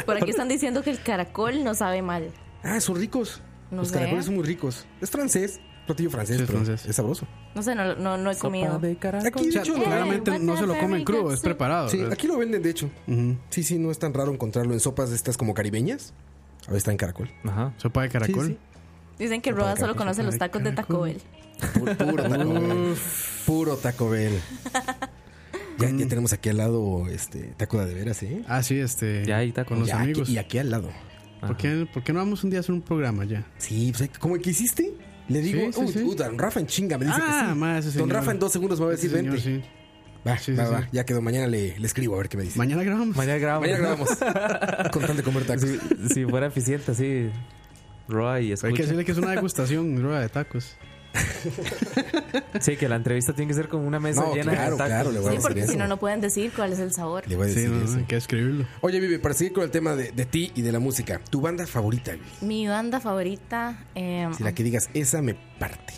Speaker 5: Por aquí están diciendo que el caracol no sabe mal.
Speaker 1: Ah, son ricos.
Speaker 5: No
Speaker 1: Los
Speaker 5: sé.
Speaker 1: caracoles son muy ricos. Es francés, platillo francés,
Speaker 4: Sí, es
Speaker 1: pero
Speaker 4: francés.
Speaker 1: es sabroso.
Speaker 5: No sé, no, no, no he comido.
Speaker 3: Sopa de caracol.
Speaker 1: Aquí, de
Speaker 4: O sea,
Speaker 1: hecho,
Speaker 4: claramente
Speaker 5: Eh,
Speaker 4: no se lo comen crudo, Ah, es
Speaker 5: sí.
Speaker 4: preparado.
Speaker 1: sí,
Speaker 4: ¿verdad?
Speaker 1: aquí lo venden, de hecho.
Speaker 4: Ujú.
Speaker 1: Sí, sí, no es tan raro encontrarlo en sopas de estas como caribeñas. A ver, está en caracol.
Speaker 3: Ajá.
Speaker 4: Sopa de caracol.
Speaker 1: Sí,
Speaker 5: Dicen que
Speaker 1: Sopa de
Speaker 5: Roa solo
Speaker 1: caracol,
Speaker 5: conoce
Speaker 4: sopa
Speaker 5: los
Speaker 4: de
Speaker 5: tacos de Taco
Speaker 4: caracol.
Speaker 5: Bell.
Speaker 1: Pu- Puro Taco Bell. Puro Taco Bell. Ya, ya tenemos aquí al lado este taco de veras, ¿eh?
Speaker 4: Ah, sí, este.
Speaker 3: Ya ahí está
Speaker 4: con los
Speaker 1: Ya, aquí-
Speaker 4: amigos.
Speaker 1: y aquí al lado.
Speaker 3: Ajá.
Speaker 4: ¿Por, qué, por qué no vamos un día a hacer un programa ya?
Speaker 1: Sí, pues, como el que hiciste, le digo,
Speaker 4: Sí, sí,
Speaker 1: "Uh,
Speaker 4: sí.
Speaker 1: uh, don Rafa en chinga, me dice
Speaker 4: Ah,
Speaker 1: que sí.
Speaker 4: ma, ese
Speaker 1: don
Speaker 4: señor.
Speaker 1: Rafa en dos segundos me va a decir,
Speaker 4: Sí, señor,
Speaker 1: vente.
Speaker 4: sí.
Speaker 1: Va,
Speaker 4: Sí, sí,
Speaker 1: va, va,
Speaker 4: sí.
Speaker 1: ya quedó, mañana le, le escribo a ver qué me dice.
Speaker 4: Mañana grabamos.
Speaker 3: Mañana grabamos.
Speaker 1: Mañana grabamos. Con tal de comer tacos.
Speaker 3: si fuera eficiente, así. Roa y
Speaker 4: Hay que
Speaker 3: escucha.
Speaker 4: decirle que es una degustación, rueda de tacos.
Speaker 3: Sí, que la entrevista tiene que ser con una mesa
Speaker 1: No,
Speaker 3: llena
Speaker 1: claro,
Speaker 3: de tacos.
Speaker 1: claro, le voy a
Speaker 5: Sí,
Speaker 1: decir
Speaker 5: porque
Speaker 1: eso.
Speaker 5: si no, no pueden decir cuál es el sabor.
Speaker 1: Le voy a
Speaker 4: Sí,
Speaker 1: decir
Speaker 4: no, no,
Speaker 1: eso.
Speaker 4: hay que escribirlo.
Speaker 1: Oye, Vivi, para seguir con el tema de, de ti y de la música, tu banda favorita, Vivi.
Speaker 5: Mi banda favorita eh,
Speaker 1: Si la que digas, esa me parte.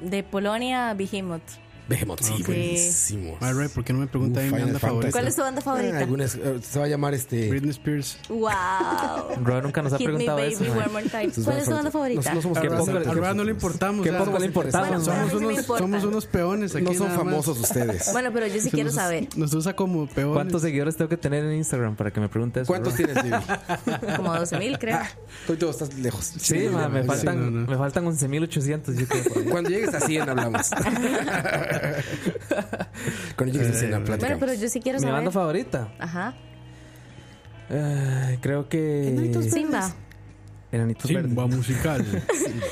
Speaker 5: de Polonia, Behemoth.
Speaker 1: Behemoth, sí,
Speaker 5: Ok.
Speaker 1: buenísimo.
Speaker 4: Ay, Ray, ¿por qué no me pregunta
Speaker 1: Uh,
Speaker 4: ahí mi
Speaker 1: Final
Speaker 4: banda
Speaker 1: Fantasy.
Speaker 4: favorita?
Speaker 5: ¿Cuál es tu banda
Speaker 1: Ah,
Speaker 5: favorita?
Speaker 1: algunas, eh, se va a llamar este.
Speaker 4: Britney Spears.
Speaker 5: ¡Wow!
Speaker 3: Roa nunca nos ha
Speaker 5: Hit me
Speaker 3: preguntado
Speaker 5: baby
Speaker 3: eso.
Speaker 5: one
Speaker 3: man.
Speaker 5: more time.
Speaker 1: sus
Speaker 5: ¿Cuál es tu banda
Speaker 1: bandas
Speaker 5: favorita?
Speaker 1: favoritas. No, no somos
Speaker 4: A Rueda-
Speaker 1: famosos.
Speaker 4: a Rueda no le importamos.
Speaker 3: Qué
Speaker 4: o sea,
Speaker 3: poco le
Speaker 4: somos-
Speaker 3: importamos,
Speaker 5: Bueno,
Speaker 4: Somos
Speaker 5: sí me
Speaker 4: unos,
Speaker 5: importa.
Speaker 4: somos unos peones aquí.
Speaker 1: No son
Speaker 4: nada más.
Speaker 1: famosos ustedes.
Speaker 5: Bueno, pero yo sí
Speaker 4: Nos
Speaker 5: quiero
Speaker 4: usa-
Speaker 5: saber,
Speaker 4: Nos usa como peones.
Speaker 3: ¿Cuántos seguidores tengo que tener en Instagram para que me pregunte eso?
Speaker 1: ¿Cuántos
Speaker 3: Roa?
Speaker 1: tienes, Vivi? Ah.
Speaker 5: como 12 mil creo.
Speaker 1: Hoy todo estás lejos.
Speaker 3: Sí, ma, me, faltan,
Speaker 4: no, no.
Speaker 3: me faltan 11.800. yo creo, por ahí.
Speaker 1: Cuando llegues a 100 hablamos. Cuando llegues a 100 platicamos.
Speaker 5: Bueno, pero yo sí quiero
Speaker 3: Mi banda
Speaker 5: saber.
Speaker 3: favorita.
Speaker 5: Ajá.
Speaker 3: Ay, creo que.
Speaker 5: Simba.
Speaker 3: Enanitos
Speaker 4: Simba
Speaker 3: Verdes.
Speaker 4: musical.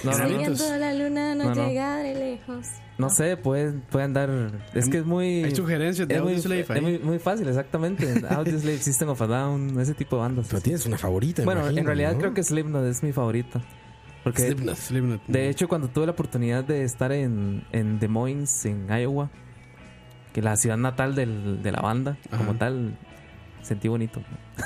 Speaker 3: No, no, no.
Speaker 5: Siguiendo la luna no,
Speaker 3: No, no.
Speaker 5: llega de lejos.
Speaker 3: No sé, pueden, pueden dar. Es que es muy.
Speaker 4: Hay sugerencias de
Speaker 3: es muy,
Speaker 4: Audioslave
Speaker 3: es
Speaker 4: ahí.
Speaker 3: muy, muy fácil, exactamente. Audioslave, System of a Down, ese tipo de bandas.
Speaker 1: Pero tienes una favorita.
Speaker 3: Bueno,
Speaker 1: imagino,
Speaker 3: en realidad
Speaker 1: ¿no?
Speaker 3: creo que Slipknot es mi favorita. Porque
Speaker 1: Slipknot.
Speaker 4: Slipknot.
Speaker 3: de hecho cuando tuve la oportunidad de estar en, en Des Moines, en Iowa, que la ciudad natal del- de la banda, como
Speaker 4: Ajá.
Speaker 3: tal, sentí bonito.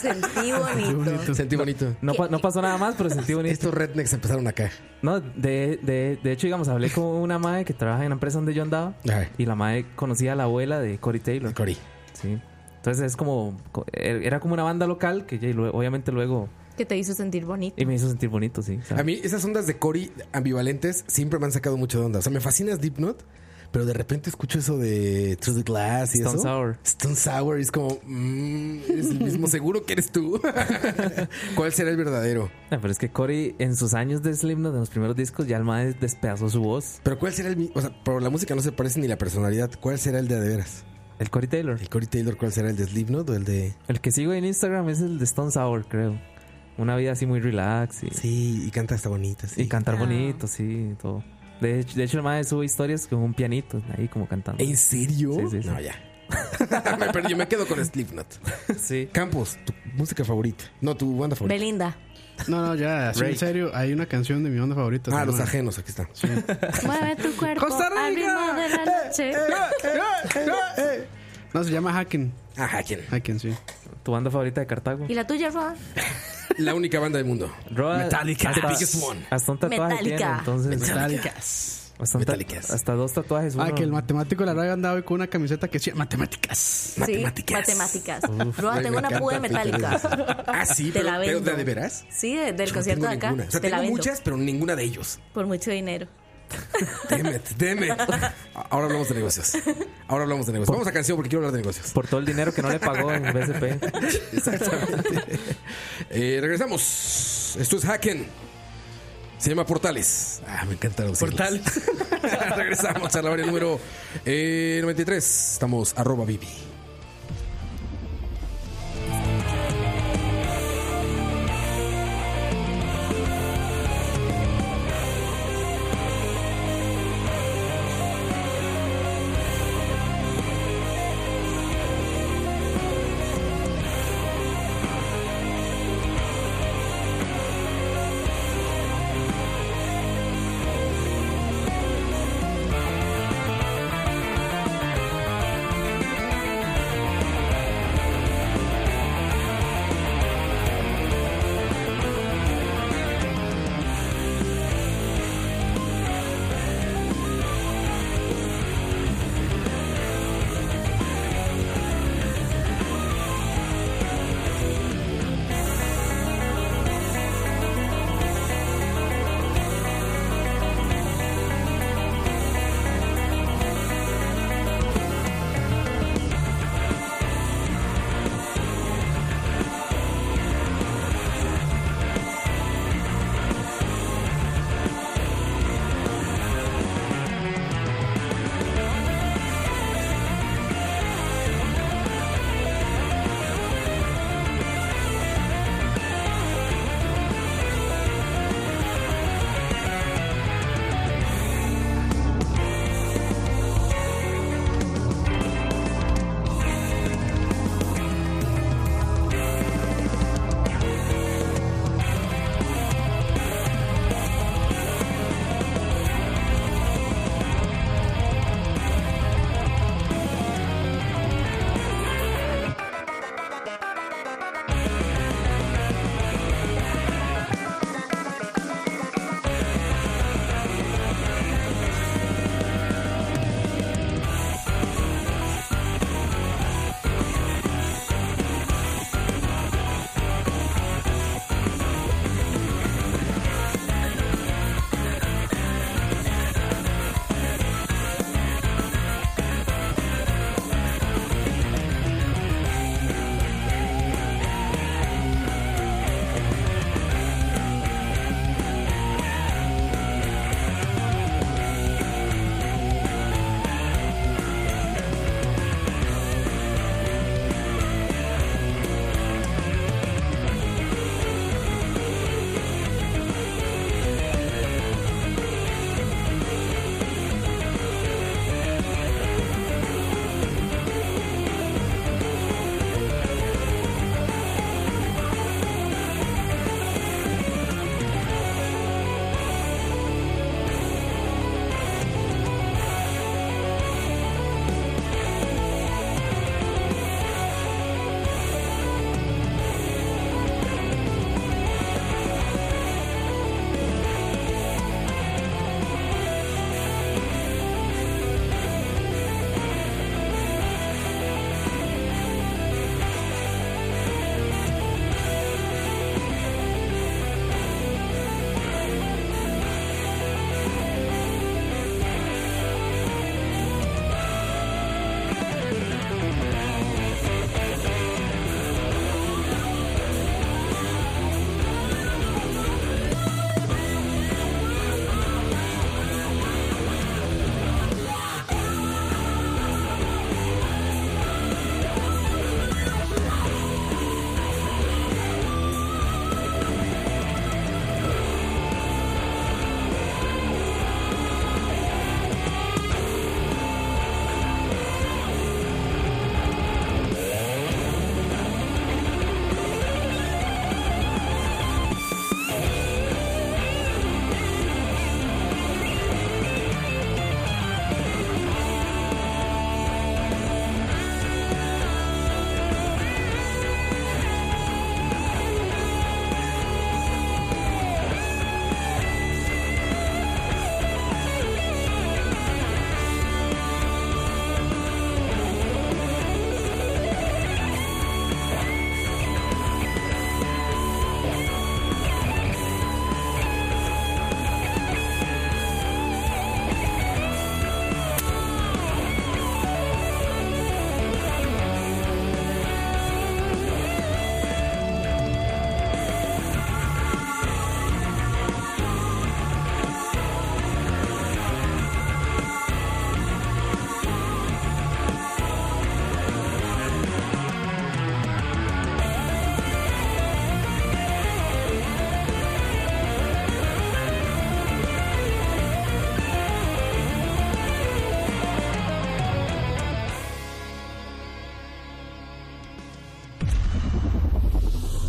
Speaker 5: Sentí
Speaker 4: Qué
Speaker 5: bonito.
Speaker 4: bonito.
Speaker 1: Sentí bonito.
Speaker 3: No, pa- no pasó nada más, pero sentí bonito.
Speaker 1: Estos rednecks empezaron acá.
Speaker 3: No, de, de, de hecho, digamos, hablé con una madre que trabaja en la empresa donde yo andaba
Speaker 1: Ajá.
Speaker 3: y la madre conocía a la abuela de Cory Taylor.
Speaker 1: Cory.
Speaker 3: Sí. Entonces es como, co- er- era como una banda local que ya y lue- obviamente luego,
Speaker 5: Que te hizo sentir bonito.
Speaker 3: y me hizo sentir bonito, sí. ¿sabes?
Speaker 1: A mí esas ondas de Cory ambivalentes siempre me han sacado mucho de onda. O sea, me fascina Deep Note, pero de repente escucho eso de Through the Glass y
Speaker 3: Stone
Speaker 1: eso.
Speaker 3: Sour.
Speaker 1: Stone Sour. Y es como, mm, eres el mismo seguro que eres tú. ¿Cuál será el verdadero?
Speaker 3: Ah, pero es que Cory en sus años de Slipknot, en los primeros discos, ya el mae despedazó su voz.
Speaker 1: Pero ¿cuál será el mi- O sea, por la música no se parece ni la personalidad. ¿Cuál será el de de veras?
Speaker 3: El Cory Taylor.
Speaker 1: ¿El Cory Taylor cuál será el de Slipknot o el de...?
Speaker 3: El que sigo en Instagram es el de Stone Sour, creo. Una vida así muy relax y,
Speaker 1: Sí, y canta hasta bonita, sí.
Speaker 3: y cantar
Speaker 5: Ah.
Speaker 3: bonito, sí, y todo. De hecho, de hecho el mae sube historias con un pianito ahí como cantando.
Speaker 1: ¿En serio?
Speaker 3: Sí, sí, sí.
Speaker 1: No, ya. me perdí, me quedo con Slipknot.
Speaker 3: Sí.
Speaker 1: Campos, tu música favorita. No, tu banda favorita.
Speaker 5: Belinda.
Speaker 4: No, no, ya, así en
Speaker 3: Rake.
Speaker 4: serio, hay una canción de mi banda favorita.
Speaker 1: Ah,
Speaker 4: se
Speaker 1: los
Speaker 4: llama-
Speaker 1: ajenos, aquí están.
Speaker 5: Mueve tu cuerpo
Speaker 4: ¡Costa Rica!
Speaker 5: al ritmo de
Speaker 1: Eh,
Speaker 5: la noche.
Speaker 4: No, se llama Hacken.
Speaker 1: Ajá, Ah, ¿quién?
Speaker 4: Hacken, sí.
Speaker 3: tu banda favorita de Cartago.
Speaker 5: ¿Y la tuya, Roa?
Speaker 1: La única banda del mundo.
Speaker 3: Roa,
Speaker 1: Metallica. The
Speaker 3: Hasta,
Speaker 1: biggest one.
Speaker 3: hasta un tatuaje
Speaker 5: Metallica.
Speaker 3: tiene, entonces.
Speaker 1: Metallicas.
Speaker 3: Hasta, un ta-
Speaker 1: Metallicas.
Speaker 3: hasta dos tatuajes.
Speaker 4: Ah,
Speaker 3: uno-
Speaker 4: que el matemático de la radio andaba hoy con una camiseta que decía matemáticas.
Speaker 5: Sí,
Speaker 1: Matemáticas.
Speaker 5: matemáticas. Roa,
Speaker 1: Ay,
Speaker 5: tengo
Speaker 1: me
Speaker 5: una
Speaker 1: encanta,
Speaker 5: púa de
Speaker 1: sí,
Speaker 5: metálica.
Speaker 1: Ah, sí,
Speaker 5: Te
Speaker 1: pero,
Speaker 5: la
Speaker 1: pero
Speaker 5: vendo.
Speaker 1: ¿de- de veras.
Speaker 5: Sí, de- del
Speaker 1: Yo no
Speaker 5: concierto
Speaker 1: tengo
Speaker 5: de acá.
Speaker 1: ninguna. O sea,
Speaker 5: te la
Speaker 1: tengo
Speaker 5: vendo.
Speaker 1: muchas, pero ninguna de ellos.
Speaker 5: Por mucho dinero.
Speaker 1: Damn it, damn it. Ahora hablamos de negocios. Ahora hablamos de negocios. Vamos a canción porque quiero hablar de negocios.
Speaker 3: Por todo el dinero que no le pagó en BSP.
Speaker 1: Exactamente. Eh, regresamos. Esto es Hacken. Se llama Portales. Ah, me encanta los Portales. regresamos a la hora número eh, 93. Estamos arroba Vivi.
Speaker 8: Thank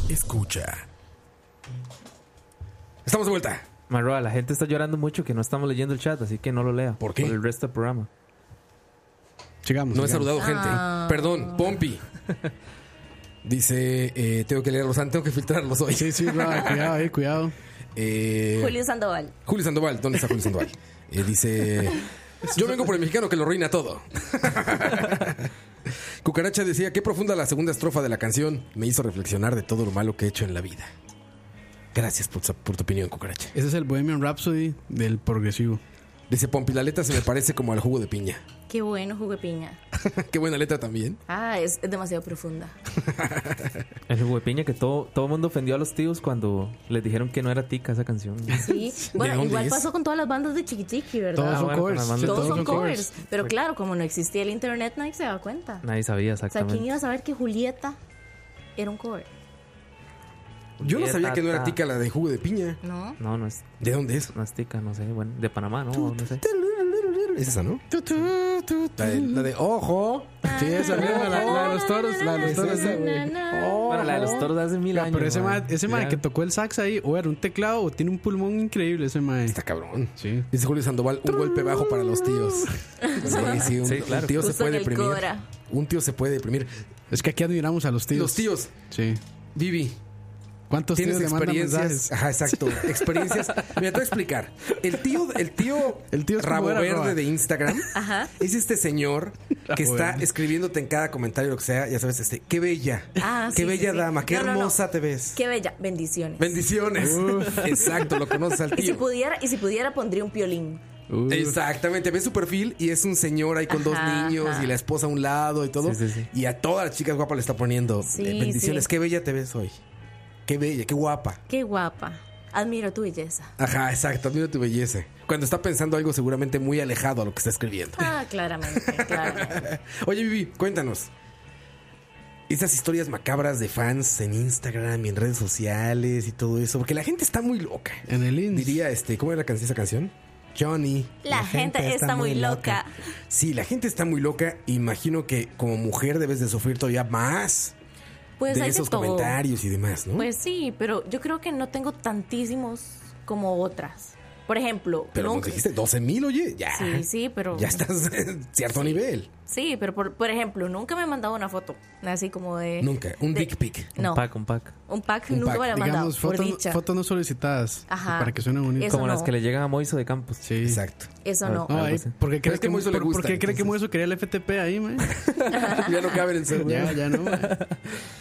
Speaker 1: escucha. Estamos de vuelta.
Speaker 3: Marroa, la gente está llorando mucho que no estamos leyendo el chat, así que no lo lea.
Speaker 1: ¿Por qué?
Speaker 3: Por el resto del programa.
Speaker 4: Sigamos.
Speaker 1: No he
Speaker 4: sigamos.
Speaker 1: saludado gente. Perdón, Pompi. Dice, eh, tengo que leerlos antes, tengo que filtrarlos hoy.
Speaker 4: Sí, sí, Roa, cuidado ahí, cuidado.
Speaker 1: Eh,
Speaker 5: Julio Sandoval.
Speaker 1: Julio Sandoval, ¿dónde está Julio Sandoval? Eh, dice, yo vengo por el mexicano que lo reina todo. Cucaracha decía, qué profunda la segunda estrofa de la canción, me hizo reflexionar de todo lo malo que he hecho en la vida. Gracias por, tu- por tu opinión, Cucaracha.
Speaker 4: Ese es el Bohemian Rhapsody del progresivo.
Speaker 1: Dice, Pompi, la letra se me parece como al jugo de piña.
Speaker 5: Qué bueno, jugo de piña.
Speaker 1: qué buena letra también.
Speaker 5: Ah, es, es demasiado profunda.
Speaker 3: El jugo de piña que todo todo mundo ofendió a los tíos cuando les dijeron que no era tica esa canción.
Speaker 5: Sí. Bueno,
Speaker 1: dónde
Speaker 5: igual
Speaker 1: es?
Speaker 5: pasó con todas las bandas de Chiquitiqui,
Speaker 4: Todos
Speaker 3: Ah,
Speaker 5: ¿verdad?
Speaker 3: bueno,
Speaker 4: son
Speaker 3: con la
Speaker 4: covers.
Speaker 3: banda.
Speaker 4: sí,
Speaker 5: Todos, son covers. Pero claro, como no existía el internet, nadie se daba cuenta.
Speaker 3: Nadie sabía
Speaker 5: O sea, ¿quién
Speaker 3: exactamente.
Speaker 5: iba a saber que Julieta era un cover?
Speaker 1: Yo no
Speaker 3: Dieta,
Speaker 1: sabía que no era
Speaker 3: ta.
Speaker 1: tica la de jugo de piña.
Speaker 5: ¿No?
Speaker 3: No, no es,
Speaker 1: ¿De dónde es?
Speaker 3: no es tica, no sé. Bueno, de Panamá, ¿no? O no sé.
Speaker 1: Es esa, ¿no? La de, la de ojo.
Speaker 4: Sí, esa misma, Ah, la, la de los toros, la de los
Speaker 1: Es
Speaker 4: toros.
Speaker 1: esa, güey. Oh,
Speaker 3: Bueno, la de los toros de hace mil
Speaker 4: Ya,
Speaker 3: años.
Speaker 4: pero ese
Speaker 3: mae.
Speaker 4: man, ese mae
Speaker 3: Ya.
Speaker 4: que tocó el sax ahí, o era un teclado, o tiene un pulmón increíble ese mae.
Speaker 1: Está cabrón.
Speaker 4: Sí.
Speaker 1: Dice Julio Sandoval, un golpe bajo para los tíos. Sí, sí, un,
Speaker 3: Sí,
Speaker 1: un
Speaker 3: claro.
Speaker 1: tío se
Speaker 5: Justo
Speaker 1: puede
Speaker 5: en el
Speaker 1: deprimir.
Speaker 5: Cora.
Speaker 1: Un tío se puede deprimir.
Speaker 4: Es que aquí admiramos a los tíos.
Speaker 1: Los tíos,
Speaker 4: Sí.
Speaker 1: Vivi,
Speaker 4: ¿Cuántos
Speaker 1: tienes
Speaker 4: tíos le mandan
Speaker 1: experiencias.
Speaker 4: mensajes?
Speaker 1: Ajá, exacto. Experiencias. Mira, te voy a explicar. El tío, el tío,
Speaker 4: El tío es como
Speaker 1: Rabo
Speaker 4: era,
Speaker 1: Verde
Speaker 4: Roa. Ah,
Speaker 1: de Instagram
Speaker 5: Ajá.
Speaker 1: es este señor que
Speaker 4: Rabo
Speaker 1: está
Speaker 4: Verde.
Speaker 1: escribiéndote en cada comentario, lo que sea. Ya sabes, este, qué bella.
Speaker 5: Ah,
Speaker 1: qué
Speaker 5: sí,
Speaker 1: bella
Speaker 5: sí, sí.
Speaker 1: dama, qué
Speaker 5: No, no, no.
Speaker 1: hermosa te ves.
Speaker 5: Qué bella. Bendiciones.
Speaker 1: Bendiciones. Exacto, lo conoces al
Speaker 5: y, si
Speaker 1: tío.
Speaker 5: pudiera, y si pudiera, pondría un piolín.
Speaker 4: Uh,
Speaker 1: Exactamente, ves su perfil y es un señor ahí con
Speaker 5: Ajá,
Speaker 1: dos niños
Speaker 5: ajá.
Speaker 1: y la esposa a un lado y todo.
Speaker 3: Sí, sí, sí.
Speaker 1: Y a todas las chicas guapas le está poniendo
Speaker 5: Sí,
Speaker 1: eh, bendiciones.
Speaker 5: sí.
Speaker 1: Qué bella te ves hoy. Qué bella, qué guapa.
Speaker 5: Qué guapa. Admiro tu belleza.
Speaker 1: Ajá, exacto. Mira tu belleza. Cuando está pensando algo seguramente muy alejado a lo que está escribiendo.
Speaker 5: Ah, claramente, claramente.
Speaker 1: Oye, Vivi, cuéntanos. Esas historias macabras de fans en Instagram y en redes sociales y todo eso. Porque la gente está muy loca.
Speaker 4: En el INS.
Speaker 1: Diría, este, ¿cómo era la canción, esa canción? Johnny.
Speaker 5: La gente está muy loca.
Speaker 1: Sí, la gente está muy loca. Imagino que como mujer debes de sufrir todavía más
Speaker 5: Pues
Speaker 1: de
Speaker 5: hay
Speaker 1: esos
Speaker 5: de todo.
Speaker 1: comentarios y demás, ¿no?
Speaker 5: Pues sí, pero yo creo que no tengo tantísimos como otras. Por ejemplo,
Speaker 1: Pero como
Speaker 5: nunca-
Speaker 1: dijiste, 12 mil, oye, ya.
Speaker 5: Sí, sí, pero
Speaker 1: Ya estás en cierto nivel.
Speaker 5: Sí, pero por, por ejemplo, nunca me han mandado una foto así como de
Speaker 1: Nunca. Un
Speaker 5: de-
Speaker 1: dick pic.
Speaker 3: Un
Speaker 5: No,
Speaker 3: pack, un pack.
Speaker 5: un pack
Speaker 1: Un
Speaker 5: nunca
Speaker 1: pack,
Speaker 5: me lo han mandado
Speaker 4: Digamos,
Speaker 5: por
Speaker 4: fotos
Speaker 5: dicha.
Speaker 4: no, fotos no solicitadas. pues,
Speaker 5: Ajá.
Speaker 4: Para que suene bonito.
Speaker 5: Eso
Speaker 3: Como las
Speaker 5: no.
Speaker 3: que le llegan a Moiso de Campos.
Speaker 4: Sí.
Speaker 1: Exacto.
Speaker 5: Eso
Speaker 3: Ah,
Speaker 5: no.
Speaker 4: No, ahí,
Speaker 3: Algo así.
Speaker 4: ¿por qué
Speaker 1: Pero
Speaker 4: crees
Speaker 1: es que
Speaker 4: que,
Speaker 1: Moiso le
Speaker 4: por- por
Speaker 1: gusta,
Speaker 4: qué cree que
Speaker 1: entonces.
Speaker 4: Moiso quería el FTP ahí, mae?
Speaker 1: Pues ya no cabe en el celular.
Speaker 4: ya, ya no. mae.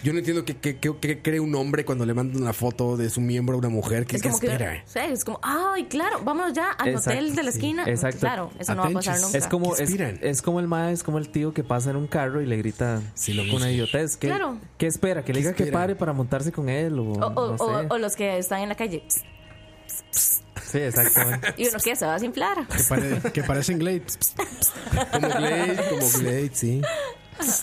Speaker 1: Yo no entiendo qué qué- qué- qué cree un hombre cuando le mandan una foto de su miembro a una mujer. ¿Qué,
Speaker 5: es
Speaker 1: qué
Speaker 5: como que
Speaker 1: espera?
Speaker 5: sí, es como, ay, claro, vámonos ya al
Speaker 3: Exacto,
Speaker 5: hotel de la
Speaker 3: sí.
Speaker 5: esquina.
Speaker 3: Exacto.
Speaker 5: Claro, eso no va a pasar
Speaker 4: Atenches.
Speaker 5: nunca.
Speaker 3: Es como,
Speaker 1: ¿Qué
Speaker 3: es,
Speaker 1: aspiran?
Speaker 3: es como el mae, es como el tío que pasa en un carro y le grita
Speaker 1: Sí, lo mismo.
Speaker 3: una idiotez. ¿Qué,
Speaker 5: Claro.
Speaker 3: ¿Qué espera? ¿Que
Speaker 1: ¿Qué
Speaker 3: le diga que
Speaker 1: espera?
Speaker 3: pare para montarse con él? O,
Speaker 5: o, o-
Speaker 3: no sé.
Speaker 5: o- o los que están en la calle. Psst,
Speaker 3: Sí, exactamente.
Speaker 5: Y uno que se va a inflar.
Speaker 4: Que, pare- que parecen Glade.
Speaker 1: Como Glade, como Glade, sí.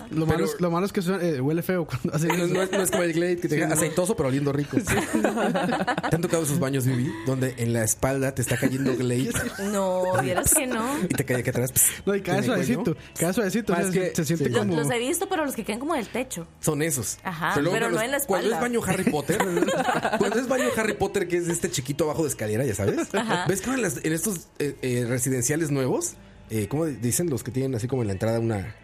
Speaker 4: Lo, malo es, lo malo es que suena- eh, huele feo cuando hacen
Speaker 1: No,
Speaker 4: eso.
Speaker 1: no es, no es como el Glade que te deja aceitoso pero oliendo rico. ¿Te han tocado esos baños, Vivi? Donde en la espalda te está cayendo Glade
Speaker 5: No, vieras que no.
Speaker 1: y te cae aquí atrás. pss,
Speaker 4: No, y cada
Speaker 1: en el cuello.
Speaker 4: suavecito, cada suavecito. o
Speaker 3: Más
Speaker 4: sea, se-
Speaker 3: que-
Speaker 4: se siente
Speaker 1: sí.
Speaker 5: Los,
Speaker 4: como...
Speaker 5: los he visto, pero los que caen como del techo.
Speaker 1: Son esos.
Speaker 5: Ajá,
Speaker 1: luego
Speaker 5: pero
Speaker 1: cuando
Speaker 5: no en la
Speaker 1: es- Cuando es
Speaker 5: espalda.
Speaker 1: baño Harry Potter, cuando es baño Harry Potter, que es este chiquito abajo de escalera, ya sabes. ¿Ves que ahora en, las- en estos eh, eh, residenciales nuevos, eh, ¿cómo dicen los que tienen así como en la entrada una.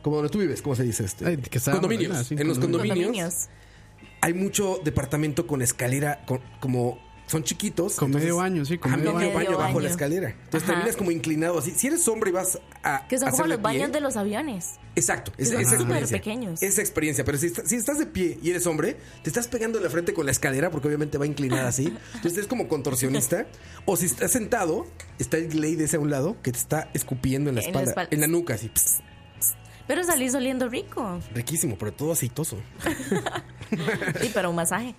Speaker 1: Como donde tú vives, ¿cómo se dice este?
Speaker 4: Ay, que está-
Speaker 1: condominios.
Speaker 4: ah, sí,
Speaker 1: en los
Speaker 4: condominios.
Speaker 1: condominios,
Speaker 5: Condominios.
Speaker 1: hay mucho departamento con escalera, con- como son chiquitos.
Speaker 4: Con medio
Speaker 1: entonces-
Speaker 4: baño, sí, con
Speaker 1: Ajá,
Speaker 4: medio
Speaker 1: medio
Speaker 5: baño.
Speaker 1: baño bajo
Speaker 5: Medio
Speaker 1: la
Speaker 5: baño.
Speaker 1: escalera. Entonces
Speaker 5: Ajá.
Speaker 1: terminas como inclinado así. Si eres hombre y vas a.
Speaker 5: Que son como
Speaker 1: hacerle
Speaker 5: los baños
Speaker 1: pie,
Speaker 5: de los aviones.
Speaker 1: Exacto, es,
Speaker 5: son
Speaker 1: esa
Speaker 5: súper
Speaker 1: experiencia.
Speaker 5: pequeños.
Speaker 1: Esa experiencia, pero si, está- si estás de pie y eres hombre, te estás pegando en la frente con la escalera porque obviamente va inclinada así. Entonces es como contorsionista. O si estás sentado, está el glade ese a un lado que te está escupiendo en la
Speaker 5: En la
Speaker 1: espalda, en la,
Speaker 5: espalda.
Speaker 1: nuca, así. pss,
Speaker 5: Pero salís oliendo rico.
Speaker 1: riquísimo, pero todo aceitoso.
Speaker 5: Y para un masaje.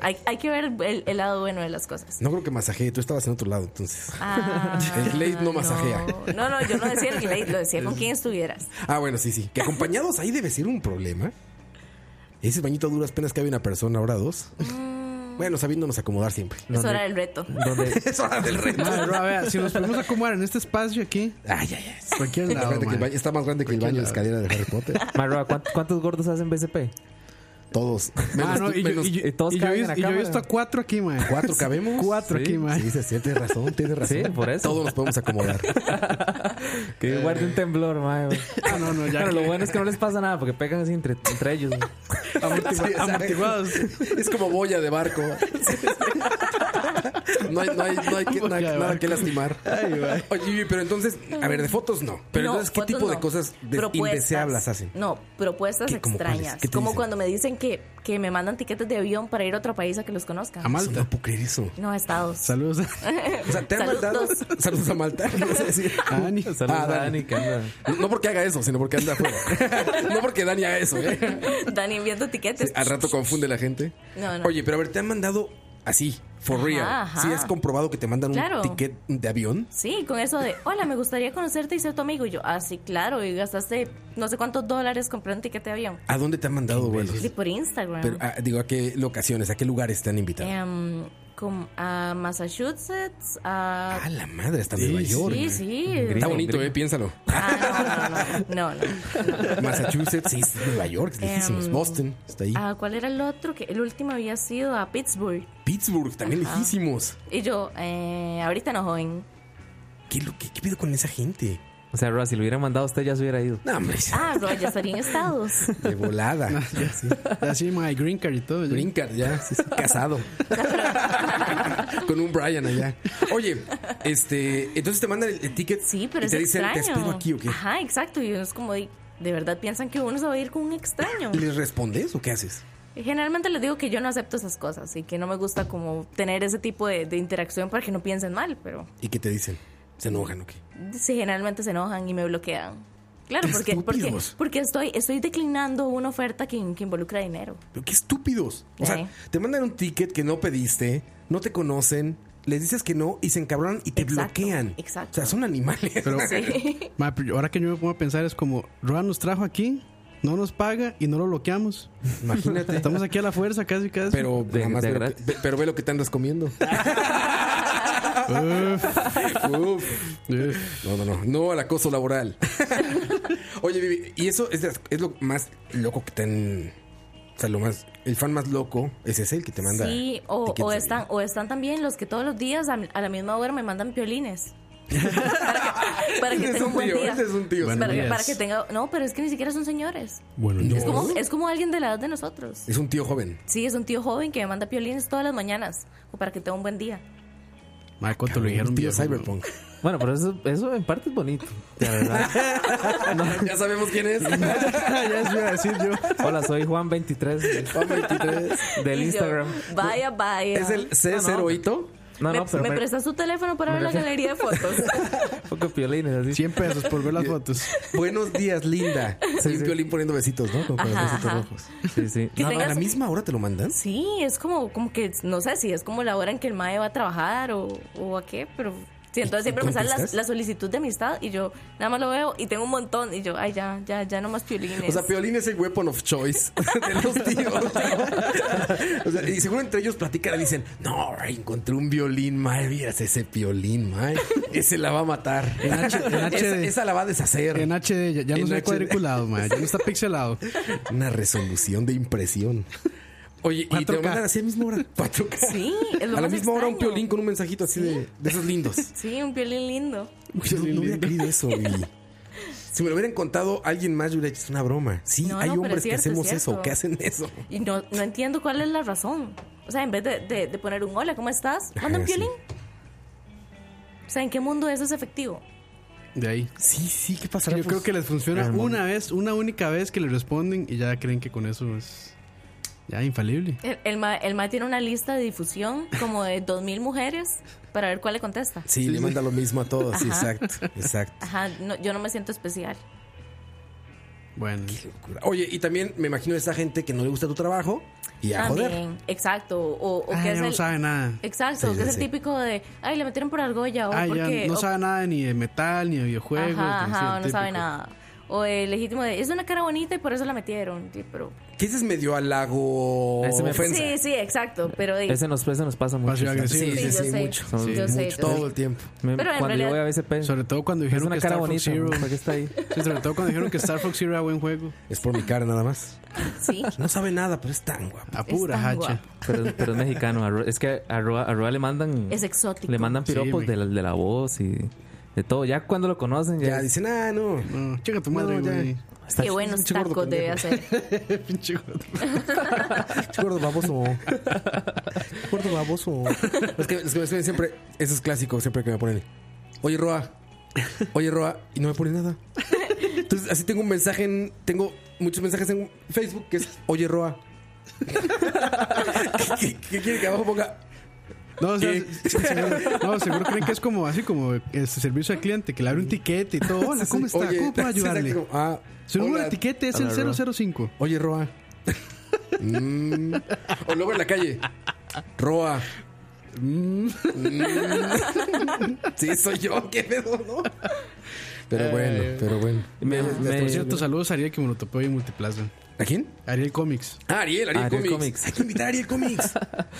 Speaker 5: Hay, hay que ver el, el lado bueno de las cosas.
Speaker 1: No creo que masajee, tú estabas en otro lado, entonces.
Speaker 5: Ah,
Speaker 1: El Glade no masajea.
Speaker 5: No, no, yo no decía el Glade, lo decía con quién estuvieras.
Speaker 1: Ah, bueno, sí, sí. Que acompañados ahí debe ser un problema. Ese bañito a duras penas cabe una persona, ahora dos. Bueno, sabiéndonos acomodar siempre.
Speaker 5: Eso era el reto.
Speaker 3: Donde,
Speaker 1: Es hora del reto.
Speaker 4: Madre, bro, a ver, si nos podemos acomodar en este espacio aquí,
Speaker 1: Ay, ay, ay.
Speaker 4: cualquier
Speaker 1: Está más
Speaker 4: lado,
Speaker 1: grande que el
Speaker 4: mae.
Speaker 1: baño- está más grande que el baño de la escalera de Harry Potter.
Speaker 3: Marroa, ¿cuántos, cuántos gordos hacen BCP?
Speaker 1: Todos.
Speaker 4: Ah,
Speaker 1: Menos
Speaker 4: no,
Speaker 1: tú,
Speaker 4: y, yo,
Speaker 1: menos-
Speaker 4: y, yo,
Speaker 3: y todos
Speaker 4: y yo he
Speaker 3: caben en
Speaker 4: visto-
Speaker 3: la
Speaker 4: y yo he
Speaker 3: cámara.
Speaker 4: visto a cuatro aquí, mae.
Speaker 1: ¿Cuatro cabemos?
Speaker 4: Cuatro
Speaker 1: Sí,
Speaker 4: aquí, mae.
Speaker 1: Sí, sí, sí, tienes razón, tienes razón.
Speaker 3: Sí, por eso.
Speaker 1: Todos nos podemos acomodar.
Speaker 3: Que guarde un temblor, mae. güey.
Speaker 4: Ah, no, no, ya.
Speaker 3: Pero lo
Speaker 4: que-
Speaker 3: bueno es que no les pasa nada porque pegan así entre, entre ellos. güey.
Speaker 4: amortigua-
Speaker 1: Sí, exacto.
Speaker 4: amortiguados.
Speaker 1: Es como boya de barco. No hay, no hay, no hay que-
Speaker 4: Boya
Speaker 1: na-
Speaker 4: de
Speaker 1: nada
Speaker 4: barco.
Speaker 1: que lastimar. Oye, pero entonces, a ver, de fotos no. Pero
Speaker 5: No,
Speaker 1: entonces, ¿qué
Speaker 5: fotos
Speaker 1: tipo de
Speaker 5: no.
Speaker 1: cosas de-
Speaker 5: Propuestas.
Speaker 1: indeseables hacen?
Speaker 5: No, propuestas
Speaker 1: ¿Qué, como
Speaker 5: extrañas.
Speaker 1: cuáles? ¿Qué te
Speaker 5: como
Speaker 1: dicen?
Speaker 5: cuando me dicen que, que me mandan tiquetes de avión para ir a otro país a que los conozcan.
Speaker 4: A
Speaker 1: Eso,
Speaker 4: Malta.
Speaker 1: no puedo creer eso.
Speaker 5: No, a Estados.
Speaker 4: Saludos
Speaker 1: O sea, te han
Speaker 5: Saludos.
Speaker 1: mandado saludos a Malta. No, sé si-
Speaker 4: a Ani.
Speaker 3: Saludos
Speaker 1: Ah,
Speaker 3: a
Speaker 1: dale.
Speaker 3: Dani, que anda-
Speaker 1: No porque haga eso, sino porque anda afuera. No porque Dani haga eso. ¿eh?
Speaker 5: Dani enviando tiquetes.
Speaker 1: Al rato confunde la gente.
Speaker 5: No, no.
Speaker 1: Oye, pero a ver, te han mandado así, for
Speaker 5: Ajá,
Speaker 1: real.
Speaker 5: ajá.
Speaker 1: Si has comprobado que te mandan un
Speaker 5: Claro.
Speaker 1: ticket de avión.
Speaker 5: Sí, con eso de, hola, me gustaría conocerte y ser tu amigo. Y yo, ah, sí, claro, y gastaste no sé cuántos dólares comprando un tiquete de avión.
Speaker 1: ¿A dónde te han mandado vuelos?
Speaker 5: Sí, por Instagram.
Speaker 1: Pero, ah, digo, ¿a qué locaciones, a qué lugares te han invitado?
Speaker 5: Em, com- a Massachusetts, a...
Speaker 1: Ah, la madre, hasta Nueva York.
Speaker 5: sí, sí.
Speaker 1: Está bonito, eh, piénsalo.
Speaker 5: Ah, no, no, no, no, no, no.
Speaker 1: Massachusetts, sí, es Nueva York, es lejísimos.
Speaker 5: Em,
Speaker 1: Boston, está ahí.
Speaker 5: Ah, ¿Cuál era el otro? Que el último había sido a Pittsburgh.
Speaker 1: Pittsburgh, también
Speaker 5: ajá.
Speaker 1: lejísimos.
Speaker 5: Y yo, eh, ahorita no, joven.
Speaker 1: ¿Qué, lo- qué, qué pedo con esa gente?
Speaker 3: O sea, Ross, si lo hubieran mandado a usted ya se hubiera ido.
Speaker 1: No, hombre,
Speaker 5: Ah, Roy, ya estaría en Estados.
Speaker 1: de volada.
Speaker 4: Así, mae, green card y todo. ya.
Speaker 1: Brincar ya, sí, sí, casado. Con un Brian allá. Oye, este, entonces te mandan el, el ticket.
Speaker 5: Sí, pero
Speaker 1: y
Speaker 5: es
Speaker 1: te dicen,
Speaker 5: extraño.
Speaker 1: te espero aquí o qué.
Speaker 5: Ajá, exacto. Y uno es como, de, de verdad piensan que uno se va a ir con un extraño.
Speaker 1: ¿Y les respondes o qué haces?
Speaker 5: Y Generalmente les digo que yo no acepto esas cosas y que no me gusta como tener ese tipo de, de interacción para que no piensen mal, pero
Speaker 1: ¿Y qué te dicen? ¿Se enojan o qué?
Speaker 5: sí, generalmente se enojan y me bloquean. Claro,
Speaker 1: ¡Qué
Speaker 5: porque, porque,
Speaker 1: estúpidos!
Speaker 5: porque estoy, estoy declinando una oferta que, que involucra dinero.
Speaker 1: Pero qué estúpidos. O sea,
Speaker 5: Sí.
Speaker 1: te mandan un ticket que no pediste, no te conocen, les dices que no y se encabronan y te
Speaker 5: Exacto,
Speaker 1: bloquean.
Speaker 5: exacto.
Speaker 1: O sea, son animales.
Speaker 4: Pero, mae, pero ahora que yo me pongo a pensar es como, Roa nos trajo aquí, no nos paga y no lo bloqueamos.
Speaker 1: Imagínate.
Speaker 4: Estamos aquí a la fuerza casi, casi.
Speaker 1: pero,
Speaker 3: De-
Speaker 1: nada más
Speaker 3: de
Speaker 1: ve lo
Speaker 3: gratis.
Speaker 1: que- ve- pero ve lo que te andas comiendo. Uf.
Speaker 4: Eh,
Speaker 1: No, no, no. No al acoso laboral. Oye, Vivi, y eso es, de las- es lo más loco que te han. O sea, lo más. El fan más loco es ese el que te manda.
Speaker 5: Sí, o,
Speaker 1: tickets
Speaker 5: o
Speaker 1: de
Speaker 5: están,
Speaker 1: avión.
Speaker 5: o están también los que todos los días a, a la misma hora me mandan piolines. para que, para que
Speaker 1: Ese es
Speaker 5: tenga un
Speaker 1: un
Speaker 5: buen
Speaker 1: tío,
Speaker 5: día.
Speaker 1: ese es un tío.
Speaker 4: Bueno,
Speaker 5: para, que,
Speaker 4: días.
Speaker 5: para que tenga. No, pero es que ni siquiera son señores.
Speaker 4: Bueno,
Speaker 1: No.
Speaker 4: no.
Speaker 5: Es como, es como alguien de la edad de nosotros.
Speaker 1: Es un tío joven.
Speaker 5: Sí, es un tío joven que me manda piolines todas las mañanas o para que tenga un buen día.
Speaker 4: Mae, ¿cuánto lo dijeron?
Speaker 1: Un tío
Speaker 4: viejo,
Speaker 1: cyberpunk.
Speaker 3: Bueno, pero eso, eso en parte es bonito. La verdad.
Speaker 1: ya sabemos quién es.
Speaker 4: ya se iba a decir yo.
Speaker 3: Hola, soy Juan 23
Speaker 1: Juan 23.
Speaker 3: del
Speaker 5: Y yo,
Speaker 3: Instagram.
Speaker 5: vaya, vaya.
Speaker 1: Es el C0ito.
Speaker 3: No,
Speaker 5: me,
Speaker 3: no, pero
Speaker 5: me
Speaker 3: me-
Speaker 5: prestas tu teléfono para ver la galería de fotos.
Speaker 3: poco piolines así.
Speaker 4: 100 pesos por ver las fotos.
Speaker 1: Buenos días, linda. Soy un violín poniendo besitos, ¿no? Como con los
Speaker 5: Ajá,
Speaker 1: besitos
Speaker 5: ajá.
Speaker 1: rojos.
Speaker 3: Sí, sí.
Speaker 5: Que
Speaker 1: No, no, a la
Speaker 5: tengas-
Speaker 1: misma hora te lo mandan.
Speaker 5: Sí, es como, como que, no sé si es como la hora en que el mae va a trabajar o, o a qué, pero sí, entonces
Speaker 1: ¿Y-
Speaker 5: siempre
Speaker 1: y
Speaker 5: me sale la,
Speaker 1: contestas?
Speaker 5: la solicitud de amistad y yo nada más lo veo y tengo un montón y yo, ay, ya, ya, ya no más piolines.
Speaker 1: O sea, Piolín es el weapon of choice de los tíos. O sea, y seguro entre ellos platican y dicen, no, ay, encontré un violín, mae, miras ese violín, mae. Ese la va a matar.
Speaker 4: En H- en
Speaker 1: esa,
Speaker 4: HD.
Speaker 1: esa la va a deshacer.
Speaker 4: En HD, ya, ya no
Speaker 1: En
Speaker 4: se ve
Speaker 1: HD.
Speaker 4: cuadriculado, mae, ya no está pixelado.
Speaker 1: Una resolución de impresión. Oye, y te
Speaker 4: 4K.
Speaker 1: lo mandan así a la misma hora. 4K.
Speaker 5: Sí, es lo
Speaker 1: A la
Speaker 5: más
Speaker 1: misma hora un
Speaker 5: extraño.
Speaker 1: piolín con un mensajito así de, de esos lindos.
Speaker 5: sí, un piolín lindo.
Speaker 1: Uy, no, no hubiera creído eso, Billy. Si me lo hubieran contado alguien más, yo hubiera dicho, es una broma. Sí,
Speaker 5: No,
Speaker 1: hay
Speaker 5: no, pero
Speaker 1: hombres
Speaker 5: es cierto,
Speaker 1: que hacemos
Speaker 5: es
Speaker 1: eso,
Speaker 5: cierto.
Speaker 1: que hacen eso.
Speaker 5: Y no, no entiendo cuál es la razón. O sea, en vez de, de- de poner un hola, ¿cómo estás? Manda un
Speaker 1: Ajá, sí.
Speaker 5: piolín. O sea, ¿en qué mundo eso es efectivo?
Speaker 4: De ahí.
Speaker 1: Sí, sí, ¿qué
Speaker 4: Yo
Speaker 1: pasará? Pues,
Speaker 4: creo que les funciona
Speaker 3: Hermano.
Speaker 4: una vez, una única vez que le responden y ya creen que con eso es ya infalible.
Speaker 5: El, el, ma, el ma tiene una lista de difusión como de 2.000 mujeres para ver cuál le contesta.
Speaker 1: Sí, le manda lo mismo a todos, sí, exacto, exacto.
Speaker 5: Ajá, no, yo no me siento especial.
Speaker 4: Bueno,
Speaker 1: Oye, y también me imagino esa gente que no le gusta tu trabajo y a joder.
Speaker 5: También, exacto. O, o
Speaker 4: Ah,
Speaker 5: que es
Speaker 4: ya no
Speaker 5: el,
Speaker 4: sabe nada.
Speaker 5: Exacto,
Speaker 1: Sí,
Speaker 5: que
Speaker 1: sí,
Speaker 5: es el
Speaker 1: sí.
Speaker 5: típico de, ay, le metieron por argolla o
Speaker 4: Ah, ya
Speaker 5: porque...
Speaker 4: no
Speaker 5: o-
Speaker 4: sabe nada ni de metal, ni de videojuegos.
Speaker 5: ajá,
Speaker 4: ni así,
Speaker 5: ajá,
Speaker 4: el
Speaker 5: no sabe
Speaker 4: típico.
Speaker 5: nada. O el legítimo de, es una cara bonita y por eso la metieron. Sí, pero...
Speaker 1: Que ese es medio halago.
Speaker 3: Ese me-
Speaker 1: Ah, ofensa.
Speaker 5: sí, sí, exacto. Pero, eh,
Speaker 3: Ese nos, ese nos pasa mucho.
Speaker 4: Pasivo agresivo.
Speaker 1: Sí,
Speaker 5: sí,
Speaker 1: sí,
Speaker 5: yo
Speaker 1: sí,
Speaker 5: sé.
Speaker 1: mucho.
Speaker 5: Sí, yo sé, yo sé.
Speaker 1: Todo el tiempo.
Speaker 3: Me-
Speaker 5: Pero en
Speaker 3: cuando yo
Speaker 5: realidad-
Speaker 3: voy a BCP,
Speaker 4: Sobre todo cuando
Speaker 3: es
Speaker 4: dijeron
Speaker 3: una
Speaker 4: que
Speaker 3: cara
Speaker 4: Star Fox
Speaker 3: bonita.
Speaker 4: Zero.
Speaker 3: ¿Por qué está ahí?
Speaker 4: Sí, sobre todo cuando dijeron que Star Fox Zero era buen juego.
Speaker 1: Es por mi cara nada más.
Speaker 5: sí.
Speaker 1: No sabe nada, pero es tan guapo.
Speaker 4: A pura
Speaker 5: tan
Speaker 4: hacha.
Speaker 5: guapo.
Speaker 3: Pero, pero es mexicano. a Ro- es que a Roa, a Roa le mandan.
Speaker 5: Es exótico.
Speaker 3: Le mandan
Speaker 4: Sí,
Speaker 3: piropos
Speaker 4: güey.
Speaker 3: de, la, de la voz y de todo. Ya cuando lo conocen, ya.
Speaker 1: Ya dicen, ah, no.
Speaker 4: No, chica tu madre,
Speaker 1: No, ya.
Speaker 4: güey.
Speaker 3: está
Speaker 5: Qué buenos
Speaker 1: pinche gordo
Speaker 5: tacos debe
Speaker 1: pendejo.
Speaker 5: hacer.
Speaker 4: Pinche gordo.
Speaker 1: Che gordo baboso. Che gordo baboso. Es que, es que me suelen siempre, eso es clásico, siempre que me ponen. Oye, Roa. Oye, Roa. Y no me ponen nada. Entonces, así tengo un mensaje en. Tengo muchos mensajes en Facebook que es Oye, Roa. ¿Qué, qué- qué quiere que abajo ponga?
Speaker 4: No, o sea,
Speaker 1: ¿Qué?
Speaker 4: se- seguro, no, seguro creen que es como así como este servicio al cliente, que le abre un tiquete y todo. Hola, Ah, ¿cómo está?
Speaker 1: Oye,
Speaker 4: ¿Cómo puedo
Speaker 1: sí, exacto,
Speaker 4: ayudarle?
Speaker 1: como, ah,
Speaker 4: Su número
Speaker 1: hola.
Speaker 4: de tiquete es
Speaker 3: Hola,
Speaker 4: el 005.
Speaker 1: Oye, Roa. Mm. O luego en la calle. Roa. Mm. Mm. Sí, soy yo, qué pedo, ¿no? Pero bueno, pero bueno.
Speaker 3: Me-
Speaker 1: Las
Speaker 3: me-
Speaker 4: Por
Speaker 1: torsiones-
Speaker 4: cierto, saludos a Ariel que me lo topó en Multiplaza.
Speaker 1: ¿A quién?
Speaker 4: Ariel Comics.
Speaker 1: Ah, Ariel, Ariel,
Speaker 3: Ariel
Speaker 1: Comics.
Speaker 3: Comics.
Speaker 1: Hay que invitar a Ariel Comics.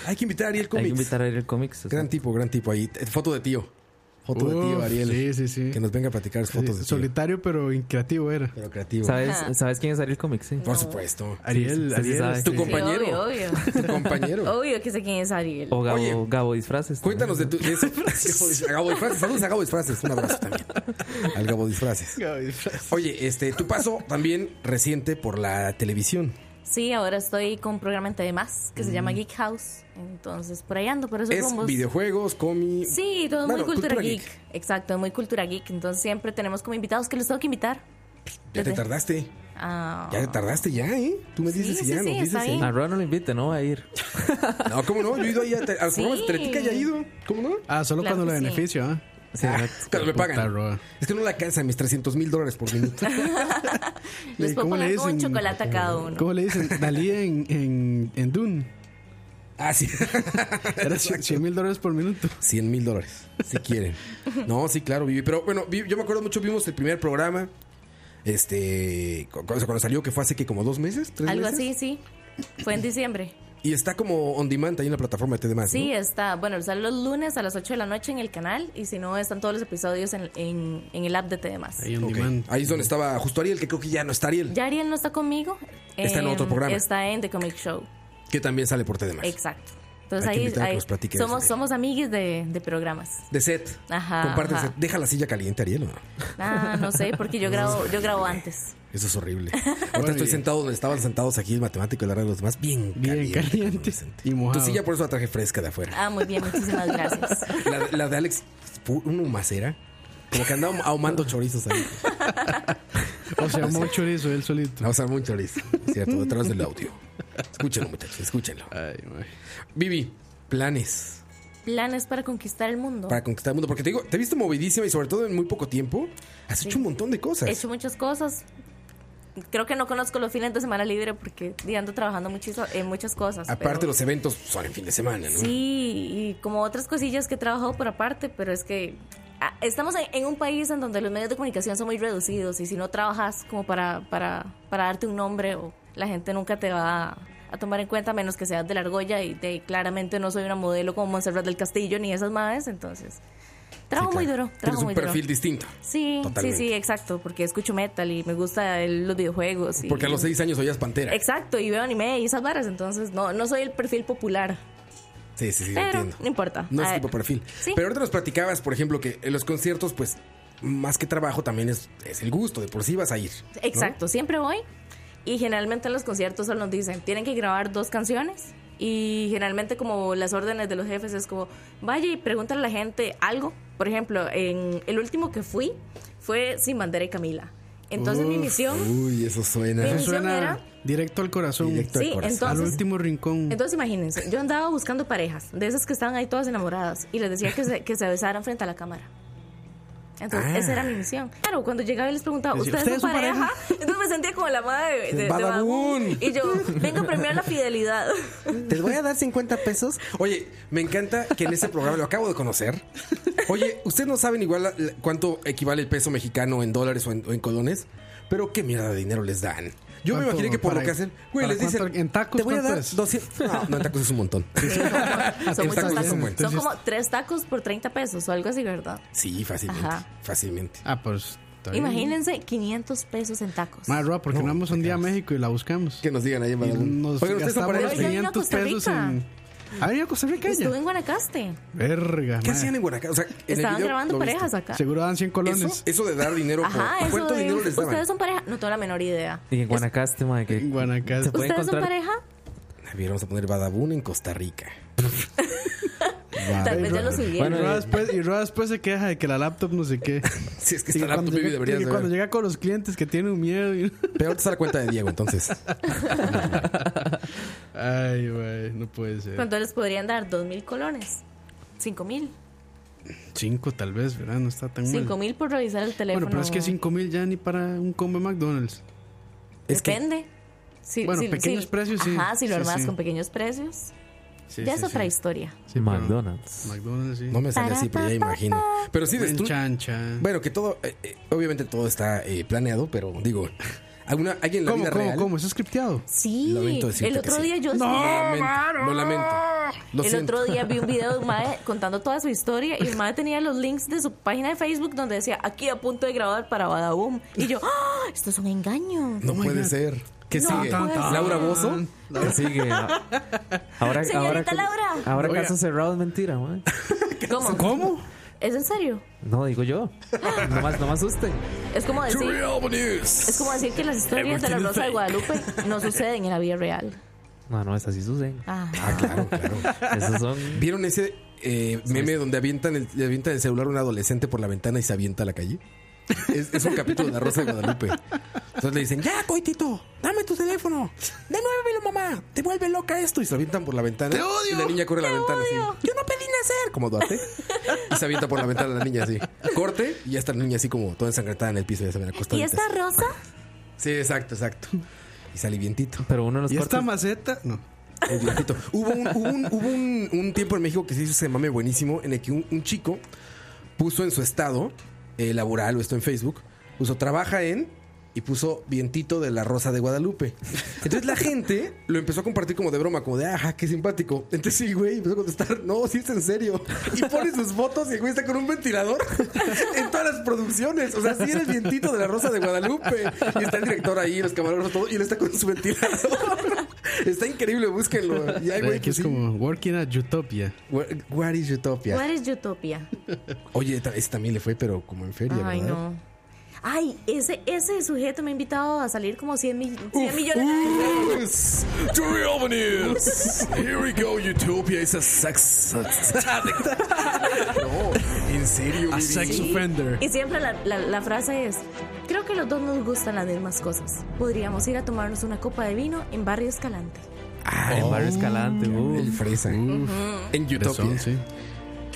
Speaker 1: Hay que invitar a Ariel
Speaker 3: Hay que
Speaker 1: Comics.
Speaker 3: invitar a ir al cómics. o sea.
Speaker 1: Gran tipo, gran tipo ahí. Eh, Foto de tío. Foto de tío,
Speaker 4: Uf,
Speaker 1: Ariel.
Speaker 4: Sí, sí, sí.
Speaker 1: Que nos venga a platicar sus fotos de tío.
Speaker 4: Solitario, pero creativo era.
Speaker 1: Pero creativo.
Speaker 4: Ah.
Speaker 3: ¿Sabes, ¿Sabes quién es Ariel Comics? Sí.
Speaker 1: Por supuesto.
Speaker 4: Ariel,
Speaker 3: sí, sí,
Speaker 4: Ariel.
Speaker 3: sabe.
Speaker 4: este,
Speaker 1: Tu
Speaker 5: Sí,
Speaker 1: compañero.
Speaker 5: obvio, obvio.
Speaker 1: Tu compañero.
Speaker 5: Obvio que sé quién es Ariel.
Speaker 3: O Gabo,
Speaker 1: Oye,
Speaker 3: Gabo disfraces. también.
Speaker 1: Cuéntanos de tu. de ese- a Gabo Disfraces. Saludos a Gabo Disfraces. Un abrazo también. Al Gabo Disfraces. Oye, este, tu paso también reciente por la televisión.
Speaker 5: Sí, ahora estoy con un programa en TV Más que se llama Geek House. Entonces, por ahí ando, por esos
Speaker 1: Mm. Es
Speaker 5: rumbos.
Speaker 1: videojuegos, cómic.
Speaker 5: Sí, todo es
Speaker 1: Bueno,
Speaker 5: muy cultura, geek. Exacto, es muy cultura geek. Entonces, siempre tenemos como invitados que los tengo que invitar.
Speaker 1: Ya te tardaste.
Speaker 5: Ah,
Speaker 1: Ya te tardaste ya, ¿eh? Tú me
Speaker 5: Sí,
Speaker 1: dices y
Speaker 5: sí,
Speaker 1: ya
Speaker 5: sí,
Speaker 1: nos dices.
Speaker 5: está
Speaker 1: ¿eh?
Speaker 5: bien.
Speaker 3: A Roa no lo invite, no va a ir.
Speaker 1: No, ¿cómo no? Yo he ido ahí a, te- a los
Speaker 5: Sí.
Speaker 1: programas de Teletica ya he ido. ¿Cómo no?
Speaker 4: Ah, solo
Speaker 5: Claro
Speaker 4: cuando lo
Speaker 5: que sí.
Speaker 4: beneficio, ¿ah?
Speaker 3: Sí,
Speaker 1: Ah,
Speaker 3: exacto.
Speaker 1: pero me
Speaker 4: Puta
Speaker 1: pagan.
Speaker 4: roa.
Speaker 1: Es que no la cansan mis 300 mil dólares por minuto.
Speaker 5: les
Speaker 4: ¿Y
Speaker 5: puedo
Speaker 4: cómo le
Speaker 5: poner como un
Speaker 4: dicen?
Speaker 5: chocolate a cada uno.
Speaker 4: ¿Cómo le dicen? Dalí en, en, en Dune.
Speaker 1: Ah, sí.
Speaker 4: Era 100 mil dólares por minuto.
Speaker 1: 100 mil dólares, si quieren. No, sí, claro, Vivi. Pero bueno, Vivi, yo me acuerdo mucho, vimos el primer programa. Este, cu- cu- o sea, cuando salió, que fue hace que como dos meses, tres
Speaker 5: Algo
Speaker 1: meses.
Speaker 5: así, sí. Fue en diciembre.
Speaker 1: Y está como on demand ahí en la plataforma de TDM. ¿no?
Speaker 5: Sí, está. Bueno, sale los lunes a las 8 de la noche en el canal. Y si no, están todos los episodios en, en- en el app de TV Más.
Speaker 4: Ahí en
Speaker 1: Ok.
Speaker 4: demand.
Speaker 1: Ahí es donde estaba justo Ariel, que creo que ya no está Ariel,
Speaker 5: Ya Ariel no está conmigo. Em,
Speaker 1: Está en otro programa.
Speaker 5: Está en The Comic Show.
Speaker 1: que también sale por TDM.
Speaker 5: Exacto. Entonces
Speaker 1: Hay que
Speaker 5: ahí,
Speaker 1: invitar a que
Speaker 5: ahí
Speaker 1: nos platique de
Speaker 5: somos,
Speaker 1: eso,
Speaker 5: somos amigues de, de programas.
Speaker 1: De set.
Speaker 5: Ajá,
Speaker 1: Comparte el
Speaker 5: ajá.
Speaker 1: set. Deja la silla caliente, Ariel. ¿o no?
Speaker 5: Ah, no sé, porque yo grabo, yo grabo antes.
Speaker 1: Eso es horrible.
Speaker 4: Bueno,
Speaker 1: Ahorita estoy
Speaker 4: y-
Speaker 1: sentado
Speaker 5: eh,
Speaker 1: donde estaban sentados aquí el matemático y la radio de los demás. Bien,
Speaker 4: Bien caliente.
Speaker 1: caliente.
Speaker 4: Y
Speaker 1: Tu
Speaker 4: mojado.
Speaker 1: silla por eso la traje fresca de afuera.
Speaker 5: Ah, muy bien, muchísimas gracias.
Speaker 1: La, la de Alex, pu- una humacera. Como que andaba ahumando chorizos ahí.
Speaker 4: O sea, un chorizo él solito.
Speaker 1: Vamos a usar un chorizo. Cierto, detrás del audio. Escúchenlo, muchachos, escúchenlo.
Speaker 4: Ay, güey.
Speaker 1: Vivi, planes
Speaker 5: Planes para conquistar el mundo.
Speaker 1: para conquistar el mundo. Porque te digo, te he visto movidísima y sobre todo en muy poco tiempo. Has hecho un montón de cosas.
Speaker 5: He hecho muchas cosas. Creo que no conozco los fines de semana libre porque di, ando trabajando muchísimo en muchas cosas.
Speaker 1: Aparte,
Speaker 5: pero-
Speaker 1: los eventos son en fin de semana, ¿no?
Speaker 5: Sí, y como otras cosillas que he trabajado por aparte, pero es que ah, estamos en, en un país en donde los medios de comunicación son muy reducidos y si no trabajas como para, para, para darte un nombre, o la gente nunca te va a, a tomar en cuenta, a menos que seas de la argolla y de- claramente no soy una modelo como Montserrat del Castillo ni esas madres, entonces trabajo
Speaker 1: Sí,
Speaker 5: muy
Speaker 1: claro.
Speaker 5: duro,
Speaker 1: Tienes
Speaker 5: trabajo
Speaker 1: un
Speaker 5: muy
Speaker 1: perfil
Speaker 5: duro.
Speaker 1: distinto.
Speaker 5: Sí,
Speaker 1: Totalmente.
Speaker 5: sí, sí, exacto, porque escucho metal y me gustan los videojuegos. y-
Speaker 1: Porque a los seis años oías Pantera.
Speaker 5: Exacto, y veo anime y esas varas, entonces no, no soy el perfil popular,
Speaker 1: Sí, sí, sí,
Speaker 5: pero
Speaker 1: entiendo.
Speaker 5: no importa. Ah,
Speaker 1: No es
Speaker 5: A-
Speaker 1: tipo perfil.
Speaker 5: Sí.
Speaker 1: Pero ahorita nos platicabas, por ejemplo, que en los conciertos, pues, más que trabajo, también es, es el gusto. De por sí vas a ir. ¿no?
Speaker 5: Exacto, siempre voy. Y generalmente en los conciertos solo nos dicen, tienen que grabar dos canciones. Y generalmente como las órdenes de los jefes es como, vaya y pregúntale a la gente algo. Por ejemplo, en el último que fui fue Sin Bandera y Camila. Entonces mi
Speaker 4: Uf,
Speaker 5: misión...
Speaker 1: Uy, eso suena.
Speaker 5: Mi
Speaker 4: Eso
Speaker 5: misión
Speaker 4: suena
Speaker 5: era-
Speaker 4: directo al corazón.
Speaker 1: Directo al
Speaker 5: Sí,
Speaker 1: corazón.
Speaker 5: entonces-
Speaker 4: al último rincón.
Speaker 5: Entonces imagínense, yo andaba buscando parejas, de esas que estaban ahí todas enamoradas, y les decía que se, que se besaran frente a la cámara. Entonces,
Speaker 1: Ah.
Speaker 5: esa era mi misión. Claro, cuando llegaba y les preguntaba,
Speaker 4: Decía,
Speaker 5: ¿ustedes, son
Speaker 4: "¿Ustedes son
Speaker 5: pareja? Entonces me sentía como la madre de, de, de
Speaker 1: Badabun.
Speaker 5: Badabun. Y yo, vengo a premiar la fidelidad.
Speaker 1: Te voy a dar 50 pesos. Oye, me encanta que en ese programa lo acabo de conocer. Oye, ustedes no saben igual la- la- cuánto equivale el peso mexicano en dólares o en, o en colones. Pero qué mierda de dinero les dan. Yo me
Speaker 4: ¿Cuánto
Speaker 1: imaginé que por lo
Speaker 4: para-
Speaker 1: que hacen, güey,
Speaker 4: para
Speaker 1: les dicen.
Speaker 4: cuánto- en tacos,
Speaker 1: te voy a
Speaker 4: cuánto
Speaker 1: dar
Speaker 4: es?"
Speaker 1: 200. No, no, en tacos es un montón.
Speaker 5: Son muchos
Speaker 1: tacos
Speaker 5: tacos.
Speaker 1: son buenos.
Speaker 5: Son como tres tacos por 30 pesos o algo así, ¿verdad?
Speaker 1: Sí, fácilmente.
Speaker 5: Ajá.
Speaker 1: Fácilmente.
Speaker 4: Ah, pues. está bien.
Speaker 5: Imagínense 500 pesos en tacos.
Speaker 4: Más Roa, porque no vamos un día a México y la buscamos.
Speaker 1: Que nos digan ahí en
Speaker 4: Y
Speaker 1: Badalón.
Speaker 4: nos
Speaker 1: Oigan, ¿ustedes han
Speaker 4: gastamos
Speaker 5: Pero
Speaker 4: los
Speaker 5: ella vino a
Speaker 4: 500
Speaker 5: Costa
Speaker 4: pesos
Speaker 5: Rica.
Speaker 4: en. Ah, iba a Costa Rica ella.
Speaker 5: Estuve en Guanacaste.
Speaker 4: Verga.
Speaker 1: ¿Qué
Speaker 4: madre.
Speaker 1: hacían en Guanacaste? O sea, en el
Speaker 5: Estaban
Speaker 1: video
Speaker 5: grabando
Speaker 1: lo viste.
Speaker 5: parejas acá.
Speaker 4: Seguro dan 100 colones.
Speaker 1: Eso, eso de dar dinero. por-
Speaker 5: Ajá, eso
Speaker 1: ¿Cuánto
Speaker 5: de-
Speaker 1: dinero les daban?
Speaker 5: Ustedes son pareja. No tengo la menor idea.
Speaker 3: Y en Guanacaste, madre, que
Speaker 4: En Guanacaste.
Speaker 3: se puede
Speaker 5: ¿Ustedes son
Speaker 3: encontrar-
Speaker 5: pareja?
Speaker 1: A ver, vamos a poner Badabun en Costa Rica.
Speaker 5: Tal vez ya lo subieron.
Speaker 4: Y Roa
Speaker 1: eh.
Speaker 4: después, y Roa después se queja de que la laptop no sé qué.
Speaker 1: Si es que
Speaker 4: Y
Speaker 1: está la
Speaker 4: cuando,
Speaker 1: baby
Speaker 4: llega,
Speaker 1: deberías
Speaker 4: y
Speaker 1: de
Speaker 4: cuando
Speaker 1: ver.
Speaker 4: llega con los clientes que tienen un miedo. y-
Speaker 1: Pero ahorita se da cuenta de Diego, entonces.
Speaker 4: Ay, güey, no puede ser.
Speaker 5: ¿Cuánto les podrían dar? ¿Dos mil colones? ¿Cinco mil?
Speaker 4: Cinco tal vez, ¿verdad? No está tan
Speaker 5: Cinco
Speaker 4: mal.
Speaker 5: mil por revisar el teléfono.
Speaker 4: Mm. Bueno, pero es que cinco mil ya ni para un combo de McDonald's.
Speaker 1: Es que-
Speaker 5: Depende. Si-
Speaker 4: Bueno,
Speaker 5: si-
Speaker 4: pequeños
Speaker 5: si-
Speaker 4: precios, sí.
Speaker 5: Ajá, si lo
Speaker 4: Sí,
Speaker 5: armas
Speaker 4: sí.
Speaker 5: con pequeños precios.
Speaker 4: Sí,
Speaker 5: ya
Speaker 4: sí,
Speaker 5: es
Speaker 4: sí.
Speaker 5: otra historia.
Speaker 4: Sí, pero-
Speaker 3: McDonald's.
Speaker 4: McDonald's, sí.
Speaker 1: No me sale así, pero ya imagino. Pero sí,
Speaker 4: Buen
Speaker 1: destru-
Speaker 4: chancha.
Speaker 1: Bueno, que todo, eh, eh, obviamente todo está eh, planeado, pero digo, alguna, alguien en la
Speaker 4: ¿Cómo,
Speaker 1: vida
Speaker 4: cómo,
Speaker 1: real.
Speaker 4: cómo? ¿Eso es scripteado?
Speaker 5: Sí.
Speaker 1: Lamento decirte
Speaker 5: El otro
Speaker 1: que sí.
Speaker 5: día yo.
Speaker 1: Lo lamento, lo lamento. Lo
Speaker 5: el
Speaker 1: siento.
Speaker 5: otro día vi un video de un mae contando toda su historia y el mae tenía los links de su página de Facebook donde decía aquí a punto de grabar para Badaboom. Y yo, ¡Ah! esto es un engaño.
Speaker 1: No
Speaker 4: Oh my
Speaker 1: puede
Speaker 4: God.
Speaker 1: ser. ¿Qué
Speaker 5: No
Speaker 1: sigue?
Speaker 5: puede ser.
Speaker 1: Laura Bozo.
Speaker 3: ¿Qué sigue? Ah, Ahora, ahora,
Speaker 5: Señorita Laura.
Speaker 3: ahora
Speaker 4: Oiga.
Speaker 3: caso cerrado es mentira, madre.
Speaker 5: ¿Cómo?
Speaker 4: ¿Cómo?
Speaker 5: ¿Es en serio?
Speaker 3: No, digo yo. No, más, no me asusten.
Speaker 5: Es como
Speaker 1: To
Speaker 5: decir.
Speaker 1: real news.
Speaker 5: Es como decir que las historias de
Speaker 1: Everything
Speaker 5: la
Speaker 1: is
Speaker 5: Rosa de
Speaker 1: fake.
Speaker 5: Guadalupe no suceden en la vida real.
Speaker 3: No, no, esas sí suceden.
Speaker 5: Ah.
Speaker 1: Ah, claro, claro.
Speaker 3: Esas son.
Speaker 1: ¿Vieron ese eh, meme donde avientan el, le avientan el celular a un adolescente por la ventana y se avienta a la calle? Es, es un capítulo de La Rosa de Guadalupe. Entonces le dicen, ya, coitito, dame tu teléfono. Devuélvelo, mamá. Te vuelve loca esto. Y se avientan por la ventana. Y la niña corre a la ventana así. Yo no pedí nacer. Como Duarte. Y se avienta por la ventana la niña así. Corte y ya está la niña así como toda ensangrentada en el piso. Ya saben,
Speaker 5: ¿Y
Speaker 1: acostadita.
Speaker 5: esta rosa?
Speaker 1: Sí, exacto, exacto. Y sale vientito.
Speaker 3: Pero uno de los
Speaker 4: ¿Y esta
Speaker 3: cortes.
Speaker 4: maceta? No.
Speaker 1: El vientito. Hubo, un, hubo un- hubo un- un tiempo en México que se hizo ese mame buenísimo en el que un, un chico puso en su estado eh, laboral o esto en Facebook, puso trabaja en y puso vientito de la rosa de Guadalupe. Entonces la gente lo empezó a compartir como de broma, como de ajá, qué simpático. Entonces sí, güey, empezó a contestar, no, sí es en serio. Y pone sus fotos y el güey está con un ventilador en todas las producciones. O sea, sí era el vientito de la rosa de Guadalupe. Y está el director ahí, los camarógrafos, todo, y él está con su ventilador. Está increíble, búsquenlo. Y hay güey
Speaker 4: Aquí
Speaker 1: que
Speaker 4: es
Speaker 1: sí.
Speaker 4: como Working at Utopia.
Speaker 1: What, what is Utopia?
Speaker 5: ¿Cuál es Utopia?
Speaker 1: Oye, ta- ese también le fue, pero como en feria,
Speaker 5: Ay,
Speaker 1: ¿verdad?
Speaker 5: no. Ay, ese, ese sujeto me ha invitado a salir como 100, mi- 100 millones de veces.
Speaker 1: Yes. To real news. Here we go. Utopia is a sex addict. No, en serio.
Speaker 4: A
Speaker 1: baby.
Speaker 4: sex
Speaker 5: Sí.
Speaker 4: offender.
Speaker 5: Y siempre la, la- la frase es, creo que los dos nos gustan las mismas cosas. Podríamos ir a tomarnos una copa de vino en Barrio Escalante.
Speaker 3: Ah, en Barrio Escalante.
Speaker 4: Oh,
Speaker 3: uh.
Speaker 1: El fresa.
Speaker 4: ¿eh?
Speaker 1: En
Speaker 4: Son,
Speaker 1: Utopia.
Speaker 4: sí.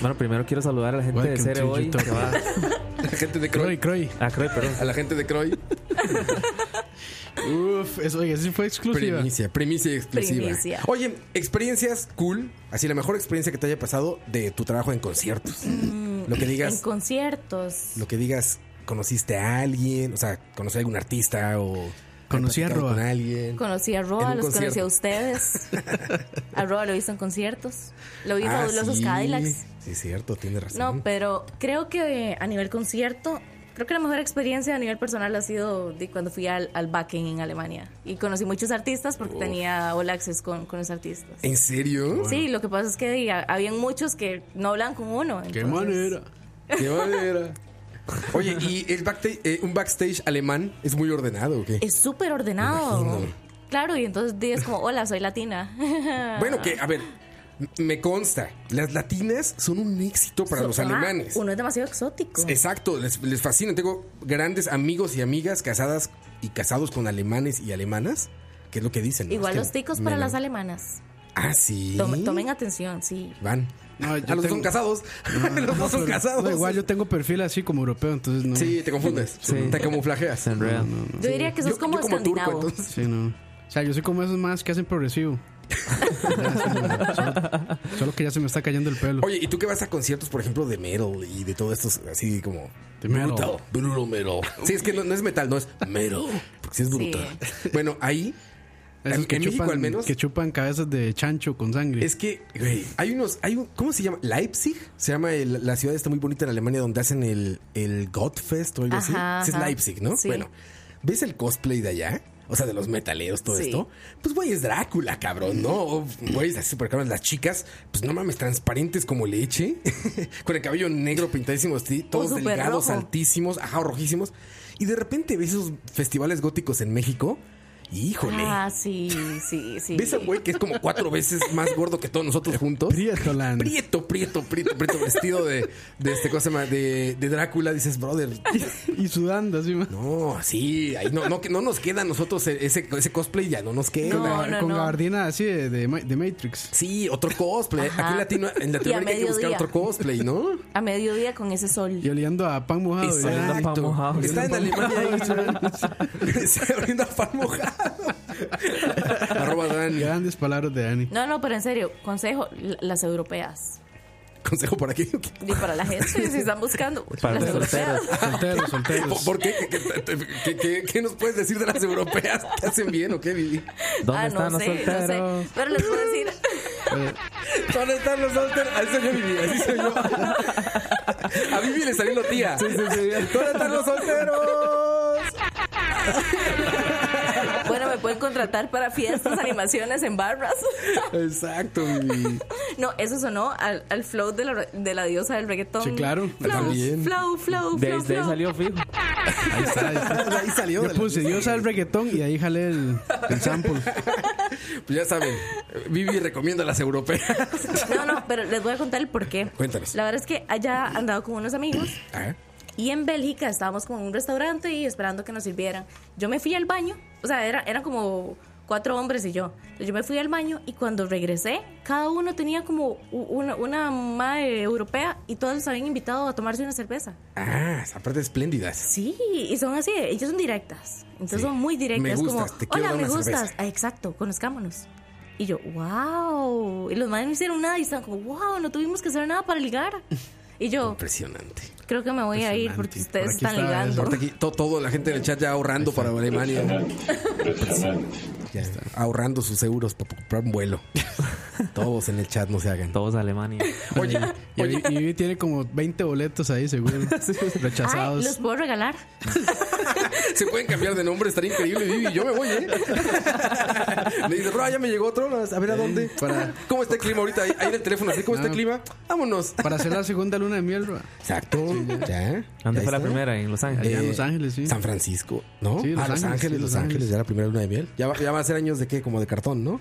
Speaker 3: Bueno, primero quiero saludar a la gente
Speaker 4: Welcome
Speaker 3: de Cere
Speaker 4: to
Speaker 3: hoy.
Speaker 4: Utopia.
Speaker 3: Que va
Speaker 1: La gente de
Speaker 4: Croy,
Speaker 1: Croy.
Speaker 4: Croy.
Speaker 3: Ah, Croy, perdón.
Speaker 1: A la gente de Croy.
Speaker 4: Uf, eso, oiga, sí fue exclusiva.
Speaker 1: Primicia, primicia y exclusiva.
Speaker 5: Primicia.
Speaker 1: Oye, experiencias cool. Así la mejor experiencia que te haya pasado de tu trabajo en conciertos. Lo que
Speaker 5: Mm, En
Speaker 1: digas,
Speaker 5: conciertos.
Speaker 1: lo que digas, conociste a alguien, o sea, conocí a algún artista o
Speaker 4: Conocí a
Speaker 1: platicado
Speaker 4: Roa.
Speaker 1: con alguien.
Speaker 5: Conocí a
Speaker 1: En
Speaker 5: Roa,
Speaker 1: un
Speaker 5: los conocí a
Speaker 1: concierto.
Speaker 5: ustedes. A Roa lo he visto en conciertos. Lo vi en
Speaker 1: Ah,
Speaker 5: Fabulosos
Speaker 1: sí.
Speaker 5: Cadillacs.
Speaker 1: Sí, es cierto, tiene razón.
Speaker 5: No, pero creo que eh, a nivel concierto, creo que la mejor experiencia a nivel personal ha sido de cuando fui al, al Wacken en Alemania. Y conocí muchos artistas porque tenía All Access con, con los artistas.
Speaker 1: ¿En serio?
Speaker 5: Sí, lo que pasa es que di, ha- habían muchos que no hablan con uno.
Speaker 4: Qué
Speaker 5: entonces-
Speaker 4: manera.
Speaker 1: Qué manera. Oye, ¿y el backsta- eh, un backstage alemán es muy ordenado o qué?
Speaker 5: Es súper ordenado. Claro, y entonces di, es como, hola, soy latina.
Speaker 1: Bueno, que, a ver, m- me consta, las latinas son un éxito para los
Speaker 5: Ah,
Speaker 1: alemanes.
Speaker 5: Uno es demasiado exótico.
Speaker 1: Exacto, les, les fascina. Tengo grandes amigos y amigas casadas y casados con alemanes y alemanas, que es lo que dicen. ¿no? Es
Speaker 5: Igual
Speaker 1: que
Speaker 5: los ticos
Speaker 1: me
Speaker 5: para
Speaker 1: lo-
Speaker 5: las alemanas.
Speaker 1: Ah, sí.
Speaker 5: Tomen, tomen atención, sí.
Speaker 1: Van.
Speaker 4: No, yo
Speaker 1: Ah, los dos
Speaker 4: tengo-
Speaker 1: son casados. los dos son casados.
Speaker 4: No, igual yo tengo perfil así como europeo, entonces no.
Speaker 1: Sí, te confundes.
Speaker 3: Sí.
Speaker 1: Te camuflajeas.
Speaker 3: Se enreda.
Speaker 5: Yo diría que sos
Speaker 1: Yo-
Speaker 5: como
Speaker 1: yo
Speaker 5: escandinavo.
Speaker 1: turco, entonces.
Speaker 4: Sí, no. O sea, yo soy como esos más que hacen progresivo. Solo que ya se me está cayendo el pelo.
Speaker 1: Oye, ¿y tú que vas a conciertos, por ejemplo, de metal y de todo esto así como.
Speaker 4: De metal.
Speaker 1: Brutal, brutal metal. Sí, es que no, no es metal, no es metal. Porque sí es brutal. Bueno, ahí.
Speaker 4: Esos
Speaker 1: en, en México al menos.
Speaker 4: que chupan cabezas de chancho con sangre.
Speaker 1: Es que, güey, hay unos, hay un, ¿cómo se llama? Leipzig, se llama el- la ciudad está muy bonita en Alemania donde hacen el, el Gottfest o algo así.
Speaker 5: Ajá,
Speaker 1: Sí, es
Speaker 5: ajá.
Speaker 1: Leipzig, ¿no?
Speaker 5: Sí.
Speaker 1: Bueno, ¿ves el cosplay de allá? O sea, de los metaleros, todo
Speaker 5: Sí.
Speaker 1: esto. Pues, güey, es Drácula, cabrón, ¿no? O, Güey, así super cabrón. Las chicas, pues no mames, transparentes como leche. con el cabello negro pintadísimo, así, todos
Speaker 5: súper
Speaker 1: delgados,
Speaker 5: rojo.
Speaker 1: altísimos, ajá, o rojísimos. Y de repente ves esos festivales góticos en México. Híjole.
Speaker 5: Ah, sí, sí, sí.
Speaker 1: ¿Ves a un güey que es como cuatro veces más gordo que todos nosotros juntos?
Speaker 4: Prietoland.
Speaker 1: Prieto, prieto, prieto, prieto, vestido de, de este cosa de, de Drácula, dices, brother.
Speaker 4: y sudando así, ma.
Speaker 1: No, sí, ahí no, no, que no nos queda a nosotros e-, ese, ese cosplay, ya no nos queda.
Speaker 5: No,
Speaker 4: Con-
Speaker 5: no,
Speaker 4: con
Speaker 5: no.
Speaker 4: gabardina así de, de Ma- de Matrix.
Speaker 1: Sí, otro cosplay.
Speaker 5: Ajá.
Speaker 1: Aquí en Latino, en Latinoamérica hay que buscar
Speaker 5: mediodía.
Speaker 1: otro cosplay, ¿no?
Speaker 5: A mediodía con ese sol.
Speaker 4: Y oliendo a pan mojado.
Speaker 1: Exacto.
Speaker 3: Oliendo a
Speaker 4: ¿verdad?
Speaker 3: pan mojado.
Speaker 1: Está en Alemania y se abriendo a pan mojado. Arroba Dani.
Speaker 4: Grandes palabras de Dani.
Speaker 5: No, no, pero en serio, consejo, l- las europeas.
Speaker 1: Consejo por aquí.
Speaker 5: Y para la gente, si están buscando,
Speaker 3: Para
Speaker 5: las
Speaker 3: los
Speaker 5: europeas.
Speaker 3: solteros.
Speaker 4: Solteros, solteros.
Speaker 1: ¿Por, por qué? ¿Qué, qué- qué- qué- qué nos puedes decir de las europeas? ¿Te hacen bien o qué, Vivi?
Speaker 3: ¿Dónde
Speaker 5: ah,
Speaker 3: están
Speaker 5: no
Speaker 3: los
Speaker 5: sé, no
Speaker 3: solteros?
Speaker 5: sé. Pero les puedo decir,
Speaker 1: ¿Dónde están los solteros? Ahí soy yo, Vivi, así soy yo. A Vivi le salió la tía. ¿Dónde están los solteros?
Speaker 5: bueno, me pueden contratar para fiestas, animaciones en barras.
Speaker 1: Exacto, Vivi.
Speaker 5: No, eso sonó al, al flow de la, de la diosa del reggaetón.
Speaker 4: Sí, claro,
Speaker 5: Flow,
Speaker 1: también.
Speaker 5: flow, flow, flow.
Speaker 3: De ahí de ahí
Speaker 5: flow.
Speaker 3: salió fijo.
Speaker 4: Ahí está, ahí está.
Speaker 1: Ahí salió.
Speaker 4: Yo
Speaker 1: de la-
Speaker 4: puse Dios al reggaetón y ahí jalé el, el sample.
Speaker 1: Pues ya saben, Vivi recomienda las europeas.
Speaker 5: No, no, pero les voy a contar el porqué.
Speaker 1: Cuéntanos.
Speaker 5: La verdad es que allá andaba con unos amigos
Speaker 1: Ajá.
Speaker 5: y en Bélgica estábamos como en un restaurante y esperando que nos sirvieran. Yo me fui al baño, o sea, era, eran como cuatro hombres y yo. Yo me fui al baño y cuando regresé, cada uno tenía como u- una, una madre europea y todos los habían invitado a tomarse una cerveza.
Speaker 1: Ah, aparte espléndidas.
Speaker 5: Sí, y son así, ellos son directas. Entonces son muy directas.
Speaker 1: Me gustas,
Speaker 5: como,
Speaker 1: te quiero
Speaker 5: hola,
Speaker 1: dar
Speaker 5: me
Speaker 1: una
Speaker 5: gustas.
Speaker 1: cerveza.
Speaker 5: Ah, exacto, conozcámonos. Y yo, wow. Y los madres no hicieron nada y estaban como, wow, no tuvimos que hacer nada para ligar. Y yo,
Speaker 1: Impresionante.
Speaker 5: creo que me voy a ir porque
Speaker 4: Impresionante.
Speaker 5: ustedes
Speaker 4: Por aquí
Speaker 5: están
Speaker 4: está
Speaker 5: ligando.
Speaker 1: Aparte aquí, to- todo la gente en el chat ya ahorrando para Alemania.
Speaker 6: Impresionante.
Speaker 1: Ya, ahorrando sus euros para comprar un vuelo. Todos en el chat no se hagan.
Speaker 3: Todos a Alemania.
Speaker 1: Oye,
Speaker 4: Y, y Vivi tiene como 20 boletos ahí, seguro.
Speaker 5: Ay,
Speaker 4: Rechazados.
Speaker 5: ¿los puedo regalar?
Speaker 1: Se pueden cambiar de nombre, estaría increíble, Vivi. Yo me voy, ¿eh? Le dice, Roa, ya me llegó otro. A ver a dónde.
Speaker 4: para-
Speaker 1: ¿Cómo está el clima ahorita? Ahí, ahí en el teléfono, así, ¿cómo está el clima? Vámonos.
Speaker 4: Para hacer la segunda luna de miel, bro.
Speaker 1: Exacto. ya.
Speaker 3: ¿Dónde
Speaker 1: Ya
Speaker 3: fue la
Speaker 1: está.
Speaker 3: primera? En Los Ángeles.
Speaker 4: Allá en
Speaker 1: Eh,
Speaker 4: Los Ángeles, sí.
Speaker 1: San Francisco, ¿no?
Speaker 4: Sí, Los
Speaker 1: ah, Los Ángeles,
Speaker 4: Ángeles, sí,
Speaker 1: Los Ángeles,
Speaker 4: Los Ángeles.
Speaker 1: ya la primera luna de miel. Ya va, ya va a ser años de qué, como de cartón, ¿no?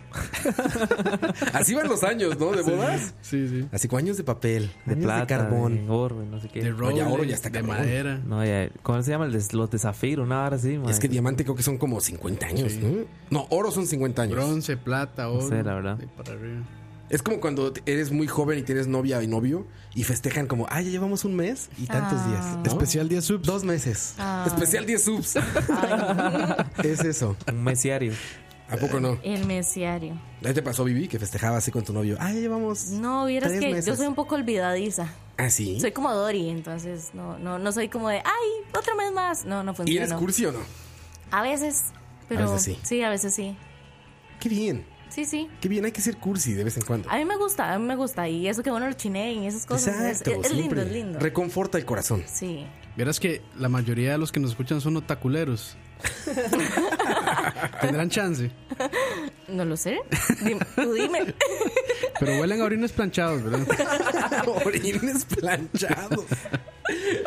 Speaker 1: Así van los años, ¿no? De bodas.
Speaker 4: Sí, sí.
Speaker 1: Así como años de papel,
Speaker 3: De
Speaker 1: años
Speaker 3: plata,
Speaker 1: de carbón.
Speaker 3: de oro, y no sé qué.
Speaker 4: De roble,
Speaker 1: ahora Eh, ya está
Speaker 4: de
Speaker 1: cabrón.
Speaker 4: madera.
Speaker 3: No, ya, ¿Cómo se llama? El des- Los de zafiro, una hora así, man.
Speaker 1: Es que diamante creo que son como 50 años, ¿no? No, oro son 50 años.
Speaker 4: Bronce, plata, oro.
Speaker 3: sé, la verdad.
Speaker 4: de para arriba.
Speaker 1: Es como cuando eres muy joven y tienes novia y novio y festejan como, ah, ya llevamos un mes y tantos
Speaker 5: Ah.
Speaker 1: días. ¿no?
Speaker 4: Especial 10 subs.
Speaker 1: Dos meses. Especial 10 subs. es eso.
Speaker 3: Un mesiario.
Speaker 1: ¿A poco no?
Speaker 5: El mesiario.
Speaker 1: ¿Ya te pasó, Vivi, que festejaba así con tu novio? Ah, ya llevamos.
Speaker 5: No, vieras
Speaker 1: tres
Speaker 5: que
Speaker 1: meses.
Speaker 5: yo soy un poco olvidadiza.
Speaker 1: Ah, sí.
Speaker 5: Soy como Dory, entonces no, no, no soy como de, ay, otra vez más. No, no
Speaker 1: ¿Y eres
Speaker 5: funciona.
Speaker 1: cursi o no?
Speaker 5: A veces, pero
Speaker 1: veces sí.
Speaker 5: sí, a veces sí.
Speaker 1: Qué bien.
Speaker 5: Sí, sí.
Speaker 1: Qué bien. Hay que ser cursi de vez en cuando.
Speaker 5: A mí me gusta, a mí me gusta. Y eso que bueno, el chineen y esas cosas. es-
Speaker 1: Exacto.
Speaker 5: es, es lindo,
Speaker 1: siempre.
Speaker 5: es lindo.
Speaker 1: Reconforta el corazón.
Speaker 5: sí.
Speaker 4: Verás que la mayoría de los que nos escuchan son otaculeros. Tendrán chance.
Speaker 5: No lo sé. Dime- tú dime.
Speaker 4: Pero huelen a orines planchados, ¿verdad?
Speaker 1: Orines planchados.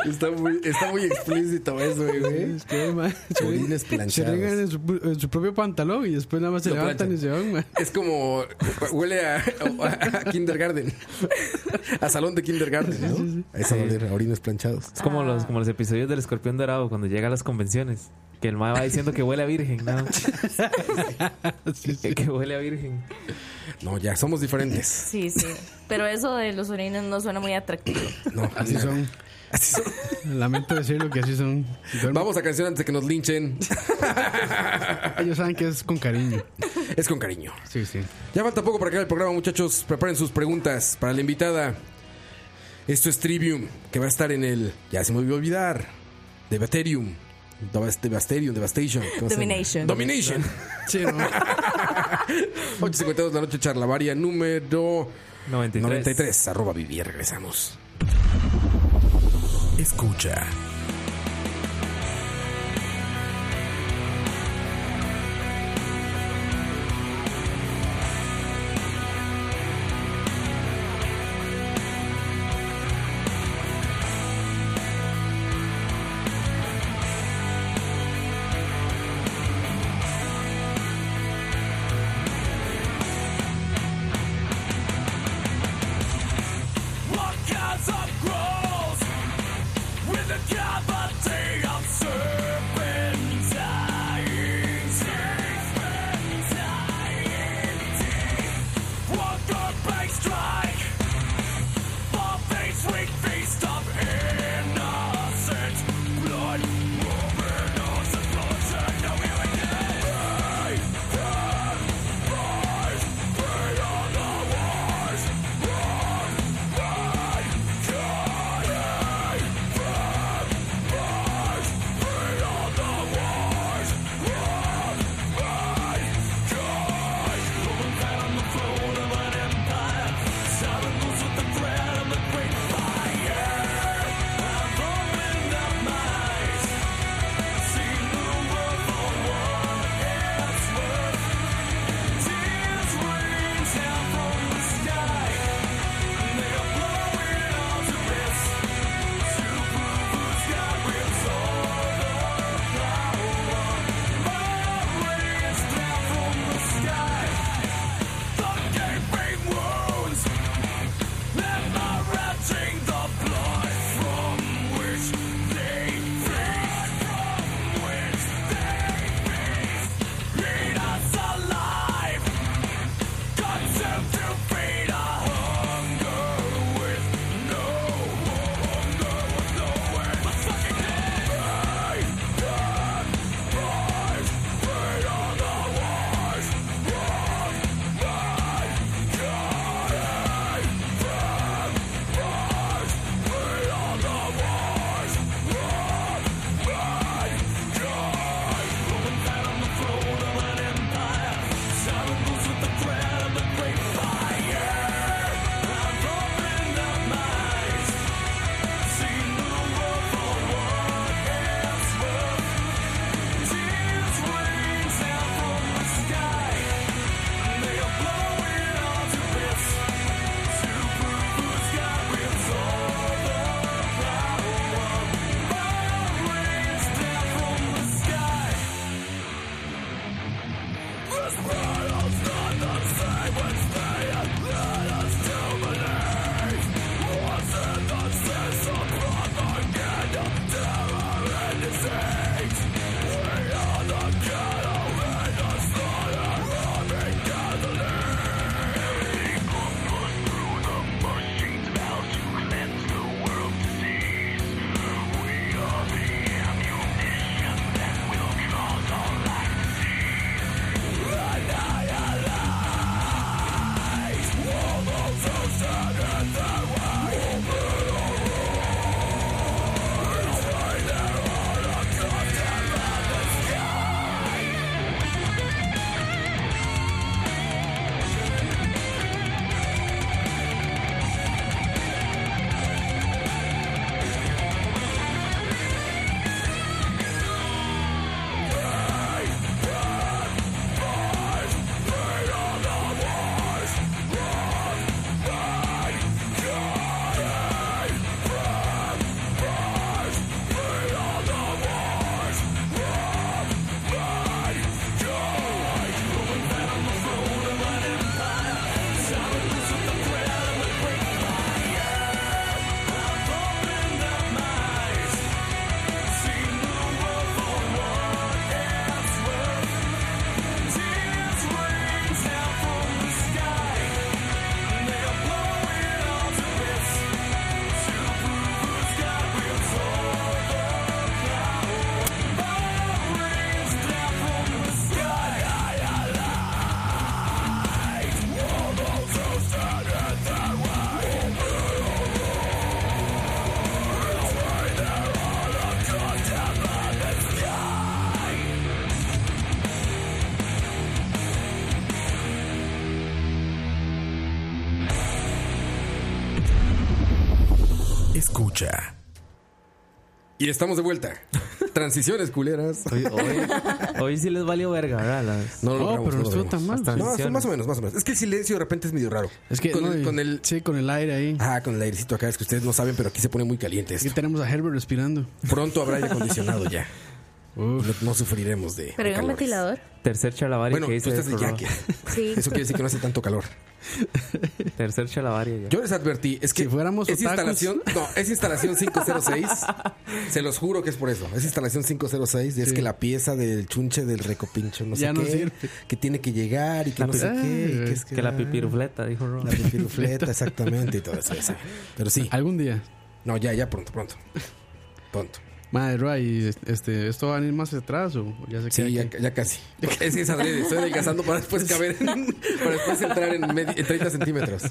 Speaker 1: Está muy, está muy explícito eso, güey.
Speaker 4: Es que, ma, se
Speaker 1: Orines
Speaker 4: ven- Se
Speaker 1: planchados.
Speaker 4: ven en su, en su propio pantalón y después nada más se
Speaker 1: Lo
Speaker 4: levantan
Speaker 1: planchan.
Speaker 4: y se van, ma.
Speaker 1: Es como huele a, a- a kindergarten, a salón de kindergarten, ¿no? A esa doler, a orines planchados.
Speaker 3: Es como, los, como los episodios del escorpión dorado cuando llega a las convenciones. Que el mae va diciendo que huele a virgen, ¿no? Que- Que huele a virgen.
Speaker 1: No, ya somos diferentes.
Speaker 5: Sí, sí. Pero eso de los orines no suena muy atractivo.
Speaker 1: No,
Speaker 4: Así
Speaker 1: nada.
Speaker 4: son.
Speaker 1: Así son.
Speaker 4: Lamento decirlo que así son. Duermen-
Speaker 1: Vamos a canción antes de que nos linchen.
Speaker 4: Ellos saben que es con cariño.
Speaker 1: es con cariño.
Speaker 4: Sí, sí.
Speaker 1: Ya falta poco para acabar el programa, muchachos. Preparen sus preguntas para la invitada. Esto es Trivium, que va a estar en el. Ya se me olvidó olvidar. Devaterium. Devas- Devasterium, Devastation. ¿cómo se llama?
Speaker 5: Domination.
Speaker 1: Domination.
Speaker 4: Sí, no.
Speaker 1: 852 de la noche, charlavaria número
Speaker 3: 93.
Speaker 1: 93. Arroba vivir, regresamos. Escucha.
Speaker 9: Burn
Speaker 10: Escucha.
Speaker 1: Y estamos de vuelta. Transiciones culeras.
Speaker 3: Hoy, hoy- hoy sí les valió verga, ¿verdad? Las-
Speaker 1: No lo
Speaker 4: Oh,
Speaker 1: logramos,
Speaker 4: pero no
Speaker 1: lo
Speaker 4: estuvo
Speaker 1: logramos.
Speaker 4: tan mal.
Speaker 3: Hasta-
Speaker 1: No, son más o menos, más o menos. Es que el silencio de repente es medio raro.
Speaker 4: Es que
Speaker 1: con,
Speaker 4: no,
Speaker 1: el,
Speaker 4: y-
Speaker 1: con el-
Speaker 4: sí, con el aire ahí.
Speaker 1: Ah, con el airecito acá. Es que ustedes no saben, pero aquí se pone muy caliente
Speaker 4: Aquí
Speaker 1: esto.
Speaker 4: tenemos a Herbert respirando.
Speaker 1: Pronto habrá aire acondicionado ya.
Speaker 4: Uf.
Speaker 1: No, no sufriremos de.
Speaker 5: Pero
Speaker 1: de
Speaker 5: hay un
Speaker 1: calores.
Speaker 5: ventilador.
Speaker 3: Tercer chalabaria
Speaker 1: Bueno,
Speaker 3: que
Speaker 1: tú
Speaker 3: hice.
Speaker 1: estás de
Speaker 3: del
Speaker 1: yaque.
Speaker 3: programa.
Speaker 5: Sí.
Speaker 1: Eso quiere decir que no hace tanto calor.
Speaker 3: Tercer chalabaria. ya.
Speaker 1: Yo les advertí, es que
Speaker 4: Si fuéramos
Speaker 1: es
Speaker 4: otakus.
Speaker 1: instalación, no, es instalación 506. se los juro que es por eso. Es instalación 506 y es que la pieza del chunche del recopincho no
Speaker 4: Ya
Speaker 1: sé
Speaker 4: no
Speaker 1: qué,
Speaker 4: sirve.
Speaker 1: que tiene que llegar y que
Speaker 3: La
Speaker 1: no
Speaker 3: pi-
Speaker 1: sé qué, y
Speaker 4: Ay,
Speaker 1: que es que,
Speaker 3: que la
Speaker 1: ah,
Speaker 3: pipirufleta, dijo Ron.
Speaker 1: la pipirufleta, exactamente y todo eso, ya saben. Pero sí,
Speaker 4: Algún día.
Speaker 1: no, ya ya pronto, pronto. Pronto.
Speaker 4: Madre, Roa, ¿y este, esto va a venir más atrás o ya se
Speaker 1: Sí,
Speaker 4: queda
Speaker 1: ya,
Speaker 4: aquí?
Speaker 1: ya casi. Es que es adrede, estoy adelgazando para después caber, en- para después entrar en, medi- en 30 centímetros.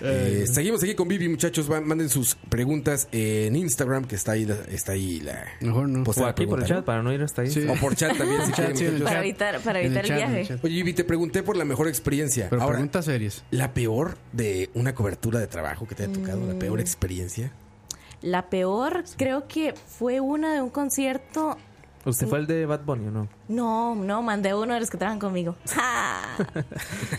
Speaker 1: Eh, seguimos aquí con Vivi, muchachos. Va- manden sus preguntas en Instagram, que está ahí, la- está ahí la.
Speaker 4: Mejor no.
Speaker 1: postada
Speaker 3: O aquí por el
Speaker 1: pregunta,
Speaker 3: chat, para no ir hasta ahí.
Speaker 4: Sí.
Speaker 1: ¿no? O por chat también, si
Speaker 4: Chat,
Speaker 1: quieren,
Speaker 4: sí, en el
Speaker 1: muchachos.
Speaker 5: Para
Speaker 4: chat.
Speaker 5: evitar- para
Speaker 4: En el
Speaker 5: evitar el
Speaker 4: chat, en
Speaker 5: viaje.
Speaker 4: chat.
Speaker 1: Oye, Vivi, te pregunté por la mejor experiencia.
Speaker 4: Pero
Speaker 1: Ahora,
Speaker 4: preguntas serias.
Speaker 1: la peor de una cobertura de trabajo que te haya tocado, la peor experiencia.
Speaker 5: La peor creo que fue una de un concierto.
Speaker 3: ¿Usted fue el de Bad Bunny o no?
Speaker 5: No, no, mandé uno de los que trabajan conmigo. ¡Ja!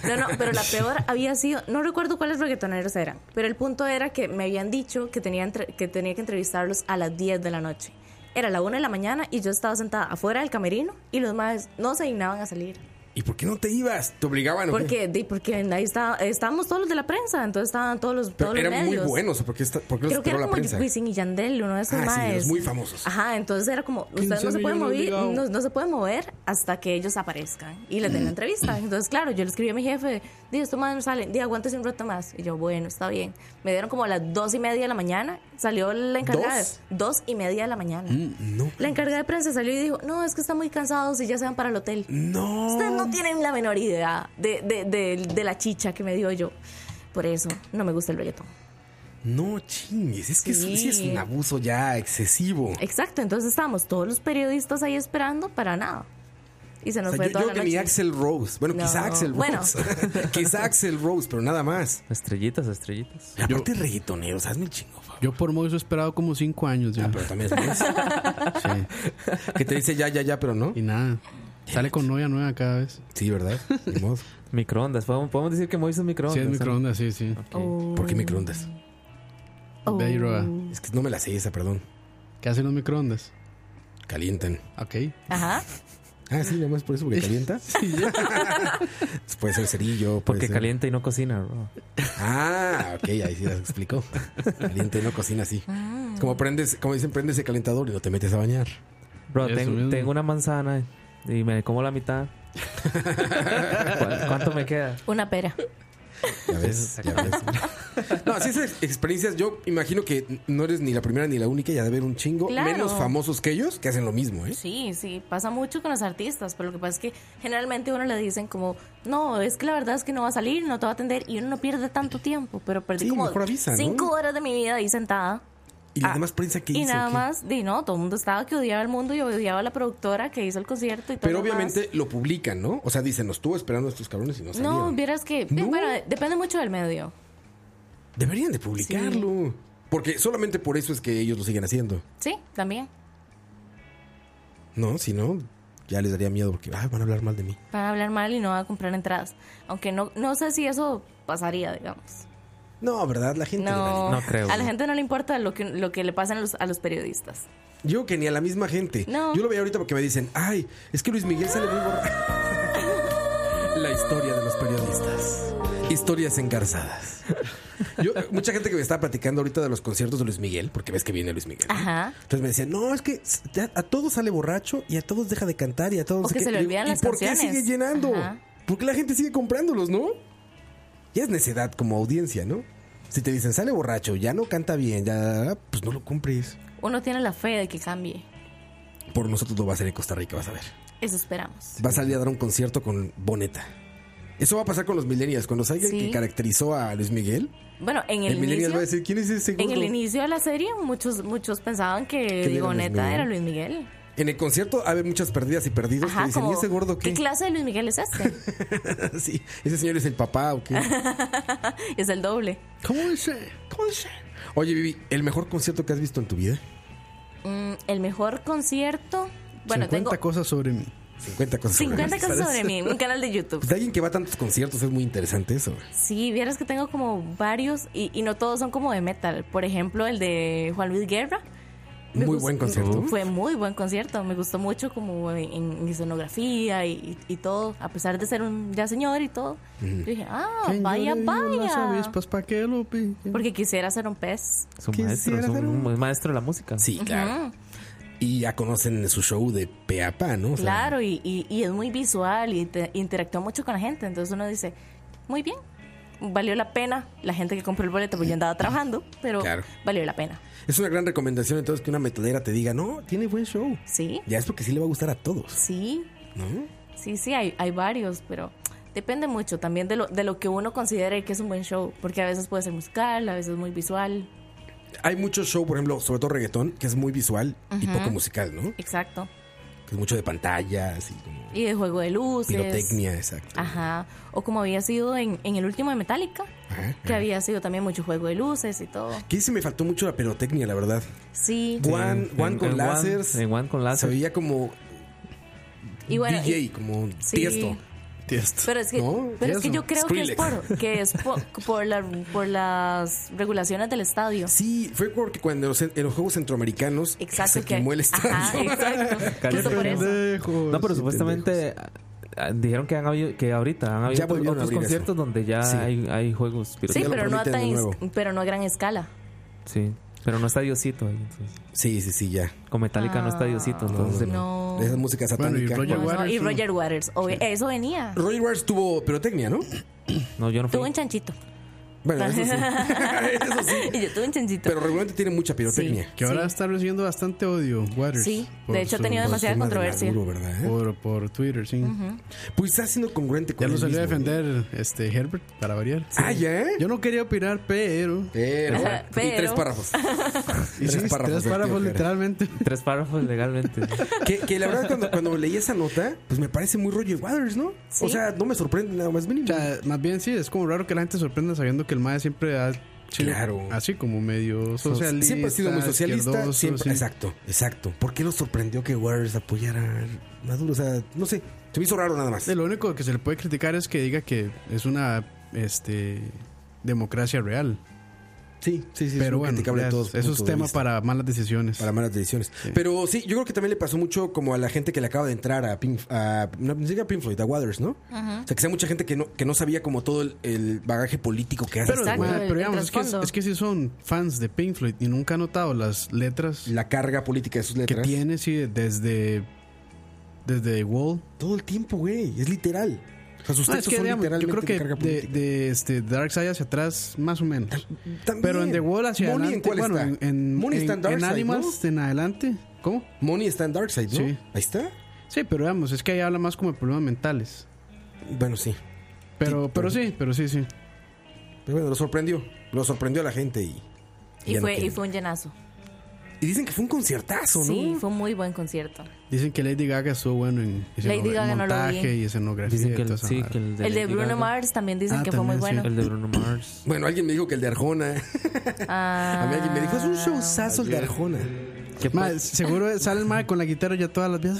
Speaker 5: No, no, pero la peor había sido, no recuerdo cuáles reggaetoneros eran, pero el punto era que me habían dicho que tenía, entre- que tenía que entrevistarlos a las 10 de la noche. Era la 1 de la mañana y yo estaba sentada afuera del camerino y los más no se dignaban a salir.
Speaker 1: ¿Y por qué no te ibas? ¿Te obligaban? o qué?
Speaker 5: Porque, di- porque ahí está, estábamos todos los de la prensa, entonces estaban todos los,
Speaker 1: Pero
Speaker 5: todos los
Speaker 1: eran muy
Speaker 5: medios.
Speaker 1: buenos. ¿Por qué, está, por qué los
Speaker 5: Creo que
Speaker 1: enteró la
Speaker 5: era como pues,
Speaker 1: prensa?
Speaker 5: Wisin y Yandel, uno de esos
Speaker 1: Ah, sí,
Speaker 5: maes.
Speaker 1: los muy famosos.
Speaker 5: Ajá, entonces era como, ustedes
Speaker 4: 15
Speaker 5: no se pueden
Speaker 4: millones
Speaker 5: mover,
Speaker 4: obligado.
Speaker 5: no, no se pueden mover hasta que ellos aparezcan y le den
Speaker 1: Mm.
Speaker 5: la entrevista. Entonces, claro, yo le escribí a mi jefe, di, estos maes no salen, di, aguántese un rato más. Y yo, bueno, está bien. Me dieron como a las dos y media de la mañana, salió la encargada.
Speaker 1: ¿Dos? Mm.
Speaker 5: Dos y media de la mañana.
Speaker 1: No.
Speaker 5: La encargada de prensa salió y dijo, no, es que están muy cansados y ya se van para el hotel.
Speaker 1: No.
Speaker 5: Ustedes no tienen la menor idea de, de- de- de la chicha que me dio yo. Por eso no me gusta el reggaetón.
Speaker 1: No chingues, es que es-
Speaker 5: Sí. Eh,
Speaker 1: sí es un abuso ya excesivo.
Speaker 5: Exacto, entonces estábamos todos los periodistas ahí esperando para nada. Y se nos
Speaker 1: O sea,
Speaker 5: fue
Speaker 1: yo,
Speaker 5: toda
Speaker 1: yo
Speaker 5: la
Speaker 1: que
Speaker 5: noche.
Speaker 1: ni Axel Rose. Bueno,
Speaker 5: No.
Speaker 1: quizá Axel
Speaker 5: Bueno.
Speaker 1: Rose. quizá Axel Rose, pero nada más.
Speaker 3: Estrellitas, estrellitas.
Speaker 1: Y aparte reggaetoneros, hazme el chingo, favor.
Speaker 4: Yo por Moiso he esperado como cinco años ya.
Speaker 1: Ah, pero también es
Speaker 4: Sí.
Speaker 1: que te dice ya, ya, ya, pero no.
Speaker 4: Y nada. Sale con novia nueva cada vez.
Speaker 1: Sí, ¿verdad? Ni modo.
Speaker 3: Microondas. Podemos podemos decir que Moisés es microondas.
Speaker 4: Sí, es
Speaker 3: ¿no?
Speaker 4: microondas, ah. sí, sí.
Speaker 3: Ok.
Speaker 1: Eh, ¿Por qué microondas?
Speaker 5: Oh.
Speaker 4: Ve ahí, Roa.
Speaker 1: Es que no me la sé esa, perdón.
Speaker 4: ¿Qué hacen los microondas?
Speaker 1: Calientan.
Speaker 4: Ok.
Speaker 5: Ajá.
Speaker 1: Ah, sí, nomás por eso, porque calienta. puede ser cerillo. puede
Speaker 3: Porque
Speaker 1: ser-
Speaker 3: calienta y no cocina, bro.
Speaker 1: Ah, ok, ahí sí las explicó. Caliente no cocina así.
Speaker 5: Ah.
Speaker 1: Es como prendes, como dicen, prendes el calentador y no te metes a bañar.
Speaker 3: Bro,
Speaker 4: Eso
Speaker 3: tengo-
Speaker 4: mismo.
Speaker 3: tengo una manzana y me como la mitad. ¿Cuál- ¿Cuánto me queda?
Speaker 5: Una pera.
Speaker 1: Ya ves, ya ves. No, así esas experiencias, yo imagino que no eres ni la primera ni la única, ya de haber un chingo
Speaker 5: Claro.
Speaker 1: menos famosos que ellos que hacen lo mismo, ¿eh?
Speaker 5: Sí, sí, pasa mucho con los artistas, pero lo que pasa es que generalmente a uno le dicen como, no, es que la verdad es que no va a salir, no te va a atender y uno no pierde tanto tiempo, pero perdí
Speaker 1: Sí,
Speaker 5: como
Speaker 1: mejor avisa, ¿no?
Speaker 5: cinco horas de mi vida ahí sentada.
Speaker 1: Y la
Speaker 5: Ah,
Speaker 1: demás prensa que
Speaker 5: Y
Speaker 1: hizo,
Speaker 5: nada
Speaker 1: ¿qué?
Speaker 5: más, di no, todo el mundo estaba que odiaba al mundo y odiaba a la productora que hizo el concierto y todo.
Speaker 1: Pero
Speaker 5: lo demás.
Speaker 1: obviamente lo publican, ¿no? O sea, dicen, nos estuvo esperando a estos cabrones y no salieron.
Speaker 5: No, vieras que. eh,
Speaker 1: No.
Speaker 5: Bueno, depende mucho del medio.
Speaker 1: Deberían de publicarlo. Porque solamente por eso es que ellos lo siguen haciendo.
Speaker 5: Sí, también.
Speaker 1: No, si no, ya les daría miedo porque ah, van a hablar mal de mí.
Speaker 5: Van a hablar mal y no van a comprar entradas. Aunque no, no sé si eso pasaría, digamos.
Speaker 1: No, ¿verdad? La gente... le
Speaker 5: No,
Speaker 1: vale.
Speaker 3: No creo.
Speaker 5: A la gente no le importa lo que, lo que le pasan a los, a los periodistas.
Speaker 1: Yo que ni a la misma gente.
Speaker 5: No.
Speaker 1: Yo lo veía ahorita porque me dicen, ay, es que Luis Miguel sale muy borracho. la historia de los periodistas. Historias engarzadas. Yo, mucha gente que me estaba platicando ahorita de los conciertos de Luis Miguel, porque ves que viene Luis Miguel. ¿no?
Speaker 5: Ajá.
Speaker 1: Entonces me decían, no, es que ya a todos sale borracho y a todos deja de cantar y a todos...
Speaker 5: O
Speaker 1: no sé
Speaker 5: que
Speaker 1: qué".
Speaker 5: se le
Speaker 1: Digo,
Speaker 5: olvidan
Speaker 1: ¿Y
Speaker 5: las
Speaker 1: por qué
Speaker 5: canciones?
Speaker 1: sigue llenando?
Speaker 5: Ajá.
Speaker 1: ¿Por qué la gente sigue comprándolos, no? Ya es necedad como audiencia, ¿no? Si te dicen, sale borracho, ya no canta bien, ya... Pues no lo compres.
Speaker 5: Uno tiene la fe de que cambie.
Speaker 1: Por nosotros lo va a hacer en Costa Rica, vas a ver.
Speaker 5: Eso esperamos.
Speaker 1: Va a salir a dar un concierto con Boneta. Eso va a pasar con los millennials. Cuando salga el
Speaker 5: Sí.
Speaker 1: que caracterizó a Luis Miguel,
Speaker 5: Bueno, en
Speaker 1: el,
Speaker 5: el,
Speaker 1: millennial va a
Speaker 5: inicio.
Speaker 1: decir, ¿quién es ese
Speaker 5: En el
Speaker 1: gordo?".
Speaker 5: inicio de la serie, muchos, muchos pensaban que
Speaker 1: era
Speaker 5: digo,
Speaker 1: Luis
Speaker 5: neta
Speaker 1: Miguel?
Speaker 5: era Luis Miguel.
Speaker 1: En el concierto va a haber muchas perdidas y perdidos que
Speaker 5: Ajá,
Speaker 1: dicen,
Speaker 5: como,
Speaker 1: ¿y ese gordo qué?
Speaker 5: ¿Qué clase de Luis Miguel es este?
Speaker 1: sí, ese señor es el papá o qué.
Speaker 5: es el doble.
Speaker 4: ¿Cómo dice?
Speaker 1: ¿Cómo es? Oye, Vivi, ¿el mejor concierto que has visto en tu vida?
Speaker 5: Mm, el mejor concierto. Bueno,
Speaker 4: 50
Speaker 5: tengo
Speaker 4: cosas sobre mí.
Speaker 1: 50 cosas sobre
Speaker 5: 50
Speaker 1: mí,
Speaker 5: cosas
Speaker 1: ¿sabes?
Speaker 5: sobre mí, un canal de YouTube.
Speaker 1: Pues de alguien que va a tantos conciertos es muy interesante eso.
Speaker 5: Sí, vieras que tengo como varios y, y no todos son como de metal. Por ejemplo, el de Juan Luis Guerra. Me
Speaker 1: Muy
Speaker 5: gust-
Speaker 1: buen concierto.
Speaker 5: Fue muy buen concierto. Me gustó mucho como en, en escenografía y, y- y todo. A pesar de ser un ya señor y todo. Yo dije, ah,
Speaker 4: ¿Quién yo
Speaker 5: vaya,
Speaker 4: le digo Las
Speaker 5: vaya.
Speaker 4: avispas pa' que lo pillen?
Speaker 5: Porque quisiera ser un pez.
Speaker 3: Es un
Speaker 1: Quisiera
Speaker 3: maestro, es
Speaker 1: ser
Speaker 3: un,
Speaker 1: un-
Speaker 3: un maestro de la música.
Speaker 1: Sí, claro. Y ya conocen su show de Peapa, ¿no? O sea,
Speaker 5: Claro, y, y- y es muy visual y te- interactúa mucho con la gente. Entonces uno dice, muy bien, valió la pena. La gente que compró el boleto, pues yo andaba trabajando, pero
Speaker 1: Claro.
Speaker 5: valió la pena.
Speaker 1: Es una gran recomendación entonces que una metalera te diga, no, tiene buen show.
Speaker 5: Sí,
Speaker 1: Ya es porque sí le va a gustar a todos,
Speaker 5: sí,
Speaker 1: ¿no?
Speaker 5: sí, sí, hay, hay varios, pero depende mucho también de lo, de lo que uno considere que es un buen show, porque a veces puede ser musical, a veces muy visual.
Speaker 1: Hay mucho show, por ejemplo, sobre todo reggaetón, que es muy visual y poco musical, ¿no?
Speaker 5: Exacto.
Speaker 1: Que es mucho de pantallas y como
Speaker 5: Y de juego de luces.
Speaker 1: pirotecnia, exacto.
Speaker 5: Ajá. O como había sido en, en el último de Metallica,
Speaker 1: Ajá,
Speaker 5: que había sido también mucho juego de luces y todo.
Speaker 1: Que sí me faltó mucho la pirotecnia, la verdad.
Speaker 5: Sí.
Speaker 1: Juan,
Speaker 3: en-
Speaker 1: Juan
Speaker 3: en-
Speaker 1: con
Speaker 3: en Juan-
Speaker 1: lásers.
Speaker 3: en Juan con
Speaker 1: Se
Speaker 3: láser.
Speaker 1: veía como
Speaker 5: Y bueno,
Speaker 1: DJ,
Speaker 5: y-
Speaker 1: como
Speaker 5: sí.
Speaker 1: tiesto.
Speaker 5: Pero es que,
Speaker 1: No,
Speaker 5: pero es que
Speaker 1: eso.
Speaker 5: yo creo que es,
Speaker 1: Skrillex.
Speaker 5: por, que es por, por, la- por las regulaciones del estadio.
Speaker 1: Sí, fue porque cuando en los, en los Juegos Centroamericanos
Speaker 5: Exacto.
Speaker 1: se
Speaker 5: Que,
Speaker 1: quemó el estadio.
Speaker 5: Ajá, exacto. Justo por eso.
Speaker 4: Pendejos,
Speaker 3: No, pero
Speaker 4: sí,
Speaker 3: supuestamente ah, ah, dijeron que han habido, que ahorita han habido
Speaker 1: Ya volvieron a
Speaker 3: otros
Speaker 1: abrir eso.
Speaker 3: conciertos donde ya
Speaker 1: Sí.
Speaker 3: hay, hay juegos
Speaker 5: Sí,
Speaker 1: ya
Speaker 3: pirotécnicos.
Speaker 1: lo
Speaker 5: pero no, a
Speaker 1: permiten
Speaker 5: tan,
Speaker 1: de
Speaker 5: is-
Speaker 1: nuevo.
Speaker 5: pero no a gran escala.
Speaker 3: Sí, pero no está Diosito ahí, entonces.
Speaker 1: Sí, sí, sí, ya.
Speaker 3: Con Metallica
Speaker 1: Ah.
Speaker 3: no está Diosito, entonces
Speaker 5: No.
Speaker 1: Esa música
Speaker 4: Bueno, y
Speaker 1: satánica.
Speaker 4: Roger
Speaker 5: No, no,
Speaker 4: Waters,
Speaker 5: y
Speaker 4: sí.
Speaker 5: Roger Waters. obvio, Eso venía.
Speaker 1: Roger Waters tuvo pirotecnia, ¿no?
Speaker 3: no, yo no
Speaker 5: Tuvo un
Speaker 3: fui.
Speaker 5: chanchito.
Speaker 1: Bueno, eso sí. eso sí.
Speaker 5: y yo tuve un chanchito.
Speaker 1: Pero regularmente tiene mucha pirotecnia.
Speaker 4: Que ahora está recibiendo bastante odio, Waters.
Speaker 5: Sí,
Speaker 4: por
Speaker 5: de hecho ha
Speaker 4: su-
Speaker 5: tenido demasiada
Speaker 1: Tema de
Speaker 5: controversia.
Speaker 1: Maduro, ¿verdad? eh?
Speaker 4: Por, por Twitter, sí.
Speaker 1: Pues está siendo congruente con
Speaker 4: Ya lo
Speaker 1: él
Speaker 4: salió a
Speaker 1: mismo. ¿eh?
Speaker 4: defender este Herbert, para variar.
Speaker 1: Ah, ¿ya?
Speaker 4: Yo no quería opinar, pero.
Speaker 1: Pero,
Speaker 5: Pero-
Speaker 1: Y tres párrafos.
Speaker 4: Y sí, tres párrafos,
Speaker 1: de tío Fer.
Speaker 4: literalmente.
Speaker 3: Tres párrafos legalmente.
Speaker 1: Que, que la verdad, cuando, cuando leí esa nota, pues me parece muy Roger Waters, ¿no?
Speaker 5: Sí.
Speaker 1: O sea, no me sorprende nada más
Speaker 4: O
Speaker 1: mínimo.
Speaker 4: sea, más bien sí, es como raro que la gente sorprenda sabiendo que el MAE siempre ha sido
Speaker 1: Claro.
Speaker 4: así como medio socialista.
Speaker 1: siempre ha sido muy socialista.
Speaker 4: izquierdoso,
Speaker 1: Siempre,
Speaker 4: sí.
Speaker 1: Exacto, exacto. ¿Por qué lo sorprendió que Waters apoyara a Maduro? O sea, no sé. Se me hizo raro nada más.
Speaker 4: Sí, Lo único que se le puede criticar es que diga que es una este democracia real.
Speaker 1: Sí, sí, sí. es
Speaker 4: pero
Speaker 1: muy
Speaker 4: bueno,
Speaker 1: criticable
Speaker 4: ya
Speaker 1: de todos
Speaker 4: es- eso es
Speaker 1: puntos de
Speaker 4: tema
Speaker 1: vista.
Speaker 4: para malas decisiones.
Speaker 1: Para malas decisiones. Pero sí, yo creo que también le pasó mucho como a la gente que le acaba de entrar a Pink, a, no, ni siquiera a Pink Floyd, a Waters, ¿no? O sea, que sea mucha gente que no, que no sabía como todo el, el bagaje político que hace.
Speaker 4: pero,
Speaker 5: Exacto,
Speaker 4: ma,
Speaker 5: el-
Speaker 4: pero
Speaker 5: el
Speaker 4: digamos, es que,
Speaker 5: trasfondo.
Speaker 4: es que si son fans de Pink Floyd y nunca han notado las letras
Speaker 1: La carga política de sus
Speaker 4: que
Speaker 1: letras.
Speaker 4: tiene, sí, desde, desde The Wall.
Speaker 1: Todo el tiempo, güey. Es literal. O sea, sus
Speaker 4: No,
Speaker 1: textos
Speaker 4: es que,
Speaker 1: son
Speaker 4: digamos, yo
Speaker 1: literalmente
Speaker 4: creo que
Speaker 1: de carga
Speaker 4: de,
Speaker 1: política.
Speaker 4: de este Dark Side hacia atrás, más o menos.
Speaker 1: También.
Speaker 4: Pero en The Wall hacia
Speaker 1: Money, ¿en
Speaker 4: adelante.
Speaker 1: cuál
Speaker 4: bueno,
Speaker 1: está?
Speaker 4: en, en-
Speaker 1: Money está en
Speaker 4: en-
Speaker 1: Darkseid,
Speaker 4: en Animals
Speaker 1: ¿no?
Speaker 4: en adelante. ¿Cómo?
Speaker 1: Money está en Darkseid, ¿no?
Speaker 4: Sí.
Speaker 1: Ahí está.
Speaker 4: Sí, pero vamos, es que ahí habla más como de problemas mentales.
Speaker 1: Bueno, sí.
Speaker 4: Pero,
Speaker 1: Sí,
Speaker 4: pero
Speaker 1: pero-
Speaker 4: sí, pero sí, sí.
Speaker 1: Pero bueno, lo sorprendió. Lo sorprendió a la gente y.
Speaker 5: y,
Speaker 1: ya no
Speaker 5: fue, y
Speaker 1: quieren.
Speaker 5: fue un llenazo.
Speaker 1: Y dicen que fue un conciertazo, ¿no?
Speaker 5: Sí, fue un muy buen concierto.
Speaker 4: Dicen que Lady Gaga estuvo bueno en
Speaker 5: Lady
Speaker 4: escenogra-
Speaker 5: Gaga no lo
Speaker 4: montaje
Speaker 5: vi.
Speaker 4: y escenografía.
Speaker 3: Dicen
Speaker 4: y
Speaker 3: que
Speaker 4: toda
Speaker 3: el,
Speaker 4: esa
Speaker 3: sí,
Speaker 4: vara.
Speaker 3: que el de,
Speaker 5: el de
Speaker 3: Lady
Speaker 5: Bruno
Speaker 3: Gaga.
Speaker 5: Mars también dicen
Speaker 4: Ah,
Speaker 5: que fue muy
Speaker 4: también, sí.
Speaker 5: bueno.
Speaker 3: El de Bruno Mars.
Speaker 1: Bueno, alguien me dijo que el de Arjona.
Speaker 5: Ah,
Speaker 1: A mí alguien me dijo, es un showzazo el de Arjona.
Speaker 3: ¿Qué
Speaker 4: Ma,
Speaker 3: pa-
Speaker 4: seguro sale el mar con la guitarra ya todas las ¡Ah! vías.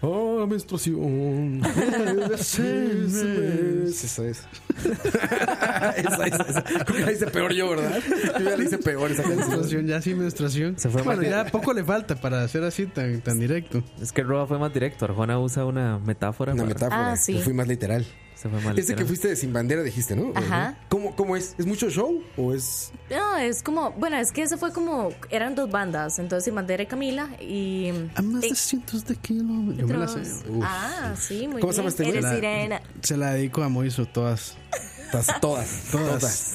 Speaker 1: Oh, la menstruación. esa es. esa, esa, esa. Creo que la hice peor yo, ¿verdad? Yo ya la hice peor esa canción.
Speaker 4: Menstruación, ya sí, menstruación.
Speaker 3: Se fue
Speaker 4: bueno,
Speaker 3: mal.
Speaker 4: ya poco le falta para ser así tan, tan directo.
Speaker 3: Es que Roa fue más directo. Arjona usa una metáfora.
Speaker 1: Una
Speaker 3: para-
Speaker 1: metáfora.
Speaker 5: Ah, sí.
Speaker 1: Yo fui más literal.
Speaker 3: Se fue mal.
Speaker 1: Ese que
Speaker 3: literal.
Speaker 1: fuiste de sin bandera dijiste, ¿no?
Speaker 5: Ajá.
Speaker 1: ¿Cómo, ¿Cómo es? ¿Es mucho show o es...?
Speaker 5: Ah, No, es como, bueno, es que eso fue como, eran dos bandas, entonces Mandera y Camila y...
Speaker 1: Ah,
Speaker 4: A más de cientos de kilómetros. Yo me la sé.
Speaker 5: Eh. otros.
Speaker 1: Uf.
Speaker 5: Ah, sí, muy
Speaker 1: ¿Cómo se llama
Speaker 5: bien.
Speaker 1: este güey?
Speaker 5: Eres
Speaker 4: La-
Speaker 5: sirena.
Speaker 4: Se la dedico a Moiso todas.
Speaker 1: Todas, todas, todas.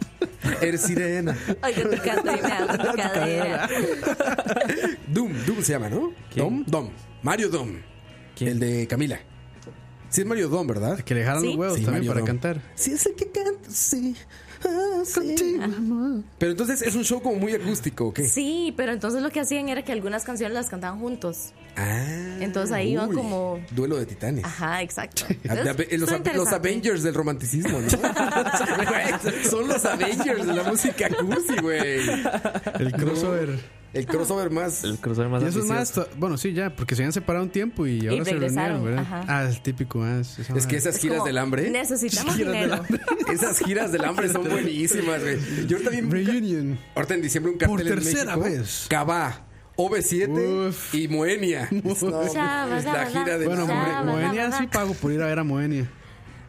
Speaker 1: Eres sirena.
Speaker 5: Oiga, tu cadera, tu cadera.
Speaker 1: Doom, Doom se llama, ¿no?
Speaker 3: ¿Quién?
Speaker 1: Dom, Dom. Mario Dom.
Speaker 3: ¿Quién?
Speaker 1: El de Camila. Sí, es Mario Don, ¿verdad?
Speaker 4: Que le jalan
Speaker 5: Sí.
Speaker 4: los huevos
Speaker 1: Sí,
Speaker 4: también
Speaker 1: Mario
Speaker 4: para
Speaker 1: Dom.
Speaker 4: cantar.
Speaker 1: Sí, es el que canta, sí. Ah, sí. Pero entonces es un show como muy acústico, ¿o qué?
Speaker 5: Sí, pero entonces lo que hacían era que algunas canciones las cantaban juntos.
Speaker 1: Ah.
Speaker 5: Entonces ahí iban como-
Speaker 1: Duelo de titanes.
Speaker 5: Ajá, exacto.
Speaker 1: A- de- los,
Speaker 5: Entonces, está
Speaker 1: los
Speaker 5: interesante.
Speaker 1: Avengers del romanticismo, ¿no? Güey, Son los Avengers de la música cursi, güey.
Speaker 4: El crossover.
Speaker 1: El crossover más.
Speaker 3: El crossover más
Speaker 4: Y eso es
Speaker 3: ambicioso.
Speaker 4: más, to- bueno, sí, ya, porque se habían separado un tiempo y ahora se
Speaker 5: regresaron,
Speaker 4: reunieron, ¿verdad?
Speaker 5: ajá.
Speaker 4: Ah, el típico, ah, es,
Speaker 1: Es que esas
Speaker 5: Es
Speaker 1: giras
Speaker 5: como,
Speaker 1: del hambre.
Speaker 5: Necesitamos
Speaker 4: Giras del
Speaker 5: dinero.
Speaker 1: Esas giras del hambre son buenísimas, güey. Yo ahorita vi un ca-
Speaker 4: Reunion.
Speaker 1: Ahorita en diciembre un cartel
Speaker 4: Por tercera
Speaker 1: en México.
Speaker 4: vez.
Speaker 1: Cabá, OV7
Speaker 4: Uf.
Speaker 1: y Moenia. No, es la gira del
Speaker 4: Bueno,
Speaker 1: hambre.
Speaker 4: Mo- Moenia sí pago por ir a ver a Moenia.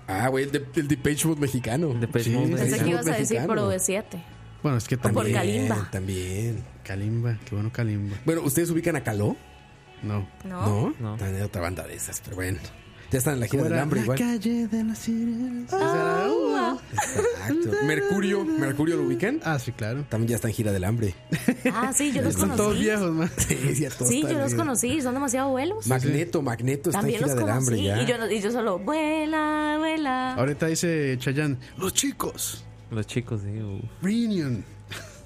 Speaker 1: Ah, güey, el, de, el Depeche Mode mexicano.
Speaker 3: De Depeche
Speaker 1: Sí,
Speaker 3: Mode.
Speaker 1: Depeche
Speaker 5: Pensé que
Speaker 1: Mode
Speaker 5: ibas a decir por
Speaker 1: mexicano.
Speaker 5: V7.
Speaker 4: Bueno, es que
Speaker 5: por
Speaker 4: también.
Speaker 5: Kalimba.
Speaker 1: También.
Speaker 4: Kalimba, qué bueno Kalimba.
Speaker 1: Bueno, ¿ustedes ubican a Caló?
Speaker 4: No.
Speaker 5: ¿No?
Speaker 1: No.
Speaker 3: No.
Speaker 1: También hay otra banda de esas, pero bueno. Ya están en la gira
Speaker 4: ¿Cómo
Speaker 1: del
Speaker 4: era?
Speaker 1: hambre
Speaker 4: la
Speaker 1: igual.
Speaker 4: calle de las
Speaker 5: Ah.
Speaker 4: sirenas.
Speaker 1: Exacto. Mercurio, Mercurio lo ubican.
Speaker 4: Ah, sí, claro.
Speaker 1: También ya está en gira del hambre.
Speaker 5: Ah, sí, yo los
Speaker 4: Están todos
Speaker 5: conocí.
Speaker 4: viejos, man.
Speaker 1: Sí, ya todos
Speaker 5: Sí,
Speaker 1: están
Speaker 5: yo los
Speaker 1: en-
Speaker 5: conocí, son demasiado vuelos.
Speaker 1: Magneto, Magneto está en
Speaker 5: También
Speaker 1: gira
Speaker 5: los
Speaker 1: del hambre
Speaker 5: conocí.
Speaker 1: ya.
Speaker 5: Y yo, no- y yo solo, vuela, vuela.
Speaker 4: Ahorita dice Chayanne, los chicos,
Speaker 3: Los chicos, sí. uf.
Speaker 4: reunion.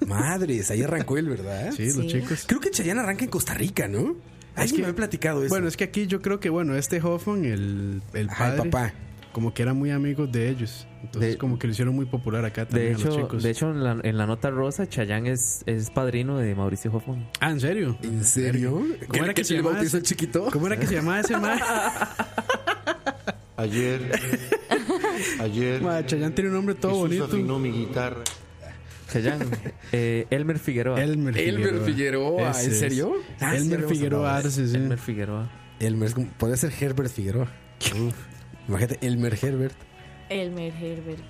Speaker 1: Madres, ahí arrancó él, ¿verdad?
Speaker 4: Sí, los
Speaker 5: Sí.
Speaker 4: chicos.
Speaker 1: Creo que Chayanne arranca en Costa Rica, ¿no? Alguien
Speaker 4: que-
Speaker 1: me había platicado eso.
Speaker 4: Bueno, es que aquí yo creo que, bueno, este Hoffman, el, el
Speaker 1: Ajá, el
Speaker 4: padre,
Speaker 1: papá.
Speaker 4: como que era muy amigo de ellos. Entonces,
Speaker 3: De-
Speaker 4: como que lo hicieron muy popular acá
Speaker 3: De
Speaker 4: también a los
Speaker 3: hecho,
Speaker 4: chicos.
Speaker 3: de hecho en, la, en la nota rosa, Chayanne es, es padrino de Mauricio Hoffman.
Speaker 4: ah, ¿en serio?
Speaker 1: ¿En serio?
Speaker 4: ¿Cómo era que se
Speaker 1: le
Speaker 4: llamaba
Speaker 1: bautizó el
Speaker 4: ese?
Speaker 1: chiquito?
Speaker 4: ¿Cómo era que se llamaba ese man?
Speaker 6: Ayer. Ayer.
Speaker 4: Ma, Chayanne tiene un nombre todo
Speaker 6: Jesús
Speaker 4: bonito.
Speaker 6: afinó mi guitarra.
Speaker 3: Chayanne, eh, Elmer Figueroa.
Speaker 4: Elmer Figueroa.
Speaker 1: Elmer Figueroa,
Speaker 4: Ese
Speaker 1: ¿en
Speaker 4: es.
Speaker 1: serio? Ah, sí,
Speaker 4: Elmer
Speaker 1: habíamos
Speaker 4: Figueroa
Speaker 1: hablado de
Speaker 4: Arce, sí.
Speaker 3: Elmer Figueroa.
Speaker 1: Elmer, es como- podría ser Herbert Figueroa. Uf, Imagínate, Elmer Herbert.
Speaker 5: Elmer Herbert.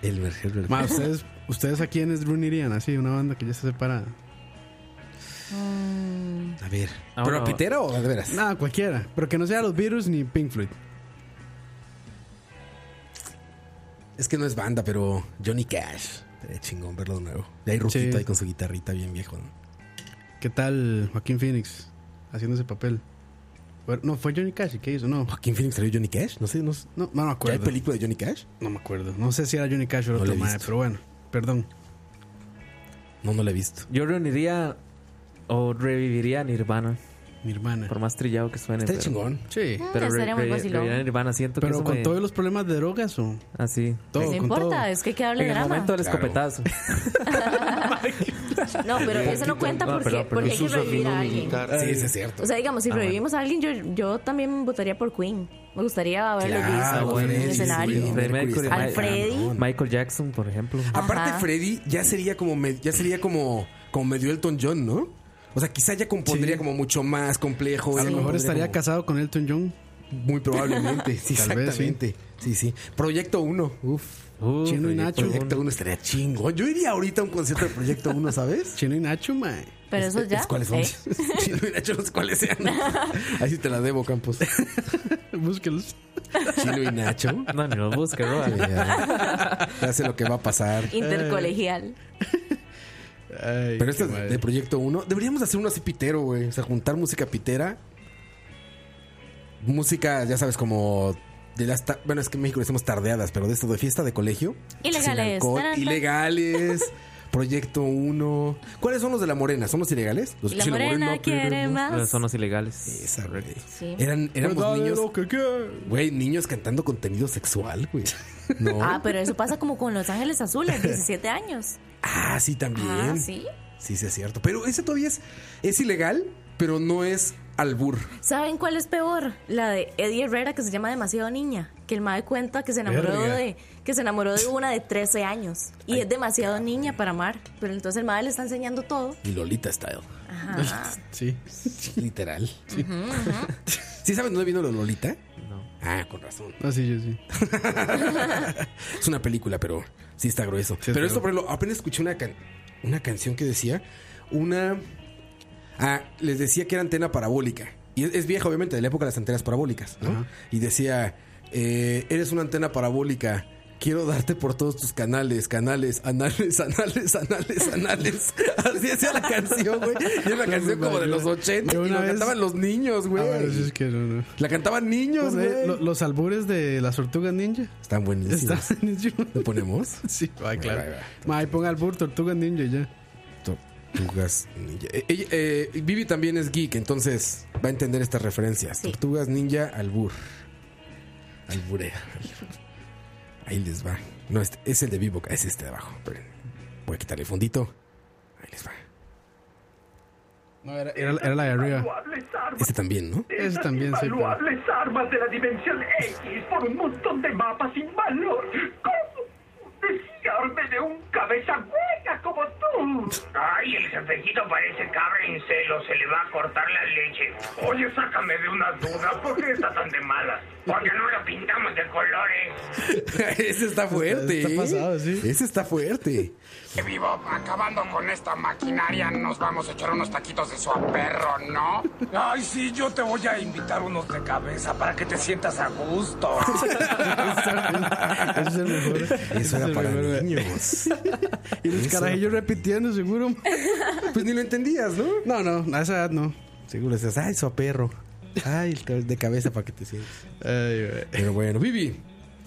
Speaker 1: Elmer Herbert.
Speaker 4: Ma, ¿ustedes, ¿ustedes a quiénes reunirían así? Una banda que ya está separada.
Speaker 1: A ver.
Speaker 3: Ah,
Speaker 1: ¿Pero
Speaker 3: bueno.
Speaker 1: a Pitera o de veras?
Speaker 4: Nada, cualquiera. Pero que no sea los Beatles ni Pink Floyd.
Speaker 1: Es que no es banda, pero Johnny Cash. Estaría chingón verlo de nuevo. Y hay Ruquito
Speaker 4: Sí.
Speaker 1: ahí con su guitarrita bien viejo. ¿no?
Speaker 4: ¿Qué tal Joaquín Phoenix haciendo ese papel? Bueno, No, fue Johnny Cash, ¿qué hizo? No,
Speaker 1: ¿Joaquín Phoenix salió Johnny Cash? No sé, no sé.
Speaker 4: no, no me
Speaker 1: ¿Hay
Speaker 4: acuerdo.
Speaker 1: película de Johnny Cash?
Speaker 4: No me acuerdo. No sé si era Johnny Cash o
Speaker 1: No
Speaker 4: era
Speaker 1: lo
Speaker 4: otro
Speaker 1: he
Speaker 4: mae,
Speaker 1: visto.
Speaker 4: pero bueno, perdón.
Speaker 1: No, no la he visto.
Speaker 3: Yo reuniría o reviviría a Nirvana,
Speaker 4: Mi hermana.
Speaker 3: por más trillado que suene.
Speaker 1: Está
Speaker 3: pero-
Speaker 1: chingón.
Speaker 4: Sí.
Speaker 5: Mm,
Speaker 3: Pero re-
Speaker 5: estaría muy
Speaker 3: re-
Speaker 5: vacilón.
Speaker 3: reviviría a Nirvana, siento que
Speaker 4: Pero
Speaker 3: eso
Speaker 4: con
Speaker 3: me-
Speaker 4: todos los problemas de drogas o
Speaker 3: Así.
Speaker 4: todo.
Speaker 5: No
Speaker 4: con
Speaker 5: importa,
Speaker 4: todo.
Speaker 5: es que hay que hable
Speaker 3: En el
Speaker 5: drama.
Speaker 3: momento del
Speaker 1: Claro.
Speaker 3: escopetazo.
Speaker 5: No, pero eso no cuenta
Speaker 3: No,
Speaker 5: porque,
Speaker 3: perdón, perdón.
Speaker 5: porque hay que
Speaker 6: Jesús
Speaker 5: revivir
Speaker 6: afinó
Speaker 5: a
Speaker 6: mi
Speaker 5: alguien.
Speaker 6: guitarra.
Speaker 1: Sí, sí, es cierto.
Speaker 5: O sea, digamos, si revivimos a alguien, yo, yo también votaría por Queen. Me gustaría verlo
Speaker 1: Claro,
Speaker 5: visto en
Speaker 3: Freddie,
Speaker 5: un
Speaker 3: sí,
Speaker 5: escenario.
Speaker 3: sí, Freddie Mercury,
Speaker 5: Al
Speaker 3: Ma-
Speaker 5: Freddy.
Speaker 1: cabrón.
Speaker 3: Michael Jackson, por ejemplo.
Speaker 5: Ah,
Speaker 1: Aparte,
Speaker 5: Ajá.
Speaker 1: Freddy ya sería como me- ya sería como, como medio Elton John, ¿no? O sea, quizá ya compondría
Speaker 4: Sí.
Speaker 1: como mucho más complejo.
Speaker 4: A
Speaker 1: ya
Speaker 4: lo mejor
Speaker 1: compondría
Speaker 4: estaría
Speaker 1: como-
Speaker 4: casado con Elton John.
Speaker 1: Muy probablemente, sí,
Speaker 4: Tal vez, sí.
Speaker 1: exactamente. sí. sí, Proyecto 1. Uf.
Speaker 3: Uh,
Speaker 4: Chino
Speaker 3: Proyecto
Speaker 4: y Nacho.
Speaker 1: Proyecto 1 estaría chingo. Yo iría ahorita a un concierto de Proyecto 1, ¿sabes?
Speaker 4: Chino y Nacho, mae.
Speaker 5: Pero eso ya.
Speaker 1: ¿Los Este, cuáles son?
Speaker 5: ¿eh?
Speaker 1: Sí, no hubiera hecho los cuáles sean. Ahí sí te la debo, Campos.
Speaker 4: Búsquelos.
Speaker 1: Chino y Nacho.
Speaker 3: No, ni los busques, Roa.
Speaker 1: Ya, ya sé lo que va a pasar. Eh.
Speaker 5: Intercolegial.
Speaker 4: Ay,
Speaker 1: Pero
Speaker 4: qué
Speaker 1: este es
Speaker 4: madre.
Speaker 1: de Proyecto 1. Deberíamos hacer uno así pitero, güey. O sea, juntar música pitera. Música, ya sabes, como de las ta- bueno, es que en México le decimos tardeadas, pero de esto de fiesta de colegio.
Speaker 5: Ilegales.
Speaker 1: Sin alcohol,
Speaker 5: Tarán, tarán.
Speaker 1: ilegales. Proyecto 1. ¿Cuáles son los de la Morena? ¿Son los ilegales? Los
Speaker 5: La
Speaker 1: Chilo
Speaker 5: morena
Speaker 1: Moreno,
Speaker 5: quiere
Speaker 1: pero-
Speaker 5: más.
Speaker 3: Son los ilegales.
Speaker 1: Esa, güey.
Speaker 5: Sí.
Speaker 1: Eran, éramos
Speaker 4: Dale
Speaker 1: niños.
Speaker 4: lo que quieras.
Speaker 1: Güey, niños cantando contenido sexual, güey. No.
Speaker 5: Ah, pero eso pasa como con Los Ángeles Azules, 17 años.
Speaker 1: Ah, sí, también.
Speaker 5: Ah, sí.
Speaker 1: Sí, sí, es cierto. Pero ese todavía es, es ilegal, pero no es albur.
Speaker 5: ¿Saben cuál es peor? La de Eddie Herrera que se llama Demasiado Niña, que el mae cuenta que se enamoró
Speaker 4: Verga.
Speaker 5: de que se enamoró de una de 13 años y es demasiado niña para amar, pero entonces el mae le está enseñando todo.
Speaker 1: Y Lolita Style.
Speaker 4: Sí.
Speaker 1: Literal. Sí. ¿Sí saben dónde vino lo Lolita?
Speaker 3: No.
Speaker 1: Ah, con razón.
Speaker 4: No, sí, yo sí.
Speaker 1: Es una película, pero sí está grueso.
Speaker 4: Sí,
Speaker 1: pero
Speaker 4: pero-
Speaker 1: esto, por ejemplo, apenas escuché una, can- una canción que decía una. Ah, les decía que era antena parabólica. Y es, es vieja, obviamente, de la época de las antenas parabólicas, ¿no?
Speaker 4: Ajá.
Speaker 1: Y decía: eh, Eres una antena parabólica. Quiero darte por todos tus canales, canales, anales, anales, anales, anales. Así hacía la canción, güey. Y era una canción como de los 80
Speaker 4: Yo
Speaker 1: y la
Speaker 4: una vez-
Speaker 1: cantaban los niños, güey.
Speaker 4: Ah, bueno, sí, es que no, no.
Speaker 1: La cantaban niños,
Speaker 4: Lo-
Speaker 1: güey.
Speaker 4: lo- los albures de las tortugas ninja.
Speaker 1: Están
Speaker 4: Están
Speaker 1: buenísimos. ¿Lo ponemos?
Speaker 4: Sí, ay,
Speaker 1: Ahí
Speaker 4: claro.
Speaker 1: va, ahí
Speaker 4: Ma, ahí ponga albur, tortugas ninja y ya.
Speaker 1: Tortugas Ninja. Eh, ella- eh, Vivi también es geek, entonces va a entender estas referencias.
Speaker 5: Sí.
Speaker 1: Tortugas Ninja Albur. Alburea. Ahí les va. No, este- es el de Vivo, es este de abajo. Esperen. Voy a quitar el fondito. Ahí les va.
Speaker 4: No, era, era, era la de arriba.
Speaker 8: valuables armas.
Speaker 1: Este también, ¿no?
Speaker 4: Ese también, sí. pero-
Speaker 8: Valuables armas de la dimensión X por un montón de mapas sin valor. ¿Cómo desearme de un cabeza hueca como tú? Ay, el jefecito parece cabra en celo. Se le va a cortar la leche. Oye, sácame de una duda. ¿Por qué está tan de mala? Porque no lo pintamos de colores.
Speaker 1: Ese está fuerte.
Speaker 4: está
Speaker 1: ¿eh?
Speaker 4: pasado, sí.
Speaker 1: Ese está fuerte.
Speaker 11: Vivo, acabando con esta maquinaria, nos vamos a echar unos taquitos de su perro, ¿no? Ay, sí, yo te voy a invitar unos de cabeza para que te sientas a gusto.
Speaker 4: Ese es el mejor. Ese es
Speaker 1: Eso era
Speaker 4: el
Speaker 1: para
Speaker 4: mejor.
Speaker 1: niños.
Speaker 4: Y los
Speaker 1: Eso.
Speaker 4: carajillos repitiendo, seguro.
Speaker 1: Pues ni lo entendías, ¿no?
Speaker 4: No, no, a esa edad no.
Speaker 1: Seguro decías, ay, su perro. Ay, el cab- de cabeza para que te sientes.
Speaker 4: Ay, güey.
Speaker 1: Pero bueno, Vivi,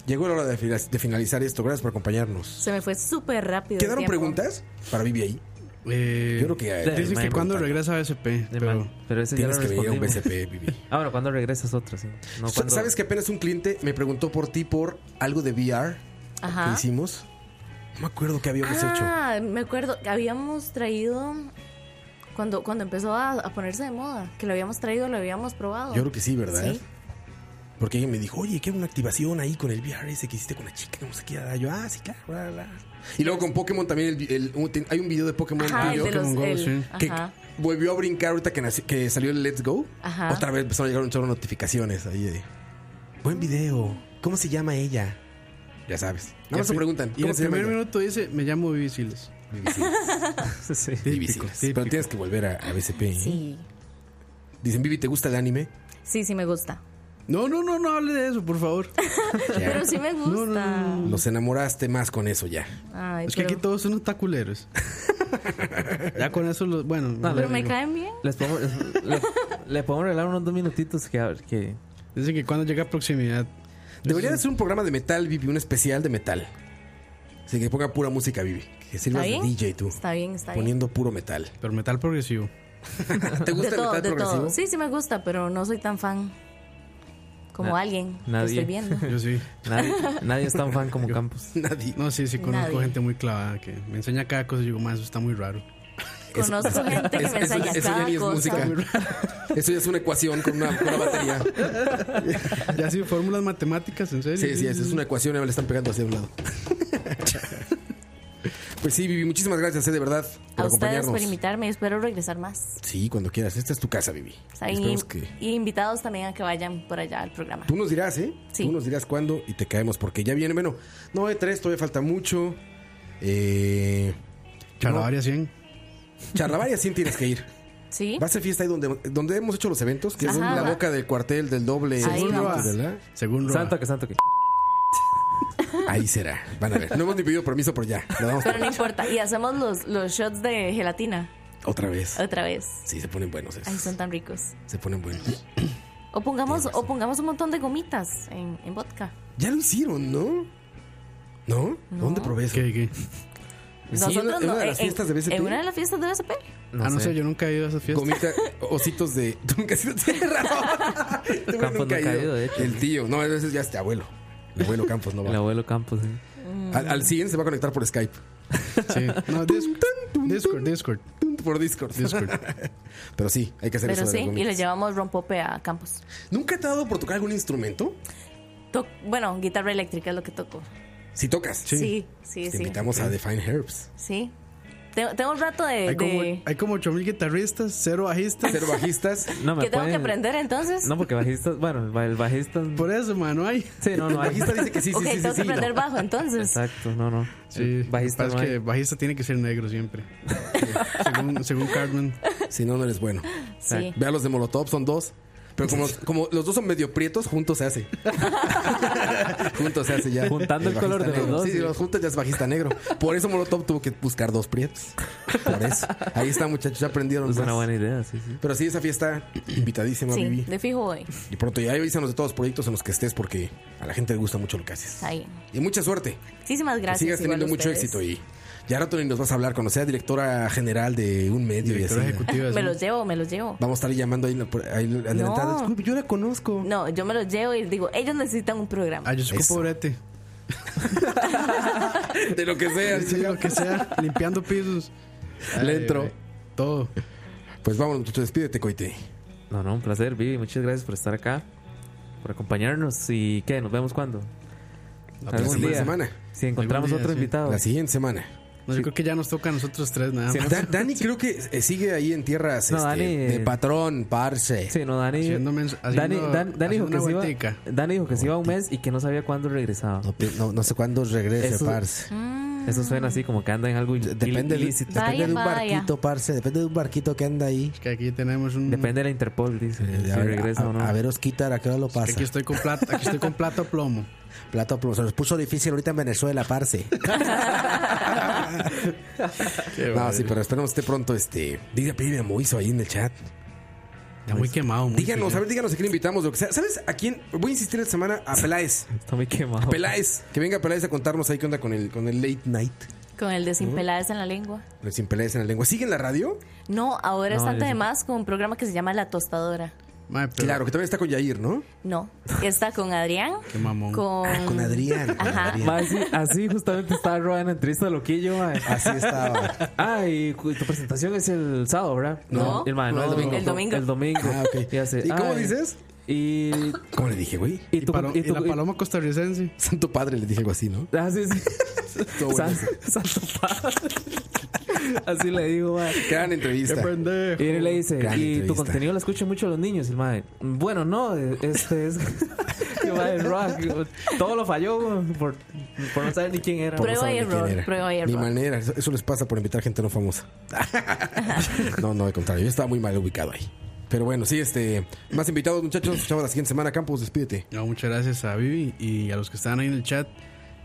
Speaker 1: llegó la hora de, fila- de finalizar esto. Gracias por acompañarnos.
Speaker 5: Se me fue súper rápido. el
Speaker 1: ¿Quedaron
Speaker 5: tiempo.
Speaker 1: preguntas para Vivi ahí?
Speaker 4: Eh,
Speaker 1: Yo creo que eh,
Speaker 3: de-
Speaker 1: tienes
Speaker 4: Dicen
Speaker 3: Mae,
Speaker 4: que cuando
Speaker 1: preguntar.
Speaker 4: regresa a SP,
Speaker 3: De
Speaker 4: pero
Speaker 3: mal. Pero ese ya lo
Speaker 1: tienes que venir a un
Speaker 3: respondimos.
Speaker 1: BCP, Vivi.
Speaker 3: Ah, bueno, cuando regresas otra, sí. No,
Speaker 1: Sa-
Speaker 3: cuando-
Speaker 1: ¿Sabes que apenas un cliente me preguntó por ti por algo de VR que
Speaker 5: Ajá.
Speaker 1: hicimos? No me acuerdo qué habíamos hecho.
Speaker 5: Ah, me acuerdo que habíamos traído cuando cuando empezó a, a ponerse de moda, que lo habíamos traído, lo habíamos probado.
Speaker 1: Yo creo que sí, ¿verdad?
Speaker 5: Sí.
Speaker 1: Porque alguien me dijo, oye, que era una activación ahí con el VR ese que hiciste con la chica, no sé qué. Yo, ah, sí, claro, bla, bla. Y luego con Pokémon también el vi- el- un- ten- hay un video de Pokémon
Speaker 5: Ajá, el
Speaker 1: tuyo
Speaker 5: de los
Speaker 4: Pokémon Go,
Speaker 5: el-
Speaker 4: sí.
Speaker 1: que
Speaker 5: ajá.
Speaker 1: volvió a brincar ahorita que, nació- que salió el Let's Go.
Speaker 5: Ajá.
Speaker 1: Otra vez empezaron a llegar un chorro de notificaciones ahí de, Buen video. ¿Cómo se llama ella? Ya sabes. Nada más se preguntan.
Speaker 4: Y en
Speaker 1: ¿Cómo
Speaker 4: el
Speaker 1: se llama
Speaker 4: primer
Speaker 1: ella?
Speaker 4: minuto dice, me llamo Vivi Siles.
Speaker 3: Sí.
Speaker 1: Divisiles. Pero tienes que volver a, a BCP. ¿eh?
Speaker 5: Sí.
Speaker 1: Dicen, Vivi, ¿te gusta el anime?
Speaker 5: Sí, sí me gusta.
Speaker 4: No, no, no, no hable de eso, por favor.
Speaker 5: Pero sí me gusta.
Speaker 4: No, no, no,
Speaker 1: Los enamoraste más con eso ya.
Speaker 5: Ay,
Speaker 4: Es que aquí
Speaker 5: pero,
Speaker 4: todos son taculeros. ya con eso, los, bueno.
Speaker 3: No,
Speaker 5: pero
Speaker 3: le-
Speaker 5: me caen bien.
Speaker 3: Les podemos, les- le, le podemos regalar unos dos minutitos que, a ver, que
Speaker 4: Dicen que cuando llega a proximidad.
Speaker 1: Debería de ser un programa de metal, Vivi, un especial de metal. Así que ponga pura música, Vivi. Que sirvas de
Speaker 5: bien?
Speaker 1: DJ tú.
Speaker 5: Está bien, está bien.
Speaker 1: Poniendo puro metal.
Speaker 4: Pero metal progresivo.
Speaker 1: ¿Te gusta
Speaker 5: de
Speaker 1: el
Speaker 5: todo,
Speaker 1: metal
Speaker 5: de
Speaker 1: progresivo?
Speaker 5: todo. Sí, sí me gusta, pero no soy tan fan como
Speaker 3: Na-
Speaker 5: alguien
Speaker 3: nadie.
Speaker 5: que estoy viendo.
Speaker 4: Yo sí.
Speaker 3: nadie, nadie es tan fan como Campos.
Speaker 1: Nadie.
Speaker 4: No, sí, sí, conozco
Speaker 5: Nadie.
Speaker 4: gente muy clavada que me enseña cada cosa y digo, más, eso está muy raro.
Speaker 5: Conozco gente que
Speaker 1: eso-
Speaker 5: me
Speaker 1: eso-
Speaker 5: enseña
Speaker 1: eso ya
Speaker 5: cada
Speaker 1: ni es
Speaker 5: cosa.
Speaker 1: música. Eso ya es una ecuación con una, con una batería.
Speaker 4: Ya sí, fórmulas matemáticas, en serio.
Speaker 1: Sí, sí, es, es una ecuación, ahora le están pegando hacia un lado. Pues sí, Vivi, muchísimas gracias, eh, de verdad, por
Speaker 5: A ustedes por
Speaker 1: acompañarnos.
Speaker 5: invitarme y espero regresar más.
Speaker 1: Sí, cuando quieras. Esta es tu casa, Vivi.
Speaker 5: O sea, y,
Speaker 1: Esperemos que.
Speaker 5: y invitados también a que vayan por allá al programa.
Speaker 1: Tú nos dirás, ¿eh?
Speaker 5: Sí.
Speaker 1: Tú nos dirás cuándo y te caemos, porque ya viene, bueno, no hay tres, todavía falta mucho. Eh.
Speaker 4: Chalabaria 100.
Speaker 1: Charlavaria sí tienes que ir.
Speaker 5: ¿Sí?
Speaker 1: Va a ser fiesta ahí donde, donde hemos hecho los eventos, que es
Speaker 5: Ajá.
Speaker 1: la boca del cuartel, del doble.
Speaker 5: Ahí vamos.
Speaker 1: ¿verdad?
Speaker 4: Según Roa.
Speaker 3: Santo que santo que.
Speaker 1: Ahí será. Van a ver. No hemos ni pedido permiso, pero ya. Lo damos
Speaker 5: Pero no importa. Y hacemos los, los shots de gelatina
Speaker 1: otra vez.
Speaker 5: otra vez.
Speaker 1: Sí, se ponen buenos esos.
Speaker 5: Ay, son tan ricos.
Speaker 1: Se ponen buenos.
Speaker 5: O pongamos, o pongamos un montón de gomitas en, en vodka.
Speaker 1: Ya lo hicieron, ¿no? ¿No? ¿Dónde probé eso?
Speaker 4: ¿Qué, qué?
Speaker 1: en una- en una de las fiestas de BSP.
Speaker 5: eh, En una de las fiestas de BSP.
Speaker 3: No
Speaker 4: ah, no
Speaker 3: sé.
Speaker 4: sé, yo nunca he ido a esas fiestas.
Speaker 1: Gomita, ositos de. Tú nunca has ido raro. Tú
Speaker 3: Campos nunca ha ido, de hecho.
Speaker 1: El tío. No, ese ya es tu abuelo. El abuelo Campos no
Speaker 3: El
Speaker 1: va.
Speaker 3: abuelo Campos. sí.
Speaker 1: Al, al siguiente se va a conectar por Skype.
Speaker 4: Sí. No, Discord, Discord, Discord.
Speaker 1: Por Discord.
Speaker 4: Discord.
Speaker 1: Pero sí, hay que hacer
Speaker 5: Pero
Speaker 1: eso de las
Speaker 5: sí, y
Speaker 1: gomitas.
Speaker 5: le llevamos rompope a Campos.
Speaker 1: ¿Nunca te ha dado por tocar algún instrumento?
Speaker 5: Toc- bueno, guitarra eléctrica es lo que toco.
Speaker 1: Si tocas.
Speaker 5: Sí, sí, sí.
Speaker 1: Te
Speaker 5: Sí.
Speaker 1: invitamos a Define Herbs.
Speaker 5: Tengo, tengo un rato de.
Speaker 4: Hay como,
Speaker 5: de-
Speaker 4: hay como 8000 guitarristas, cero bajistas.
Speaker 1: Ser bajistas.
Speaker 3: No, me
Speaker 5: ¿Qué tengo que
Speaker 3: pueden-
Speaker 5: aprender entonces?
Speaker 3: No, porque bajistas. Bueno, el ba- el bajista.
Speaker 4: Por eso, mano, hay.
Speaker 3: Sí, no,
Speaker 1: El
Speaker 3: no hay.
Speaker 1: Pues, bajista dice que sí, sí,
Speaker 5: ok,
Speaker 1: sí, sí,
Speaker 5: tengo que
Speaker 1: sí, no.
Speaker 5: aprender bajo entonces.
Speaker 3: Exacto, no, no.
Speaker 4: Sí,
Speaker 3: El Bajista
Speaker 4: pasa
Speaker 3: no
Speaker 4: es que
Speaker 3: hay.
Speaker 4: bajista tiene que ser negro siempre. según, según Cartman.
Speaker 1: Si no, no eres bueno.
Speaker 5: Sí.
Speaker 1: Ve a los de Molotov, son dos. Pero como, como los dos son medio prietos, juntos se hace. juntos se hace ya.
Speaker 3: Juntando el color
Speaker 1: bajista
Speaker 3: de los
Speaker 1: negro.
Speaker 3: dos,
Speaker 1: Sí, si
Speaker 3: sí.
Speaker 1: los juntas ya es bajista negro. Por eso Molotov tuvo que buscar dos prietos. Por eso. Ahí está, muchachos, ya aprendieron.
Speaker 3: Es una
Speaker 1: más.
Speaker 3: buena idea, sí, sí.
Speaker 1: Pero sí, esa fiesta, invitadísima,
Speaker 5: Sí,
Speaker 1: Vivi.
Speaker 5: de fijo hoy.
Speaker 1: Y pronto ya avísanos de todos los proyectos en los que estés porque a la gente le gusta mucho lo que haces.
Speaker 5: Ahí.
Speaker 1: Y mucha suerte.
Speaker 5: Muchísimas
Speaker 1: Que
Speaker 5: gracias.
Speaker 1: sigas
Speaker 5: igual
Speaker 1: teniendo
Speaker 5: a
Speaker 1: mucho
Speaker 5: ustedes.
Speaker 1: éxito y ya rato ni nos vas a hablar cuando sea directora general de un medio y así.
Speaker 4: Directora ejecutiva.
Speaker 5: Me
Speaker 4: sí.
Speaker 5: los llevo, me los llevo.
Speaker 1: Vamos a estar ahí llamando ahí, en la- por- ahí adelantada. Disculpe, yo la conozco.
Speaker 5: No, yo me los llevo y digo, ellos necesitan un programa.
Speaker 4: Ah, yo soy
Speaker 1: Eso.
Speaker 4: pobrete.
Speaker 1: De lo que sea.
Speaker 4: Sí, lo que sea, limpiando pisos.
Speaker 1: Le
Speaker 4: Ay,
Speaker 1: entro.
Speaker 4: güey, Todo.
Speaker 1: Pues vámonos, muchachos, despídete, coite.
Speaker 3: No, no, un placer, Vivi. Muchas gracias por estar acá, por acompañarnos. ¿Y qué? ¿Nos vemos cuándo?
Speaker 1: próxima semana.
Speaker 3: Si encontramos
Speaker 4: Algún día,
Speaker 3: otro
Speaker 4: sí.
Speaker 3: invitado.
Speaker 1: La siguiente semana.
Speaker 4: No, yo creo que ya nos toca a nosotros tres nada más.
Speaker 3: Sí,
Speaker 1: Da- Dani creo que eh, sigue ahí en tierras
Speaker 3: No,
Speaker 1: este,
Speaker 3: Dani,
Speaker 1: de
Speaker 3: eh,
Speaker 1: patrón, parce.
Speaker 3: Sí, no, Dani.
Speaker 4: Haciendo mens-
Speaker 3: Dani,
Speaker 4: haciendo-
Speaker 3: Dan- Dani dijo que
Speaker 4: haciendo una
Speaker 3: se iba,
Speaker 4: vueltica.
Speaker 3: Dani dijo que se iba un mes y que no sabía cuándo regresaba.
Speaker 1: No, pe- no- no sé cuándo regrese,
Speaker 3: Eso-
Speaker 1: parce.
Speaker 3: Eso suena así como que anda en algo il-
Speaker 1: Depende, del-
Speaker 3: ilícito.
Speaker 1: depende de un
Speaker 5: Vaya, vaya.
Speaker 1: barquito, parce. Depende de un barquito que anda ahí.
Speaker 4: Que aquí tenemos un.
Speaker 3: Depende de la Interpol, dice.
Speaker 1: Eh,
Speaker 3: si
Speaker 1: a, ver,
Speaker 3: regresa
Speaker 1: a-
Speaker 3: o no.
Speaker 1: a ver, Osquitar, ¿a qué hora lo
Speaker 4: que
Speaker 1: pasa?
Speaker 4: Aquí estoy con plata, aquí estoy con plata o plomo.
Speaker 1: Plato plomo. Se nos puso difícil ahorita en Venezuela, parce. no, sí, pero esperemos esté pronto. Este, diga, pídeme a Moiso ahí en el chat.
Speaker 4: Está muy quemado. muy
Speaker 1: Díganos, a
Speaker 4: feo.
Speaker 1: ver, díganos a quién invitamos, lo que sea. ¿Sabes a quién? Voy a insistir esta semana a Peláez.
Speaker 3: Está muy quemado.
Speaker 1: Peláez, que venga Peláez a contarnos ahí qué onda con el, con el late night.
Speaker 5: Con el de sin peladas en la lengua.
Speaker 1: Sin Peláez en la lengua. ¿Sigue en la radio?
Speaker 5: No, ahora
Speaker 3: No,
Speaker 5: están
Speaker 3: yo sí.
Speaker 5: además con un programa que se llama La Tostadora.
Speaker 4: Mae, pero
Speaker 1: Claro, que también está con Yair, ¿no?
Speaker 5: No, está con Adrián.
Speaker 4: Qué mamón.
Speaker 5: Con,
Speaker 1: Ah, con Adrián. con
Speaker 5: Ajá.
Speaker 1: Adrián.
Speaker 3: Ma, así, así justamente estaba Rodan en entrevista de loquillo, ma.
Speaker 1: Así estaba.
Speaker 3: Ah, y cu- tu presentación es el sábado, ¿verdad?
Speaker 5: No.
Speaker 3: el, ma,
Speaker 1: No,
Speaker 3: no,
Speaker 1: el domingo.
Speaker 5: El domingo.
Speaker 3: El domingo.
Speaker 1: Ah, ok.
Speaker 3: Y, hace,
Speaker 1: ¿Y cómo
Speaker 3: "Ay".
Speaker 1: dices?
Speaker 3: Y,
Speaker 1: ¿Cómo le dije, güey?
Speaker 3: y
Speaker 4: Y,
Speaker 3: tu-
Speaker 4: palo-
Speaker 3: y
Speaker 4: y
Speaker 3: tu-
Speaker 4: la
Speaker 3: y-
Speaker 4: paloma costarricense.
Speaker 1: Santo Padre le dije algo así, ¿no?
Speaker 3: Ah, sí, sí.
Speaker 1: Todo
Speaker 3: San-
Speaker 1: bueno.
Speaker 3: Santo Padre. Así le digo, ma.
Speaker 1: Gran
Speaker 4: Qué
Speaker 1: entrevista.
Speaker 4: pendejo.
Speaker 3: Y él le dice,
Speaker 1: Gran
Speaker 3: y tu
Speaker 1: entrevista.
Speaker 3: contenido lo escuchan mucho los niños, el madre. Bueno, no, este es que va de rock. Todo lo falló güey, por, por no saber ni quién era.
Speaker 1: Por no
Speaker 5: Prueba
Speaker 1: saber
Speaker 5: y
Speaker 1: ni quién
Speaker 5: error,
Speaker 1: era.
Speaker 5: prueba y
Speaker 1: Ni
Speaker 5: error.
Speaker 1: manera, eso, eso les pasa por invitar gente no famosa. no, no, al contrario, yo estaba muy mal ubicado ahí. Pero bueno, sí, este, más invitados, muchachos, nos escuchamos la siguiente semana, Campos, despídete.
Speaker 4: No, muchas gracias a Vivi y a los que están ahí en el chat.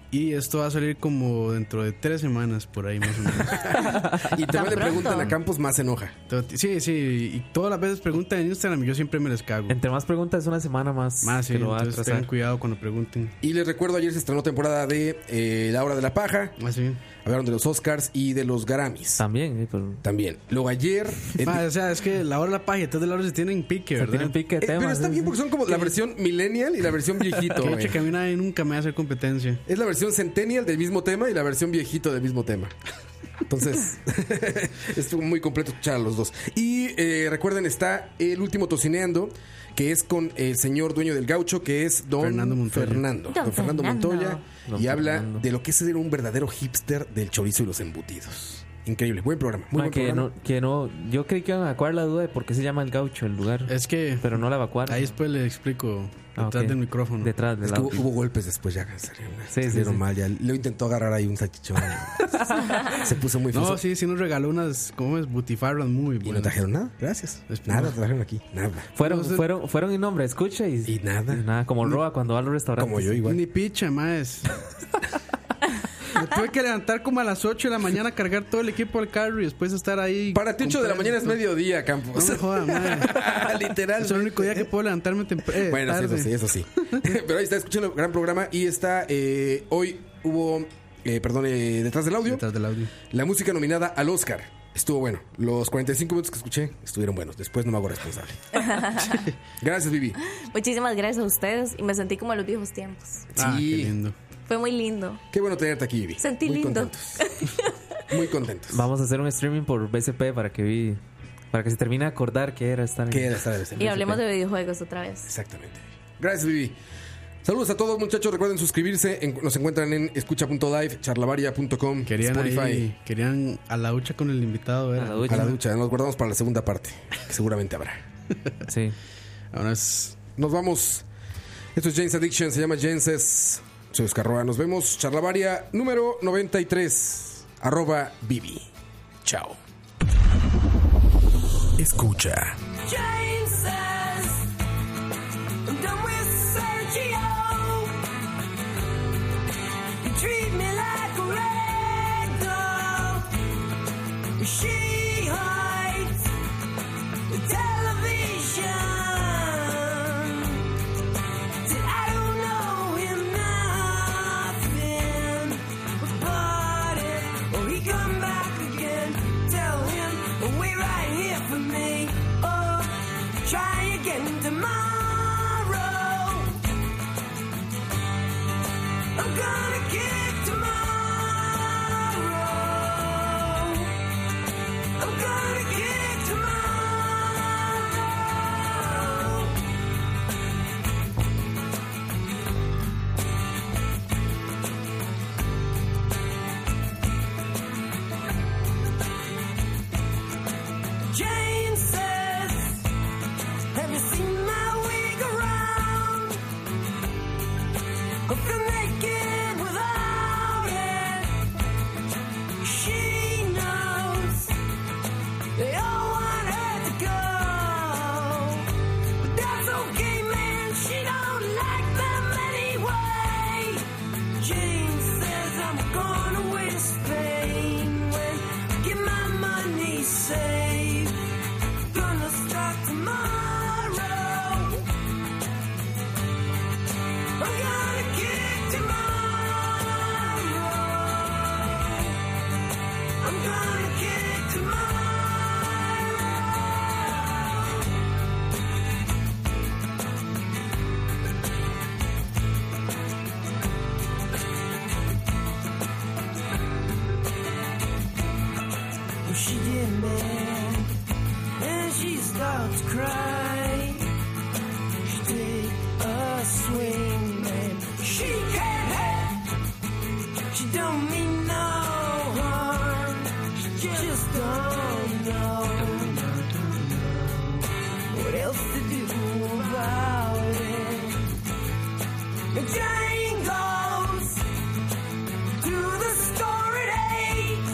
Speaker 4: Y esto va a salir como dentro de tres semanas, por ahí más o menos.
Speaker 1: Y también le
Speaker 5: pronto.
Speaker 1: preguntan a Campos, más se enoja.
Speaker 4: Entonces, Sí, sí, y todas las veces preguntan en Instagram y yo siempre me les cago.
Speaker 3: Entre más preguntas, una semana más,
Speaker 4: Más, sí,
Speaker 3: que lo va a
Speaker 4: entonces
Speaker 3: atrasar.
Speaker 4: tengan cuidado cuando pregunten.
Speaker 1: Y les recuerdo, ayer se estrenó temporada de eh, La Hora de la Paja.
Speaker 4: Así.
Speaker 1: Hablaron de los Oscars y de los Grammys.
Speaker 3: También, eh, pero
Speaker 1: También. Luego ayer. eh,
Speaker 4: Ma, o sea, es que la hora de la paja y detrás de la hora se tienen pique,
Speaker 3: se
Speaker 4: ¿verdad?
Speaker 3: tiene un pique de
Speaker 1: eh, pero
Speaker 3: temas,
Speaker 1: está
Speaker 3: sí,
Speaker 1: bien
Speaker 3: sí.
Speaker 1: porque son como la versión millennial y la versión viejito.
Speaker 4: Que de
Speaker 1: güey.
Speaker 4: hecho que a mí nadie nunca me va a hacer competencia.
Speaker 1: Es la versión centennial del mismo tema y la versión viejito del mismo tema. Entonces, estuvo muy completo escuchar a los dos. Y eh, recuerden, está el último tocineando, que es con el señor dueño del gaucho, que es don Fernando
Speaker 4: Fernando Montoya.
Speaker 1: Fernando.
Speaker 5: Don
Speaker 1: Don Fernando
Speaker 5: Fernando.
Speaker 1: Montoya.
Speaker 3: Don
Speaker 1: y habla
Speaker 3: Fernando.
Speaker 1: de lo que es ser un verdadero hipster del chorizo y los embutidos. Increíble, buen programa. Muy
Speaker 3: Ma,
Speaker 1: buen
Speaker 3: Ah, que,
Speaker 1: programa.
Speaker 3: no, que no, yo creí que iban a evacuar la duda de por qué se llama el gaucho el lugar,
Speaker 4: Es que
Speaker 3: pero no la evacuaron.
Speaker 4: ahí después les explico
Speaker 3: Ah,
Speaker 4: detrás
Speaker 3: ok.
Speaker 4: del micrófono.
Speaker 3: Detrás del
Speaker 1: Es que hubo,
Speaker 3: audio.
Speaker 1: hubo golpes después, ya salieron,
Speaker 3: Sí, sí,
Speaker 1: salieron
Speaker 3: sí.
Speaker 1: mal. Ya. Leo intentó agarrar ahí un salchichón. se puso muy frío.
Speaker 4: No, sí, sí nos regaló unas, ¿cómo es? Butifarras muy
Speaker 1: Y no
Speaker 4: buenas.
Speaker 1: trajeron nada, gracias.
Speaker 4: Después-
Speaker 1: Nada trajeron aquí, nada.
Speaker 3: Fueron,
Speaker 4: No sé.
Speaker 3: fueron, fueron y nombre, escucha y,
Speaker 1: Y nada.
Speaker 3: como Roa cuando va a los restaurantes.
Speaker 1: Como yo igual.
Speaker 4: Ni picha, más. Me tuve que levantar como a las 8 de la mañana, cargar todo el equipo al carro y después estar ahí.
Speaker 1: Para ti 8 de la
Speaker 4: comprando
Speaker 1: mañana es
Speaker 4: todo.
Speaker 1: mediodía, Campos.
Speaker 4: No me joda, mae.
Speaker 1: Literal.
Speaker 4: Es el único día que puedo levantarme eh, temprano.
Speaker 1: Bueno, sí, eso sí, eso sí. Pero ahí está, escuchando gran programa. Y está, eh, hoy hubo, eh, perdón, eh, detrás del audio,
Speaker 4: Detrás del audio.
Speaker 1: la música nominada al Oscar. Estuvo bueno. Los 45 minutos que escuché estuvieron buenos. Después no me hago responsable. Gracias, Vivi.
Speaker 5: Muchísimas gracias a ustedes y me sentí como en los viejos tiempos.
Speaker 4: Ah, qué
Speaker 1: Sí.
Speaker 4: lindo.
Speaker 5: Fue muy lindo.
Speaker 1: Qué bueno tenerte aquí, Vivi.
Speaker 5: Sentí
Speaker 1: Muy
Speaker 5: lindo.
Speaker 1: Contentos. Muy contentos.
Speaker 3: Vamos a hacer un streaming por BCP para que vi, para que se termine de acordar que era estar en-
Speaker 1: ¿Qué era esta vez?
Speaker 5: Y hablemos de videojuegos otra vez.
Speaker 1: Exactamente. Gracias, Vivi. Saludos a todos, muchachos. Recuerden suscribirse. En- nos encuentran en escucha.live, charlavaria.com,
Speaker 4: Querían,
Speaker 1: Spotify.
Speaker 4: ahí- querían a la ducha con el invitado,
Speaker 3: a la
Speaker 4: era.
Speaker 3: ducha.
Speaker 1: A la ducha. Nos guardamos para la segunda parte, que seguramente habrá.
Speaker 3: Sí.
Speaker 4: Ahora es.
Speaker 1: Nos vamos. Esto es James Addiction, se llama Jenses. Soy Oscar Roa. Nos vemos. Charlavaria número 93. Arroba Vivi. Chao. Escucha.
Speaker 8: James says
Speaker 9: She hides the television. Did I don't know him nothing about it? Will he come back again? Tell him wait right here for me. Oh, try again tomorrow. I'm gonna get tomorrow. I'm gonna get tomorrow. Jane says, Have you seen my wig around? I feel naked without it. She knows they all want her to go. But that's okay, man. She don't like them anyway. Jane says I'm gonna waste Spain when I get my money saved. Gonna start tomorrow. I'm gonna get tomorrow. I'm gonna get tomorrow. Well, she get mad and she starts crying. She take a swing and she can't help. She don't mean no harm. She just don't know what else to do about it. And Jane goes to the store at eight.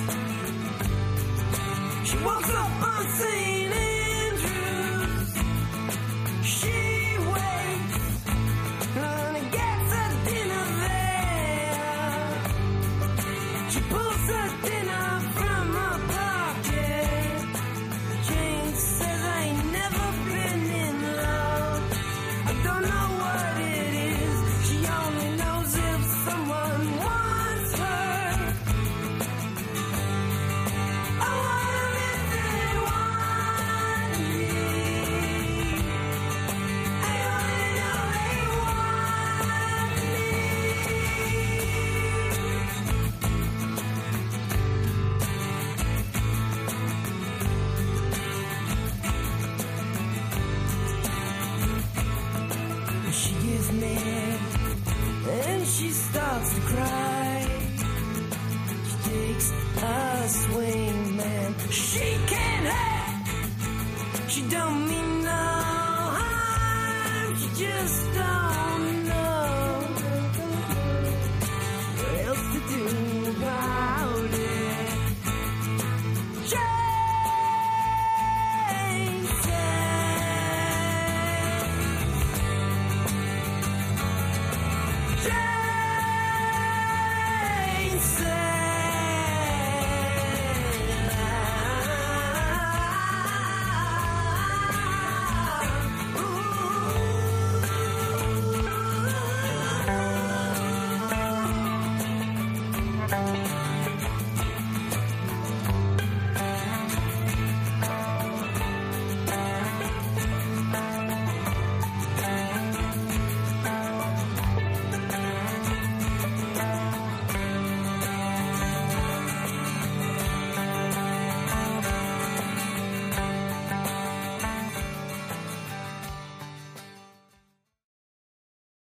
Speaker 9: She walks up on St. Andrews. She waits and gets her dinner there. She pulls her dinner from her pocket. Jane says, I ain't never been in love. I don't know what it is. She only knows if someone wants her. I want 'em if they want me. I only know they want me. She gets mad and she starts to cry. She takes a swing, man. She can't help. She don't mean